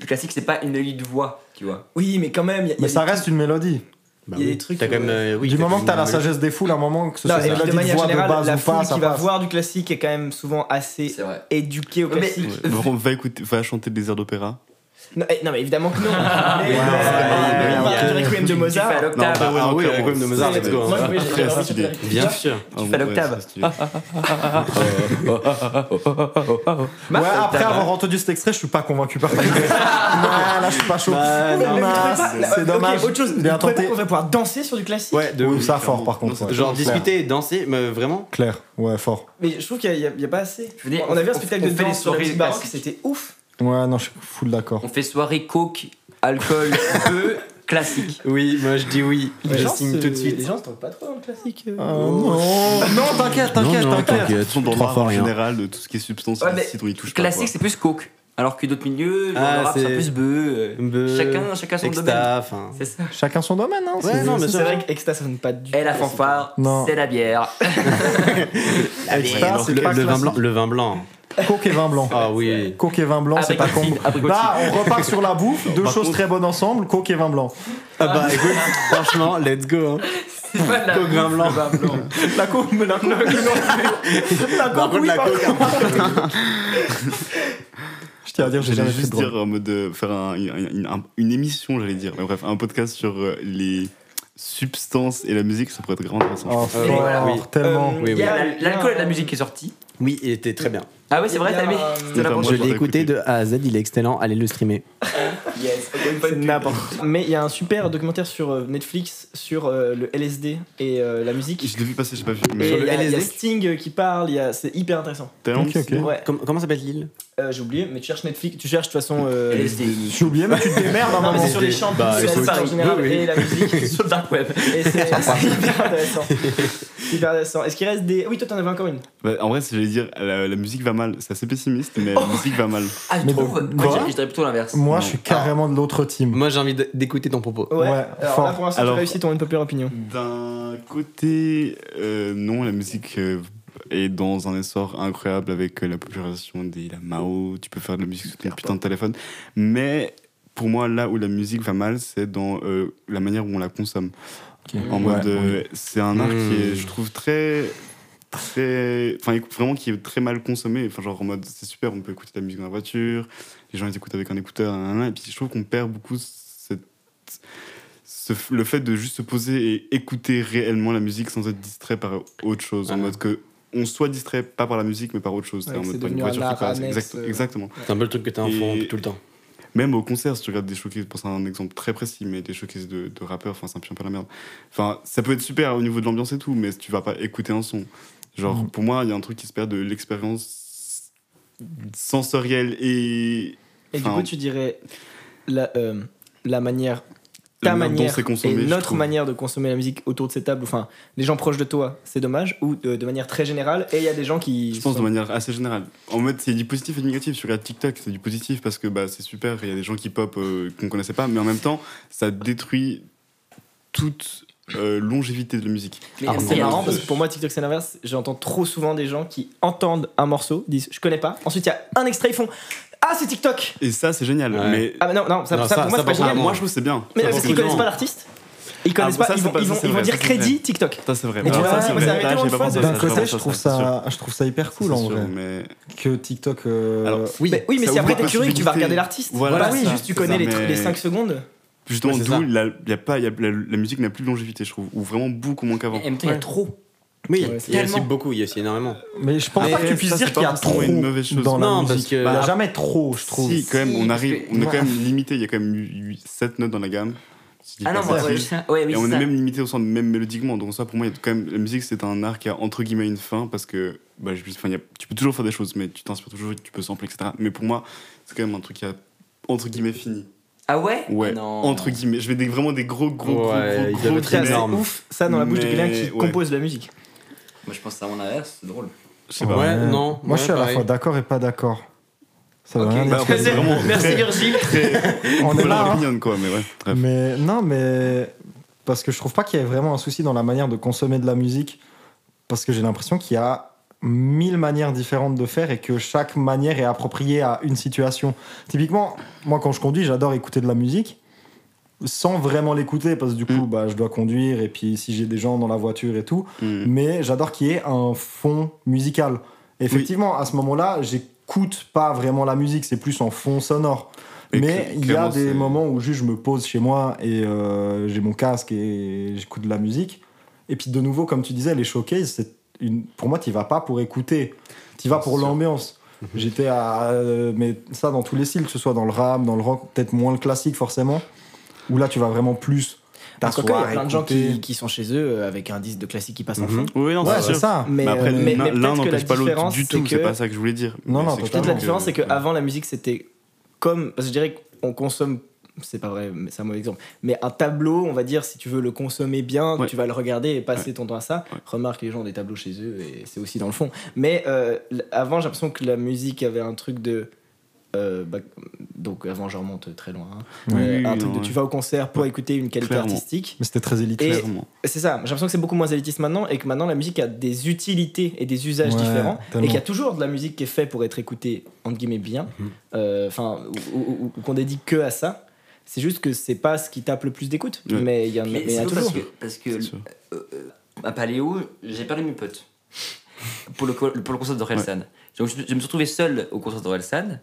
Le classique, c'est pas une élite de voix, tu vois. Oui, mais quand même, il y a, il y a Mais ça des- reste une mélodie. Bah Il y a oui. des trucs T'as où, quand même, euh, oui, du t'as moment quand que t'as même la une sagesse des foules, à un moment que ce Non, soit et une puis de mélodie de manière voix de générale, base la ou pas, foule ça qui va passe. voir du classique est quand même souvent assez C'est vrai. éduquée au Mais- classique. Ouais. Bah, on va écouter, va chanter des airs d'opéra. Non, eh, non, mais évidemment que non. mais, Ouais, euh, ouais, on va ouais, chanter ouais. Requiem Tu de fais à Mozart. l'octave. Non, bah, Ah oui, Requiem, Requiem ouais, de Mozart, c'est- let's go. Moi, je vais- Très j'ai envie de stylé. chanter Bien sûr. Ah, fais ouais, l'octave. c'est stylé. Ah, Ouais, après hein. avoir entendu cet extrait, je suis pas convaincu par ta idée. Ah, Là, je suis pas chaud. Mince, C'est Ok, dommage. Autre chose, Bien vous trouvez pas tenté. qu'on va pouvoir danser sur du classique Ouais, de Oui, ouf. ça fort par contre. ouais. Genre Clair. discuter, danser, mais vraiment. Clair, ouais, fort. Mais je trouve qu'il n'y a, il y a pas assez. Je veux dire, on avait un on- spectacle on de fait des danse sur la soirées musique baroque, classiques. c'était ouf. Ouais, non, je suis full d'accord. On fait soirée coke, alcool, bœuf, classique. Oui, moi je dis oui. Les gens se- Les gens se trompent pas trop dans le classique. euh. Ah, non, non, t'inquiète, t'inquiète, t'inquiète. De toute façon, dans le bar, en général, de tout ce qui est substance Ouais, mais illicite, on y touche pas. Classique, quoi. c'est plus coke. Alors que d'autres milieux, genre Ah, le rap, c'est c'est- plus bœuf. euh, Chacun, chacun son domaine. enfin. C'est ça. Chacun son domaine, hein. Ouais, c'est- non, mais C'est vrai que Exta, ça sonne pas du Et la fanfare, Non. c'est la bière. Extra, c'est le, pas le vin classique. blanc. Le vin blanc. Coke et vin blanc. Ah oui. Coke et vin blanc, c'est Avec pas la con. Bah cine, apricot Là, on repart sur la bouffe. Deux Par choses contre- très bonnes ensemble, coke et vin blanc. Ah bah écoute, franchement, let's go. Hein. C'est pas de la Coke, vin blanc. La coke, mais la coke. La Par contre, la coke. Je tiens à dire, j'ai jamais J'allais fait de juste drogue. dire en mode de faire un- une, une- un- une émission, j'allais dire. Mais bref, un podcast sur euh, les substances et la musique, ça pourrait être grand intéressant. je Oh, pense. Euh, fort, voilà, oui. tellement. Euh, Il Oui, y oui. a la- l'alcool et la musique qui est sortie. Oui, il était très bien. Ah ouais, c'est vrai, t'as aimé Enfin, moi, Je l'ai j'aurais écouté de A à Z, il est excellent. Allez le streamer. Yes. C'est n'importe quoi. Mais il y a un super documentaire sur euh, Netflix sur euh, le LSD et euh, la Ah. musique. Je l'ai vu passer, j'ai pas vu. Et Mais il Sur y, le a- il y a LSD? Sting euh, qui parle, il y a- c'est hyper intéressant. tellement Ok, ok. stylé. Ouais, Com- comment s'appelle l'île euh, j'ai oublié, mais tu cherches Netflix, tu cherches de toute façon. euh, J'ai oublié, mais tu te démerdes hein, un Non, Ah, mais moment. c'est sur les LSD. champs, Bah, sur la écoute, musique en général oui, oui. et la musique. Sur le dark web. Et c'est c'est hyper intéressant. C'est hyper intéressant. Est-ce qu'il reste des. Oui, toi, t'en avais encore une. Bah, en vrai, c'est- j'allais dire, la, la musique va mal. C'est assez pessimiste, mais la musique va mal. Ah, je Mais trouve. de- Moi, quoi je- je dirais plutôt l'inverse. Moi, je suis carrément de l'autre team. Moi j'ai envie de- d'écouter ton propos. Ouais. Ouais, Alors fort. là, pour l'instant, tu Alors- réussis ton unpopular opinion. D'un côté, euh, non, la musique euh, est dans un essor incroyable avec euh, la popularisation des la Mao. Tu peux faire de la musique sur ton putain de téléphone. Mais pour moi, là où la musique va mal, c'est dans euh, la manière où on la consomme. En mode, euh, c'est un art qui est, je trouve, très. Très. Enfin, écou- vraiment qui est très mal consommé. Enfin, genre en mode, c'est super, on peut écouter de la musique dans la voiture, les gens ils écoutent avec un écouteur, nan, nan, nan. et puis je trouve qu'on perd beaucoup cette- ce f- le fait de juste se poser et écouter réellement la musique sans être distrait par autre chose. En Voilà. mode que on soit distrait pas par la musique, mais par autre chose. Ouais, C'est en que c'est mode par une devenu voiture un qui art passe. annexe, Exact- euh. exactement. C'est un peu le truc que t'as en fond Et- tout le temps. Même au concert, si tu regardes des showcases, pour un exemple très précis, mais des showcases de, de rappeurs, enfin, c'est un petit peu la merde. Enfin, ça peut être super au niveau de l'ambiance et tout, mais tu vas pas écouter un son. Genre, Mm. pour moi, il y a un truc qui se perd de l'expérience sensorielle et. Et du Enfin, coup, tu dirais la, euh, la manière, La ta manière dont manière, c'est consommé, et je notre trouve. manière de consommer la musique autour de ces tables, enfin, les gens proches de toi, c'est dommage, ou de, de manière très générale, et il y a des gens qui. Je pense sont- de manière assez générale. En mode, c'est du positif et du négatif. Sur la TikTok, c'est du positif parce que bah, c'est super, il y a des gens qui pop euh, qu'on connaissait pas, mais en même temps, ça détruit toute euh, longévité de la musique. Mais Ah, après, c'est il y a- marrant parce que pour moi TikTok c'est l'inverse. J'entends trop souvent des gens qui entendent un morceau, disent je connais pas. Ensuite il y a un extrait ils font ah c'est TikTok. Et ça, c'est génial. Ouais. Mais Ah bah non non ça, Non, ça, ça- pour moi ça, c'est pas par Ah, génial. contre, moi, je trouve que c'est bien. Mais ça, parce c'est qu'ils étonnant. connaissent pas l'artiste. Ils connaissent bon, Ah, bah ça, pas, ils c'est vont, pas- ils ça, vont, c'est ils vont vrai, dire ça, c'est vrai. crédit TikTok. Ça, c'est vrai. Mais tu vois, ça, moi, ça m'est Ah, arrivé j'ai tellement pas de pensé à fois, ça, D'un c'est côté, vrai, je ça, trouve c'est sûr, ça, je trouve ça hyper cool c'est en sûr, vrai. mais- Que TikTok. euh, Alors, Oui. Mais oui mais Ça si ouvre après la t'es curieux et que tu vas possibilité. regarder l'artiste. Voilà, bah oui ça, juste tu c'est connais ça, les, trucs- les mais- 5 secondes. Justement, Ouais, c'est d'où ça. la, y a pas, y a- la, la musique n'a plus de longévité, je trouve. Ou vraiment beaucoup moins En qu'avant. même temps, il y a trop. Oui, Ouais, il y a aussi tellement. beaucoup, il y a aussi énormément. Mais je pense Mais pas que tu ça, puisses c'est dire pas qu'il y a forcément trop une mauvaise chose. dans la Non, parce musique. que- Il y a jamais trop, je trouve. Si, quand même, Si, on parce arrive, que- on est quand même limité. Il y a quand même 7 notes dans la gamme. si je dis Ah pas non, de moi, bêtises. ouais, je- ouais, oui, et on c'est est ça. même limité au sens même mélodiquement. Donc ça, pour moi, il y a quand même la musique, c'est un art qui a entre guillemets une fin parce que bah, je- enfin, il y a- tu peux toujours faire des choses, mais tu t'inspires toujours, tu peux sampler, etc. Mais pour moi, c'est quand même un truc qui a entre guillemets fini. Ah ouais Ouais. Non. Entre guillemets, je vais des, vraiment des gros gros Ouais, gros il gros doit gros. être C'est guillemets. énorme. ouf ça dans la bouche de quelqu'un qui Mais, ouais. compose de la musique. Moi, je pense que c'est à mon inverse, c'est drôle. Je sais pas. Ouais, non, Euh, Moi, je suis à ouais, la fois d'accord et pas d'accord. Ça veut rien dire. Bah, c'est vraiment Merci très- Virgile. On est Voilà, là, hein. mignonne, quoi, mais ouais. Bref. Mais non, mais parce que je trouve pas qu'il y ait vraiment un souci dans la manière de consommer de la musique, parce que j'ai l'impression qu'il y a mille manières différentes de faire et que chaque manière est appropriée à une situation. Typiquement, moi quand je conduis, j'adore écouter de la musique sans vraiment l'écouter parce que du coup Mm. bah, je dois conduire et puis si j'ai des gens dans la voiture et tout Mm. mais j'adore qu'il y ait un fond musical. Effectivement, à ce moment-là, j'écoute pas vraiment la musique, c'est plus en fond sonore. Mais Mais cl- il y a clairement, des c'est- moments où juste je me pose chez moi et euh, j'ai mon casque et j'écoute de la musique. Et puis de nouveau, comme tu disais, les showcases, c'est une... pour moi, tu vas pas pour écouter, tu vas pour l'ambiance. Mhm. J'étais à. euh, mais ça, dans tous les styles, que ce soit dans le rap, dans le rock, peut-être moins le classique forcément, où là, tu vas vraiment plus. Parce qu'il y a t'asseoir, plein de gens écouter. qui, qui sont chez eux euh, avec un disque de classique qui passe en fond. Oui, non, Ouais, c'est c'est sûr. ça. Mais, Mais Mhm. Bah, après, euh, mais- l'un mais l'un peut-être que la n'empêche pas l'autre différence, du c'est tout, c'est que- pas ça que je voulais dire. Non, Mais non, c'est peut-être clair Toute la que- différence, c'est qu'avant, la musique, c'était comme. Parce que je dirais qu'on consomme. C'est pas vrai, mais c'est un mauvais exemple. Mais un tableau, on va dire, si tu veux le consommer bien, Ouais. tu vas le regarder et passer ton temps à ça. Remarque, les gens ont des tableaux chez eux et c'est aussi dans le fond. Mais euh, l- avant, j'ai l'impression que la musique avait un truc de. euh, bah, donc avant, je remonte très loin. hein. Oui, Euh, oui, un oui, truc non, de tu ouais. vas au concert pour écouter une qualité Clairement. artistique. Mais c'était très élitaire. Et- Clairement. C'est ça, j'ai l'impression que c'est beaucoup moins élitiste maintenant et que maintenant la musique a des utilités et des usages Ouais, différents tellement. et qu'il y a toujours de la musique qui est faite pour être écoutée, entre guillemets, bien, euh, enfin, ou, ou- ou- ou qu'on dédie que à ça. C'est juste que c'est pas ce qui tape le plus d'écoute, Ouais. mais il y en a, Mais mais il y en a c'est parce toujours. que, parce que C'est sûr. euh, euh, à Paléo, j'ai perdu mes potes pour le, co- pour le concert de Relsan. Donc je, je me suis retrouvé seul au concert de Relsan.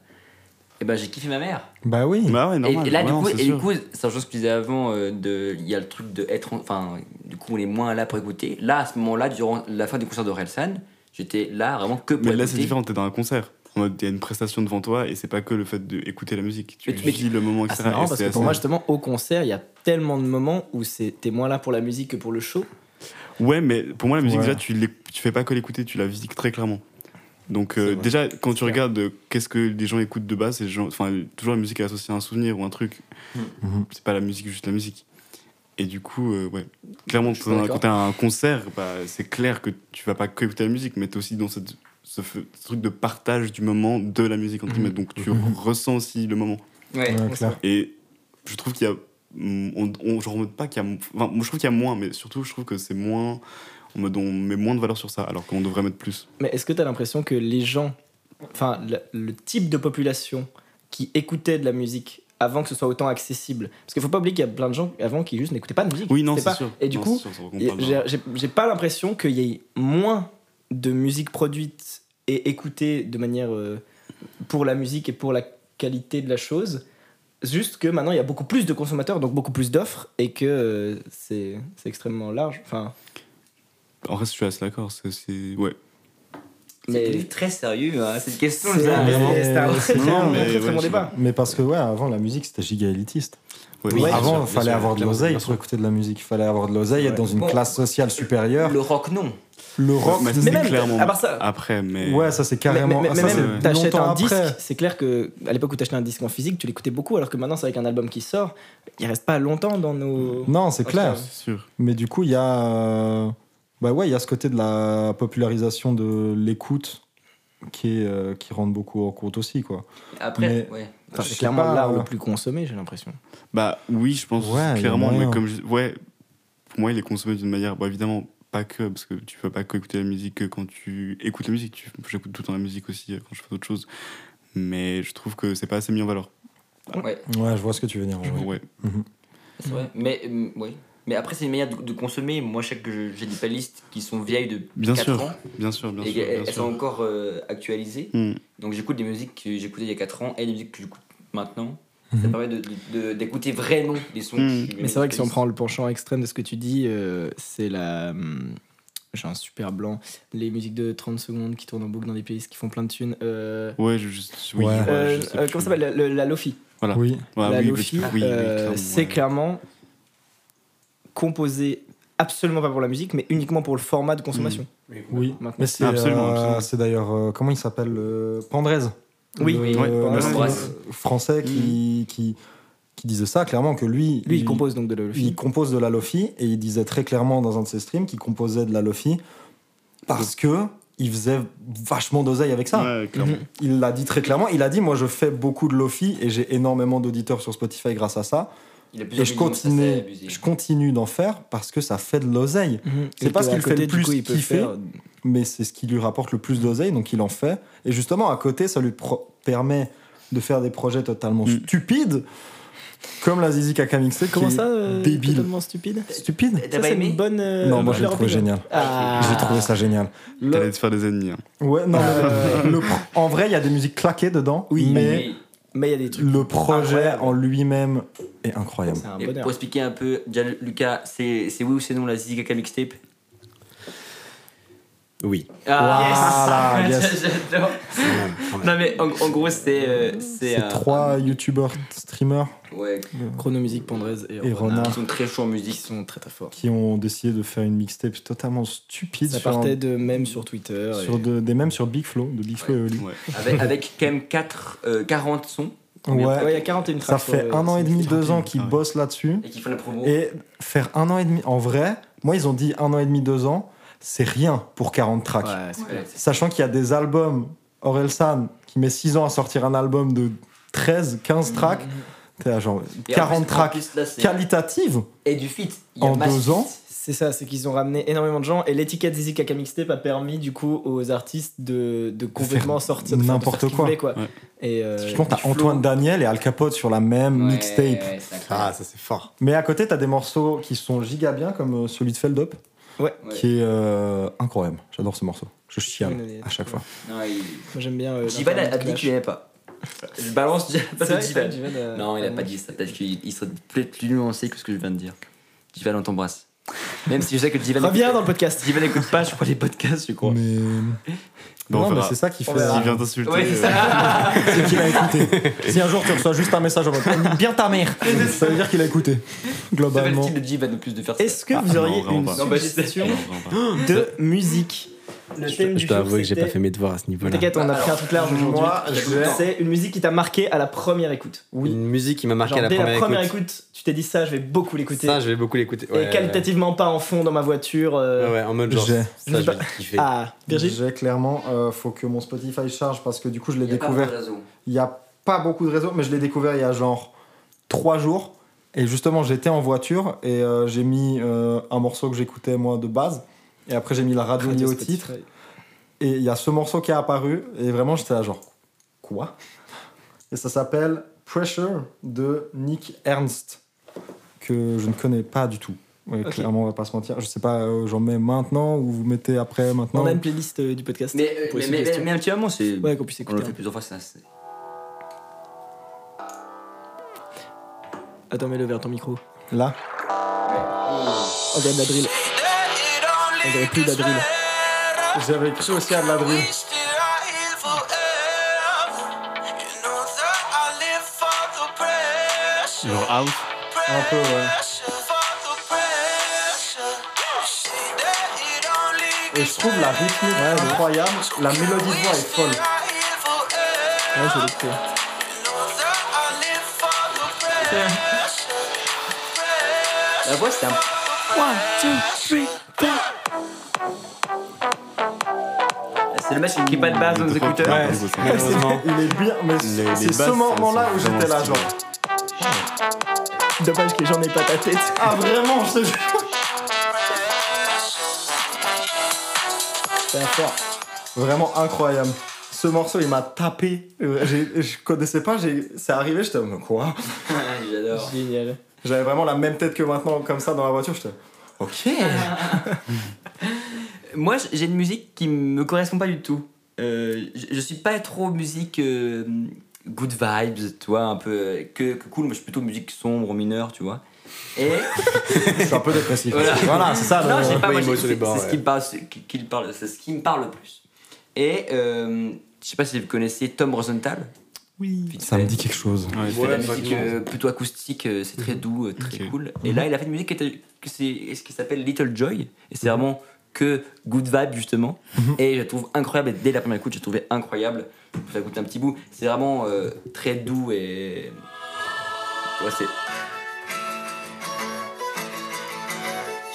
Et ben j'ai kiffé ma mère. Bah oui. Bah ouais, Et, normal. et là, ouais, du non, coup, c'est et du sûr. coup, c'est la chose que tu disais avant, euh, de- il y a le truc de être. en- Enfin, du coup, on est moins là pour écouter. Là, à ce moment-là, durant la fin du concert de Relsan, j'étais là vraiment que pour Mais là, écouter. c'est différent, t'es dans un concert. En mode, il y a une prestation devant toi et c'est pas que le fait d'écouter la musique. Tu Mais tu- mais vis le moment, etc. C'est marrant et parce c'est que pour assez- moi, justement, au concert, il y a tellement de moments où c'est- t'es moins là pour la musique que pour le show. Ouais, mais pour moi, la musique, Ouais. déjà, tu, l'éc- tu fais pas que l'écouter, tu la vis très clairement. Donc, euh, C'est vrai. déjà, quand C'est tu regardes euh, qu'est-ce que les gens écoutent de base, c'est les gens- enfin, toujours la musique est associée à un souvenir ou un truc. Mhm. C'est pas la musique, juste la musique. Et du coup, euh, ouais. Clairement, suis dans un- d'accord. quand t'as un concert, bah, c'est clair que tu vas pas que écouter la musique, mais t'es aussi dans cette- ce, feu- ce truc de partage du moment de la musique, entre guillemets. Donc, tu ressens aussi le moment. Ouais. Ouais, clair. Et je trouve qu'il y a. On, on, je remonte pas qu'il y a. Enfin, moi, je trouve qu'il y a moins, mais surtout, je trouve que c'est moins. En mode, on met moins de valeur sur ça, alors qu'on devrait mettre plus. Mais est-ce que tu as l'impression que les gens, enfin le, le type de population qui écoutait de la musique avant que ce soit autant accessible, parce qu'il faut pas oublier qu'il y a plein de gens avant qui juste n'écoutaient pas de musique. Oui, non, C'était pas- c'est sûr. Et du Non, coup, c'est sûr, c'est vrai qu'on et parle j'ai j'ai- j'ai pas l'impression qu'il y ait moins de musique produite et écoutée de manière euh, pour la musique et pour la qualité de la chose. Juste que maintenant il y a beaucoup plus de consommateurs, donc beaucoup plus d'offres, et que euh, c'est c'est extrêmement large. Enfin, d'un- En reste, je suis assez d'accord. c'est- C'est. Ouais. C'est mais très sérieux, hein, cette question. c'est là. vraiment- c'est un très, très, Non, bon- mais très, très ouais, bon je- débat. euh, Mais parce que, ouais, avant, la musique, c'était giga élitiste. ouais. Oui. bien sûr, avant, bien il fallait sûr. avoir de l'oseille pour écouter de la musique. Il fallait avoir de l'oseille, être dans une Bon. classe sociale supérieure. Le rock, non. Le Ouais, rock, mais ça, Mais c'est même, clairement. à part ça- Après, mais. ouais, ça c'est carrément. Mais, mais- ah, mais ça, même, c'est t'achètes longtemps un disque, après. c'est clair que à l'époque où t'achetais un disque en physique, tu l'écoutais beaucoup, alors que maintenant, c'est avec un album qui sort, il reste pas longtemps dans nos. Non, c'est Ok. clair. C'est sûr. Mais du coup, il y a. euh, Bah ouais, il y a ce côté de la popularisation de l'écoute qui, est, euh, qui rentre beaucoup en compte aussi, quoi. Après, Mais- ouais. Enfin, Je c'est sais clairement pas, l'art euh, le plus consommé, j'ai l'impression. Bah oui, je pense Ouais, il y a clairement, mais moyen. comme je- ouais, pour moi, il est consommé d'une manière, bon, évidemment, pas que, parce que tu peux pas que écouter la musique que quand tu écoutes la musique, tu- j'écoute tout le temps la musique aussi euh, quand je fais autre chose, mais je trouve que c'est pas assez mis en valeur. Ouais. Ouais, je vois ce que tu veux dire. Je- ouais. ouais. C'est Mm. vrai. Mais, euh, oui. Mais après, c'est une manière de, de consommer. Moi, je sais que je- j'ai des palistes qui sont vieilles de Bien 4 sûr, ans bien sûr, bien et sûr. elles bien sont sûr. encore euh, actualisées. Hmm. Donc, j'écoute des musiques que j'écoutais il y a 4 ans et des musiques que j'écoute maintenant. Ça permet de- de- de- d'écouter vraiment les sons. Mm. que je- Mhm. Mais c'est vrai que si on playlists. prend le penchant extrême de ce que tu dis, euh, c'est la. hum, J'ai un super blanc. Les musiques de 30 secondes qui tournent en boucle dans des pays qui font plein de thunes. euh, Ouais, je, je- Ouais. oui, ouais, je euh, sais euh, plus. comment ça s'appelle Le- La Lofi. Voilà. Oui. Ouais, la oui, Lofi, oui, oui, euh, clairement, c'est ouais. clairement composé absolument pas pour la musique, mais uniquement pour le format de consommation. Oui, Maintenant. mais c'est Ah, Absolument, euh, absolument. c'est d'ailleurs euh, comment il s'appelle euh, Pendrez. Oui, Le- oui, Mm. ouais, le Pendrez. français qui, qui qui disait ça clairement que lui Lui, il il- compose donc de la Lofi. il compose de la lofi et il disait très clairement dans un de ses streams qu'il composait de la lofi parce que il faisait vachement d'oseille avec ça. Ouais, clairement. Il l'a dit très clairement. Il a dit Moi, je fais beaucoup de Lofi et j'ai énormément d'auditeurs sur Spotify grâce à ça. Il a plusieurs Et je millions, ça, c'est continue, abusé. je continue d'en faire parce que ça fait de l'oseille. Mhm. C'est pas ce qu'il fait le plus kiffer. mais c'est ce qui lui rapporte le plus d'oseille, donc il en fait. Et justement, à côté, ça lui pro- permet de faire des projets totalement Mm. stupides, comme la Zizi Kakamixé. Comment qui est ça euh, Débile. Totalement stupide. Stupide T'as Ça, pas c'est aimé une bonne. euh, Non, moi, je l'ai leur trouvé opinion. génial. Ah. J'ai trouvé ça génial. T'allais te faire des ennemis. hein. Ouais, non, mais euh, le pro- en vrai, il y a des musiques claquées dedans, Oui. mais Oui. Mais il y a des trucs. le projet Incroyable. en lui-même est incroyable. C'est un Et bonheur. pour expliquer un peu, déjà, Lucas, c'est c'est oui ou c'est non la Zizi Kaka mixtape Oui. Ah Voilà, J'adore quand même, quand même. Non mais en, en gros c'est euh, C'est c'est un- trois youtubeurs, streamers ouais, Chronomusique, Pandrez et, et Ronan. Rona ils sont très chauds en musique. Ils sont très très forts. qui ont décidé de faire une mixtape totalement stupide Ça sur, un- partait de même sur Twitter. et- sur de- des mêmes sur Big Flow, de Big Flow et Oli. Ouais. Avec, avec quand même 4, 40 sons Ouais. Ouais, il y a 41 Ça tracks. fait euh, sur- un an et sur- demi, deux ans rapide. qu'ils Ah ouais. bossent là-dessus. et qui font la promo. Et faire un an et demi, en vrai, moi, ils ont dit un an et demi, deux ans, c'est rien pour 40 tracks. Ouais, c'est clair. Ouais. Sachant qu'il y a des albums, Orelsan, qui met 6 ans à sortir un album de 13, 15 tracks, t'es à genre Mm-hmm. Et en 40 plus- en tracks plus, là, c'est- qualitatives. Et du feat. il y a en masse deux feat. ans. C'est ça, c'est qu'ils ont ramené énormément de gens et l'étiquette Zizi Kaka Mixtape a permis du coup aux artistes de, de complètement sortir de faire- de n'importe faire ce qu'ils quoi. voulaient, quoi. Ouais. Et euh, Je pense que du t'as Antoine Daniel et Al Capote sur la même Ouais, mixtape. c'est incroyable. Ah, ça c'est fort. Mais à côté, t'as des morceaux qui sont giga bien, comme euh, celui de Feldup, Ouais. qui est euh, incroyable. J'adore ce morceau. Je chiale Ouais. à chaque fois. Non, il- flow. Moi j'aime bien. euh, Jivan a, a dit Clash. qu'il aimait pas. Je balance pas C'est de vrai, c'est vrai, Jivan. Jivan, euh, Non, il a euh, pas dit ça. Peut-être qu'il il serait peut-être plus nuancé que ce que je viens de dire. Jivan, on t'embrasse. Même si je sais que Jivan. Reviens écoute- dans le podcast. Jivan n'écoute pas, je crois, les podcasts, je crois. Mais... Bah, on non, mais verra. c'est ça qui fait. On verra. S'il vient t'insulter. Ouais, c'est euh, ça. C'est qu'il a écouté. si un jour tu reçois juste un message en mode bien ta mère, ça veut dire qu'il a écouté. C'est pas le Globalement. style de Jivan en plus de faire euh, ça. Est-ce que Ah, vous non, auriez vraiment une pas. Non, bah, suggestion non, vraiment pas. de musique Le Je, thème dois- du je dois jour, avouer que j'ai pas c'était- fait hein. mes devoirs à ce niveau-là. T'inquiète, on a pris un truc large aujourd'hui. moi, je vais- C'est une musique qui t'a marqué à la première écoute. Une musique qui m'a marqué Genre, à la dès première, la première écoute. écoute. tu t'es dit ça, je vais beaucoup l'écouter. Ça, je vais beaucoup l'écouter. et Ouais, qualitativement pas en fond dans ma voiture. euh, ouais, ouais, en mode genre. J'ai- Ça, je vais kiffer. Ah, Virgile J'ai clairement, euh, faut que mon Spotify charge parce que du coup je l'ai Il y a pas découvert. beaucoup de raisons. Il n'y a pas beaucoup de réseaux, mais je l'ai découvert il y a genre 3 jours. Et justement, j'étais en voiture et euh, j'ai mis euh, un morceau que j'écoutais moi de base. Et après, j'ai mis la radio, liée au Spotify. titre. Et il y a ce morceau qui est apparu, et vraiment j'étais là genre, quoi Et ça s'appelle Pressure de Nick Ernst, que je ne connais pas du tout. Ouais, Ok. Clairement, on va pas se mentir. Je sais pas, euh, j'en mets maintenant ou vous mettez après maintenant. On a une playlist euh, du podcast. Mais, euh, pour mais, les mais, suggestions. mais un petit moment, c'est. Ouais, qu'on puisse on l'a écouter. hein. fait plusieurs fois, ça. c'est- Attends, mets-le vers ton micro. Oh, Là On dirait de la drill. On dirait plus de la drill. J'avais écrit aussi à de la drill. Genre out. Un peu, ouais. Et je trouve la rythmique incroyable, la mélodie de voix est folle. Ouais, je vais l'écouter. La voix, c'est un. C'est le mec qui pas de base ah, dans nos écouteurs. Ouais, Malheureusement. Il est bien, mais Les- les c'est ce basses, moment-là elles où sont j'étais là, genre. vraiment Dommage que j'en ai pas ta tête. Ah, vraiment, je te jure. C'est un fort. Vraiment incroyable. Ce morceau, il m'a tapé. Euh, j'ai- Je connaissais pas, j'ai- c'est arrivé, j'étais mais quoi Ah, J'adore. Génial. J'avais vraiment la même tête que maintenant, comme ça, dans la voiture, j'étais. Ok Euh, Moi, j- j'ai une musique qui me correspond pas du tout. Euh, je, je suis pas trop musique euh, good vibes, tu vois, un peu euh, que, que cool, mais je suis plutôt musique sombre, mineure, tu vois. Et Je suis un peu dépressif. Voilà. Voilà, c'est ça. non, le- j'ai pas. oui, moi, moi, j'ai- sur c'est les bords, c'est ce qui me parle, c'est qui- qui me parle, c'est ce qui me parle le plus. Et euh, je sais pas si vous connaissez Tom Rosenthal. Oui. Ça me dit quelque chose. Ouais, Il fait de la Ouais, musique vaguement. euh, plutôt acoustique, euh, c'est très doux, euh, très Ok. cool. Et là, il a fait une musique qui, était- que c'est- ce qui s'appelle Little Joy. Et c'est vraiment que good vibe, justement. Et je la trouve incroyable. Et dès la première écoute, je la trouvais incroyable. Je vous écouter un petit bout. C'est vraiment euh, très doux et. Ouais, c'est.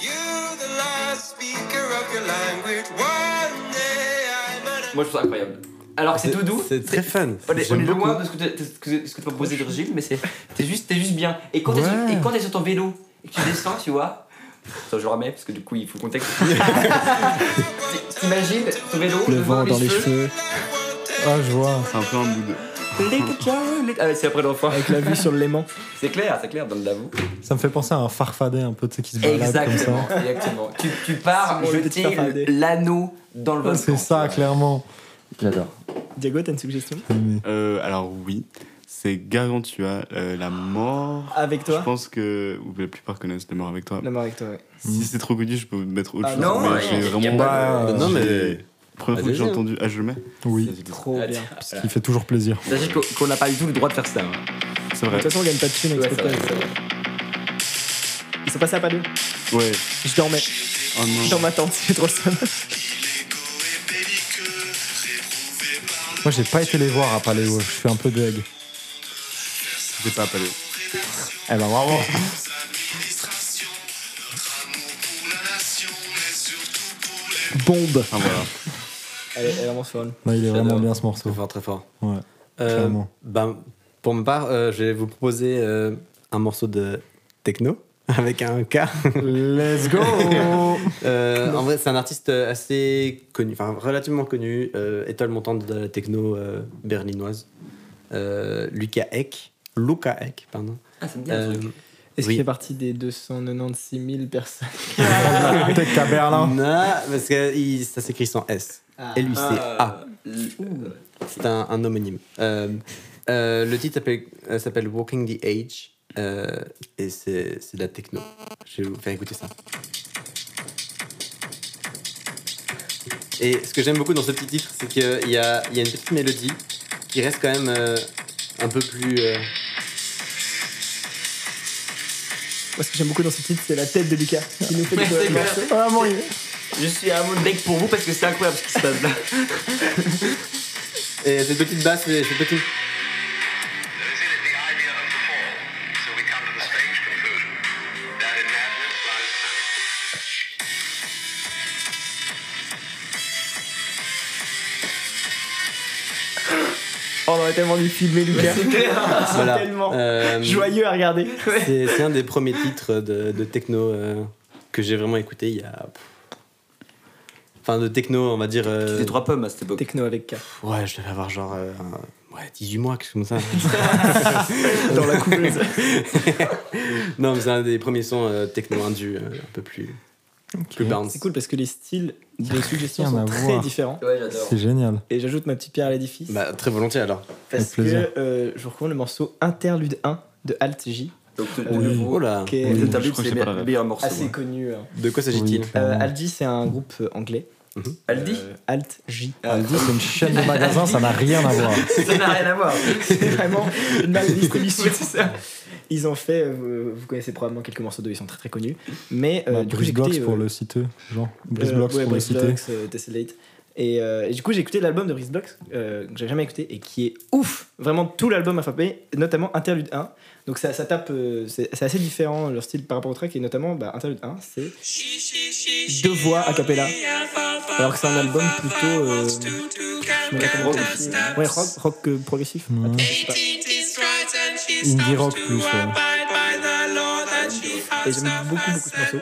You, the last speaker of your language, one day Moi, je trouve ça incroyable. Alors que c'est tout doux. C'est très fun. On est, on J'aime est beaucoup. loin de ce que t'as- de ce que- de ce que te proposait Virgile, mais c'est t'es juste, t'es juste bien. Et quand t'es Ouais. sur- et quand t'es sur ton vélo et que tu descends, tu vois, ça je le remets parce que du coup il faut le contexte. T'imagines ton vélo, Le vent dans les cheveux. Ah, je vois. C'est un peu un mood. Little Joe, little- Ah, c'est après l'enfant. Avec la vue sur le Léman. C'est clair, c'est clair, dans le lavou. Ça me fait penser à un farfadet un peu, tu sais, qui se balade comme ça. Exactement, exactement. Tu, tu pars C'est mon petit jeter farfadet. l'anneau dans le volcan. C'est ça, clairement. J'adore. Diago, t'as une suggestion Euh, alors oui, c'est Gargantua, euh, la mort. Avec je Ah, toi pense que ou la plupart connaissent la mort avec toi. La mort avec toi, ouais. Si c'est trop connu, je peux mettre autre Ah chose. non, mais il y j'ai a- vraiment. il y a pas de- j'ai- Non, mais- Première Ah, fois que j'ai déjà. entendu. Ah, je le mets. Oui, Trop bien. De ce qui fait toujours plaisir. Sachez qu'on- qu'on n'a pas du tout le droit de faire ça. hein. C'est vrai. toute façon, on gagne pas de thunes avec ce podcast. Ils sont passés à Padoue. Ouais. Je dormais. Oh non. Dans ma tente, j'ai trop le seum. Moi, j'ai pas été les voir à Paléo, je suis un peu deg. J'ai pas appelé. Eh ben, bravo. Bombe. Enfin Ah, voilà. Elle est elle est vraiment folle. Non, il est vraiment J'adore. bien ce Très morceau. fort, très fort. Ouais. Euh, Clairement. ben, pour ma part, euh, je vais vous proposer euh, un morceau de techno avec un K. Let's go Euh, en vrai, c'est un artiste euh, assez connu, enfin relativement connu, euh, étoile montante de la techno euh, berlinoise. Euh, Luca Eck. Luca Eck, pardon. Ah, ça me dit un Euh, truc. Est-ce Oui. qu'il fait partie des 296 000 personnes Peut-être qu'à Berlin. Non, parce que il- ça s'écrit sans S. L-U-C-A. Euh, C'est un, un homonyme. Euh, euh, le titre s'appelle- euh, s'appelle Walking the Age euh, et c'est c'est de la techno. Je vais vous faire écouter ça. Et ce que j'aime beaucoup dans ce petit titre, c'est qu'il y a, il y a une petite mélodie qui reste quand même euh, un peu plus. euh, Moi, ce que j'aime beaucoup dans ce titre, c'est la tête de Lucas qui nous fait Ouais, découvrir c'est le clair. morceau. Vraiment, il- Je suis à un mot de bec pour vous parce que c'est incroyable ce qui se passe là. Euh, Et cette petite basse, c'est c'est petit. Oh, on aurait tellement dû filmer Lucas. Voilà. tellement Euh, Joyeux à regarder. C'est c'est un des premiers titres de, de techno euh, que j'ai vraiment écouté il y a. Enfin, de techno, on va dire. euh, C'était trois pommes à cette époque. Techno avec K. Ouais, je devais avoir genre euh, un- ouais, 18 mois, quelque chose comme ça. Dans la couveuse. non, mais c'est un des premiers sons euh, techno indus, euh, un peu plus, plus bounce. C'est cool parce que les styles de suggestions Rien à sont très voir. différents. Ouais, j'adore. C'est génial. Et j'ajoute ma petite pierre à l'édifice. Bah, très volontiers alors. parce que plaisir. euh, je vous recommande le morceau Interlude 1 de Alt J, Donc, te- Oui. de nouveau, Oh là qui est Oui. Little Tablet, Ah, crois que c'est j'ai le pas la me- ref. meilleur morceau. assez ouais. connu. hein. De quoi s'agit-il Oui. Euh, Alt J, c'est un groupe euh, anglais. Mhm. Aldi Euh, Alt J. Aldi, c'est euh, une chaîne de magasins, ça n'a rien à voir. Ah, Ça n'a rien à voir. C'est vraiment une mal distribution. Oui, c'est ça. Ils ont fait, euh, vous connaissez probablement quelques morceaux d'eux, ils sont très très connus. Mais euh, Bah, du coup, j'ai Bruce écouté. Blocks pour euh, le citer, genre. Bruce euh, Blocks ouais, pour le Bruce citer. Blocks, euh, Tessellate. Et, euh, et du coup, j'ai écouté l'album de Brice Blocks, euh, que j'avais jamais écouté, et qui est ouf Vraiment, tout l'album m'a frappé, notamment Interlude 1. Donc ça, ça tape, euh, c'est c'est assez différent leur style par rapport au track, et notamment bah, Interlude 1, c'est deux voix a cappella. Alors que c'est un album plutôt. euh, je me rappelle pas si- ouais, rock, rock euh, progressif. Ouais. Attends, je sais pas. Indie rock plus, hein. ouais. Et j'aime beaucoup, beaucoup ce morceau.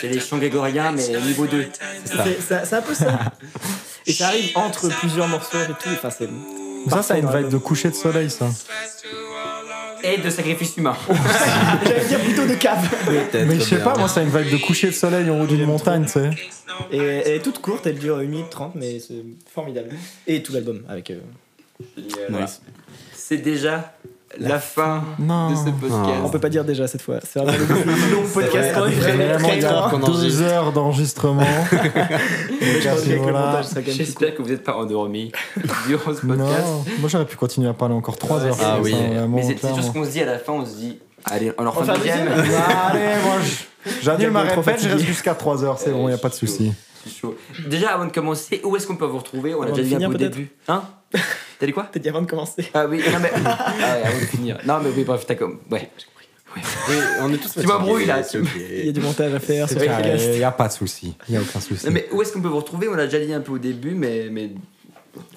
C'est les chants grégoriens, mais niveau 2. C'est- ça- C'est un peu ça. Et ça arrive entre plusieurs morceaux et tout. Enfin, c'est. Ça, ça a une vibe de coucher de soleil, ça. Et de sacrifice humain. J'allais dire plutôt de cave. Peut-être Mais je sais bien. pas, moi, ça a une vibe de coucher de soleil en haut d'une montagne, tu sais. Et elle est toute courte, elle dure 1 minute 30, mais c'est formidable. Et tout l'album avec. euh, Nice. C'est déjà la fin Ah. Non. de ce Ah. On podcast. peut pas dire déjà cette fois. C'est vraiment le long podcast. C'est vrai, on est c'est vraiment Vraiment, très il y a loin. qu'on deux enregistre. heures d'enregistrement. Je pense Merci, qu'avec le voilà. montage, ce serait quand même plus court. J'espère que vous n'êtes pas endormis durant ce podcast. Non, moi j'aurais pu continuer à parler encore 3 heures. Ah ça, oui. vraiment, Mais c'est c'est toujours ce clairement. qu'on se dit à la fin, on se dit, allez, on leur On fait un fait un deuxième. deuxième Allez, moi je- j'annule ma Diago est trop répète, je reste fatigué. jusqu'à 3 heures, c'est Euh, bon, il a je pas de suis souci. Je suis chaud. Déjà, avant de commencer, où est-ce qu'on peut vous retrouver On a Avant déjà de dit un peu finir, au peut-être début. Hein T'as dit quoi Peut-être avant de commencer. Ah oui, non mais. ah ouais, avant de finir. Non mais oui, bref, t'as comme. Ouais. Oui, on est tous Tu m'embrouilles, là, fatigués, c'est Il y a ok. du montage à faire, c'est C'est vrai. podcast. podcast. Il n'y a pas de souci. Il n'y a aucun souci. Non, mais où est-ce qu'on peut vous retrouver On l'a déjà dit un peu au début, mais, mais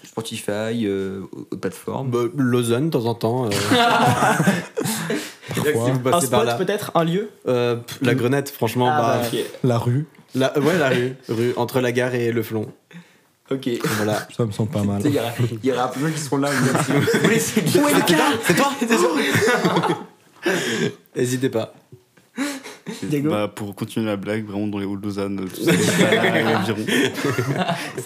Spotify, euh, aux- aux plateformes. Bah, Lausanne, de temps en temps. euh, parfois. Si vous Un passez par spot là. peut-être, un lieu Euh, pff, la grenade, franchement. Ah, bah, bah, La rue, la- ouais, la rue. rue. Entre la gare et le flon. Ok. Voilà. ça me semble pas mal. Tu sais, Il y aura- il y aura plein qui seront là. Vous laissez le C'est toi N'hésitez pas. Diego Bah, pour continuer la blague, vraiment dans les halls de Lausanne, tout ça, et environ.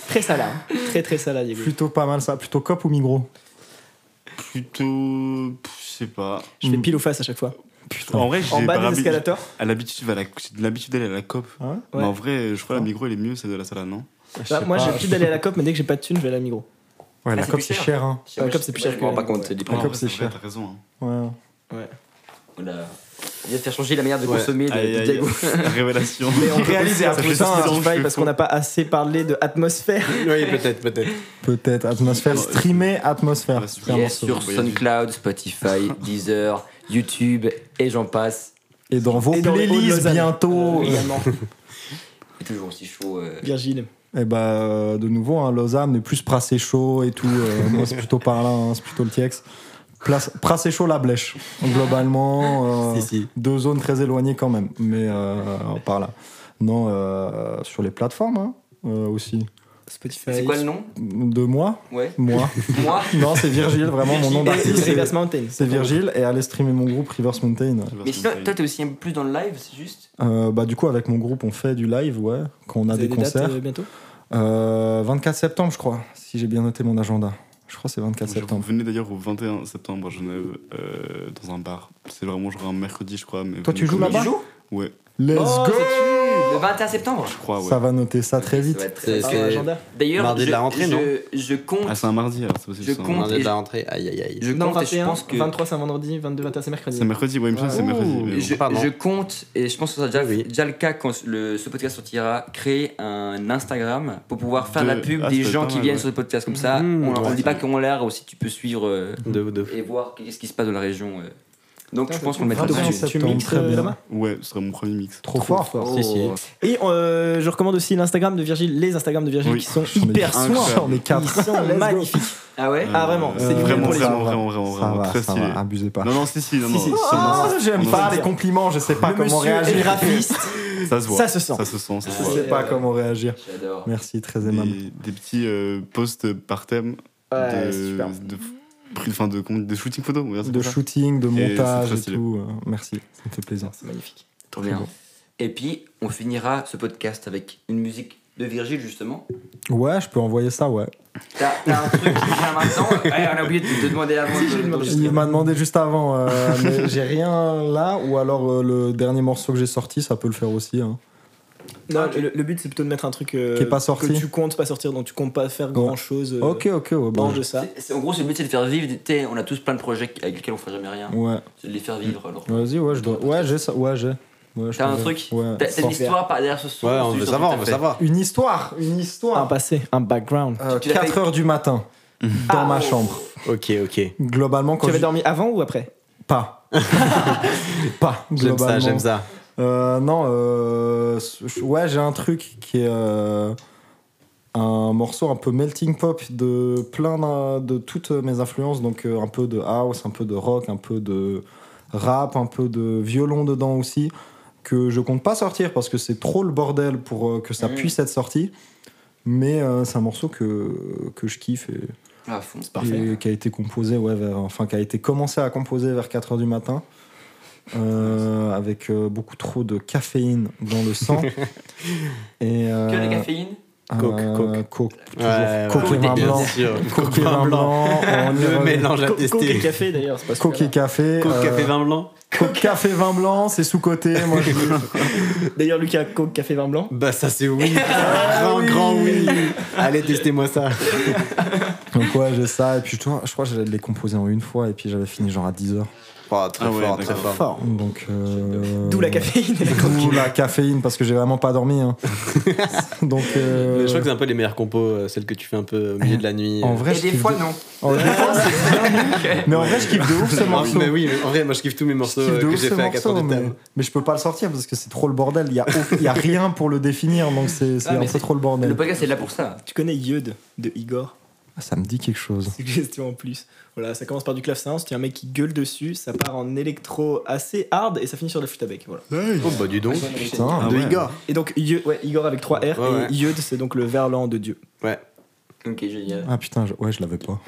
Très sale, hein. très très sale, Diego. Plutôt pas mal ça, plutôt cop ou migros Plutôt. pff, Je sais pas. Je Mm. fais pile ou face à chaque fois. En vrai, En j'ai bas pas des l'habitude- escalators. à l'habitude je vais à la- j'ai de l'habitude d'aller à la COP. Ah ouais Mais Ouais. en vrai, je crois que la micro, elle est mieux, celle de la salle, non Bah, moi, j'ai pas, l'habitude d'aller à la COP, mais dès que j'ai pas de thune, je vais à la Migros. Ouais, la c'est cop plus c'est cher. cher. Hein. Ouais, comme c'est plus cher Je me rends que- pas compte, c'est des La prix. COP, c'est cher. T'as raison. hein. Ouais. On a- on vient de faire changer la manière de Ouais. consommer de- Aïe, de aïe, Diego. aïe. Révélation. Mais on réalise un Ça fait peu ça, six ans que je Spotify, fais parce faux. qu'on n'a pas assez parlé de atmosphère. Oui, peut-être, peut-être. Peut-être atmosphère, streamer atmosphère. Ouais, C'est super. un Il est morceau. sur SoundCloud, Spotify, Deezer, YouTube et j'en passe. Et dans vos Et dans les halls de playlists Lausanne. bientôt. Oh, Euh, également. Et toujours aussi chaud. euh, Virgile. Et bah, euh, de nouveau, hein, Lausanne, mais plus Prassé chaud et tout. euh, moi, c'est plutôt par là, hein, c'est plutôt le TX. Place, Prassé chaud, la blèche. Globalement, euh, Si, si. deux zones très éloignées quand même, mais euh, par là. Non, euh, sur les plateformes hein, euh, aussi. Spotify. C'est quoi le nom De moi Ouais. Moi Moi Non, c'est Virgile, vraiment, mon nom Et- et d'artiste. Rivers c'est- Mountain. C'est Virgile, et allez streamer mon groupe Rivers Mountain. Mais sinon, toi, t'es aussi un peu plus dans le live, c'est juste Euh, bah, du coup, avec mon groupe, on fait du live, ouais, quand on Vous a avez des, concerts. dates, euh, bientôt Euh, 24 septembre, je crois, si j'ai bien noté mon agenda. Je crois que c'est 24 Vous septembre. venez d'ailleurs au 21 septembre à Genève, euh, dans un bar. C'est vraiment genre un mercredi, je crois. Mais Toi, tu venez joues quand même. là-bas Tu joues Ouais, Let's Oh, go ça tue Le 21 septembre je crois, ouais. Ah Ça va noter ça très Ça va vite. être C'est- Ah, c'est- agenda. D'ailleurs, Mardi je, de la rentrée, je- non je compte. Ah, c'est un mardi, alors, c'est possible. Je c'est un compte. On mardi. est de la rentrée. Aïe, aïe, aïe. je Non, compte et je 21, pense que. 23, c'est un vendredi, 22, 21, c'est mercredi. C'est mercredi, ouais, il me semble que c'est Ouh. mercredi. mais Je, bon. Pardon. je compte, et je pense que ce sera déjà, Oui. déjà le cas quand le- ce podcast sortira, créer un Instagram pour pouvoir faire De- la pub Ah, des ça peut être gens pas qui mal, viennent ouais. sur le podcast. Comme ça, Mhm, on ne ouais. dit pas qu'on l'air, aussi tu peux suivre euh, De, de... et voir qu'est-ce qui se passe dans la région. euh. Donc Putain, je pense ça qu'on le mettra fait Tu- vraiment dessus. ça. Tu septembre, mixes très euh, bien. là-bas Ouais, ce serait mon premier mix. Trop fort. Oh. Si, si. Et euh, je recommande aussi l'Instagram de Virgile, les Instagrams de Virgile Oui. qui sont J'en ai hyper un que soins. ça. J'en ai quatre. Ils sont Let's go. magnifiques. Ah ouais Ah, vraiment, c'est Euh, vraiment, pour les gens, ça vraiment, vraiment, vraiment, va, vraiment, très ça stylé. va, abusez pas. Non, non, si, si, non, Si, non. si. si, Ah, non, j'aime non, pas ça- les compliments, je sais pas Le comment monsieur est réagir. graphiste. Ça se voit. Ça se sent. Ça se sent, ça se Je voit. sais pas comment réagir. J'adore. Merci, très aimable. Des, des petits euh, posts par thème Ouais, c'est de, super. de, pr- enfin, de, comment- de shooting photo. on va dire ça De comme ça. shooting, de c'est montage très et stylé. tout. euh, Merci, ça me fait plaisir. C'est magnifique. Trop bien. Et puis, on finira ce podcast avec une musique de Virgile, justement. Ouais, je peux envoyer ça, ouais. T'as t'as un truc qui vient maintenant Ouais, On a oublié de te demander avant. de- d'enregistrer. Il m'a demandé juste avant, euh, mais j'ai rien là. Ou alors euh, le dernier morceau que j'ai sorti, ça peut le faire aussi. hein. Non, le, le but c'est plutôt de mettre un truc euh, Qui est pas sorti. que tu comptes pas sortir, donc tu comptes pas faire grand chose euh, Ok, ok, ouais, bah, bon. hors de ça. C'est- c'est- En gros, c'est le but, c'est de faire vivre. tu sais, On a tous plein de projets avec lesquels on fera jamais rien. Ouais, C'est de les faire vivre. Alors. vas-y, ouais, je dois- Ouais, j'ai ça, ouais, j'ai. Ouais, je T'as un peux- truc Ouais, T'as t'as sans- une histoire par derrière ce son Ouais, c'est on veut juste un savoir, on truc veut que t'as savoir. Une histoire, une Un histoire. passé, un background. Euh, Tu l'as 4 fait- heures du matin, dans ma chambre. Ok, ok. Globalement, quand Tu avais je- dormi avant ou après Pas. pas, J'aime ça, globalement. j'aime ça. Euh, non, euh, je- ouais, j'ai un truc qui est euh, un morceau un peu melting pop de plein d'un- de, toutes mes influences, donc euh, un peu de house, un peu de rock, un peu de rap, un peu de violon dedans aussi, que je compte pas sortir parce que c'est trop le bordel pour euh, que ça Mm. puisse être sorti. Mais euh, c'est un morceau que, que je kiffe et, fait. Ah, à fond. et qui a été composé, ouais, vers- enfin qui a été commencé à composer vers 4h du matin. euh, avec euh, beaucoup trop de caféine dans le sang. et, euh, Que la caféine Coke, euh, coke. toujours. coke et vin bien blanc. sûr. Coke et vin blanc. on y Le revient. mélange à Co- Coke et tester. café d'ailleurs, c'est pas super. Coke et café. Coke, euh, café, vin blanc. Coke, café, vin blanc, c'est sous-côté. Moi, je- D'ailleurs, Lucas, Coke, café, vin blanc. Bah, ça, c'est oui. grand, grand oui. Allez, testez-moi ça. Donc ouais, j'ai ça. Et puis je, dois- je crois que j'allais les composer en une fois. Et puis j'avais fini genre à 10h. Oh, très Ah ouais, fort, très d'accord. fort. Donc, euh, D'où la caféine et la coke. D'où la caféine, parce que j'ai vraiment pas dormi. hein. Donc, euh, Mais je crois que c'est un peu les meilleures compos, euh, celles que tu fais un peu au milieu de la nuit. en euh. vrai, Et je des kiffe fois, de- non. en vrai, mais en vrai, je kiffe de ouf ce morceau. Mais Ah oui, mais en vrai, moi je kiffe tous mes Je morceaux kiffe euh, de que ouf j'ai ce fait à 4 morceau, ans de mais, thème. mais je peux pas le sortir parce que c'est trop le bordel. Il y a, au- il y a rien pour le définir, donc c'est c'est Ah, un mais peu c'est- trop le bordel. Le podcast est là pour ça. Tu connais Yud de Igor Ah, ça me dit quelque chose. Suggestion en plus. Voilà, ça commence par du clavecin, c'est un mec qui gueule dessus, ça part en électro assez hard et ça finit sur de la flûte à bec. Voilà. Oh bah dis donc. Putain, Ah ouais. Et donc Yud- ouais, Igor avec 3 R et Ouais, ouais. Yud c'est donc le verlan de Dieu. Ouais. Ok, génial. ah putain, je- ouais, je l'avais pas.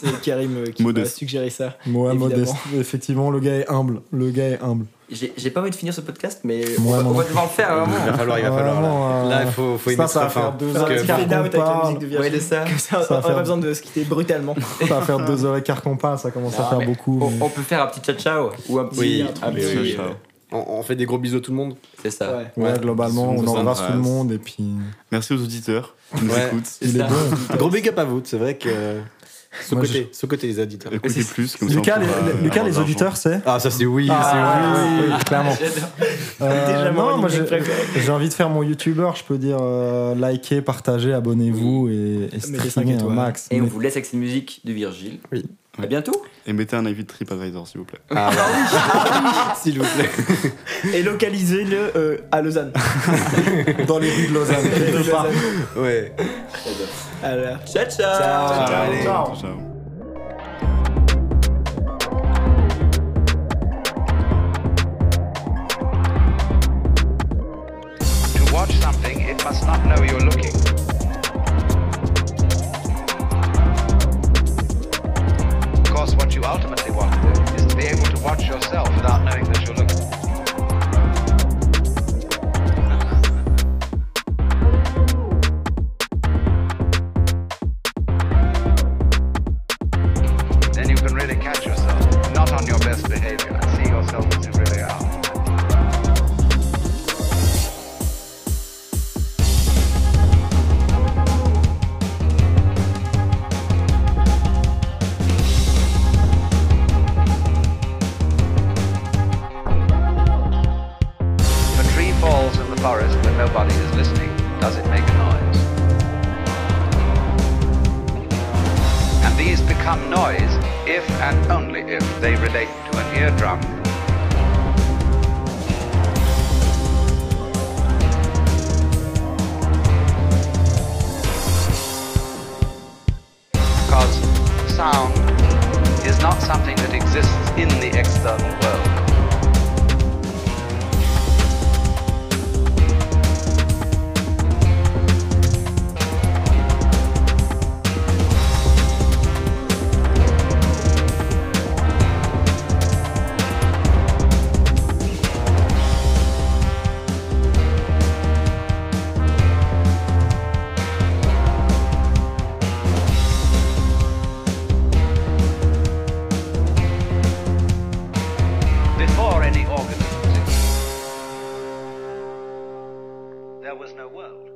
C'est Karim euh, qui m'a Modeste. suggéré ça. Moi, Évidemment. modeste. Effectivement, le gars est humble. Le gars est humble. J'ai j'ai pas envie de finir ce podcast, mais on Moi va, non on va plus. devoir le faire à un Il moment. va falloir, il va falloir. Vraiment, Là, euh, Là, il faut, faut y ça, mettre ça va la fin. faire deux parce heures Faire un et que- petit quart fade qu'on out avec la parle. musique de Virgin. Ouais, c'est ça. Comme ça, Ça va on faire- pas besoin de se quitter brutalement. Ça va faire deux heures et quart qu'on parle, ça commence à Ah, faire mais beaucoup. On, mais- on peut faire un petit ciao-ciao ou un petit. Oui, un ah, mais petit- oui. On, on fait des gros bisous à tout le monde. C'est ça. Ouais. Ouais, Ouais, globalement, bisous, on on vous embrasse tout le embrasse. monde et puis. Merci aux auditeurs qui nous Ouais. écoutent. C'est ça. bon. Gros big up à vous, c'est vrai que. euh, Moi, Sous-côté, sous-côté les auditeurs. Écoutez plus, comme Lucas, ça. on les, pourra, euh, Lucas, avoir de les l'argent. auditeurs, c'est. Ah, ça c'est oui, oui, oui, clairement. Euh, Déjà mon non, moi anime j'ai préféré. j'ai envie de faire mon youtubeur, je peux dire euh, likez, partagez, abonnez-vous et, et Mettez cinq streamez un étoiles. max. Et on Mais- vous laisse avec cette musique de Virgile. Oui. À bientôt. Et mettez un avis de TripAdvisor, s'il vous plaît. oui. Ah, ouais. S'il vous plaît. Et localisez-le euh, à Lausanne. Dans les rues de Lausanne, quelque part. Ouais. Alors, Ciao, Ah, ciao. Allez. Ciao. To watch something, it must not know you're looking. Of course, what you ultimately want to do is to be able to watch yourself without knowing that you're looking. Then you can really catch yourself, not on your best behavior, and see yourself as you really are. If a tree falls in the forest when nobody is listening, does it make a noise? And these become noise if and only if they relate to an eardrum. Because sound is not something that exists in the external world. before any organisms existed, there was no world.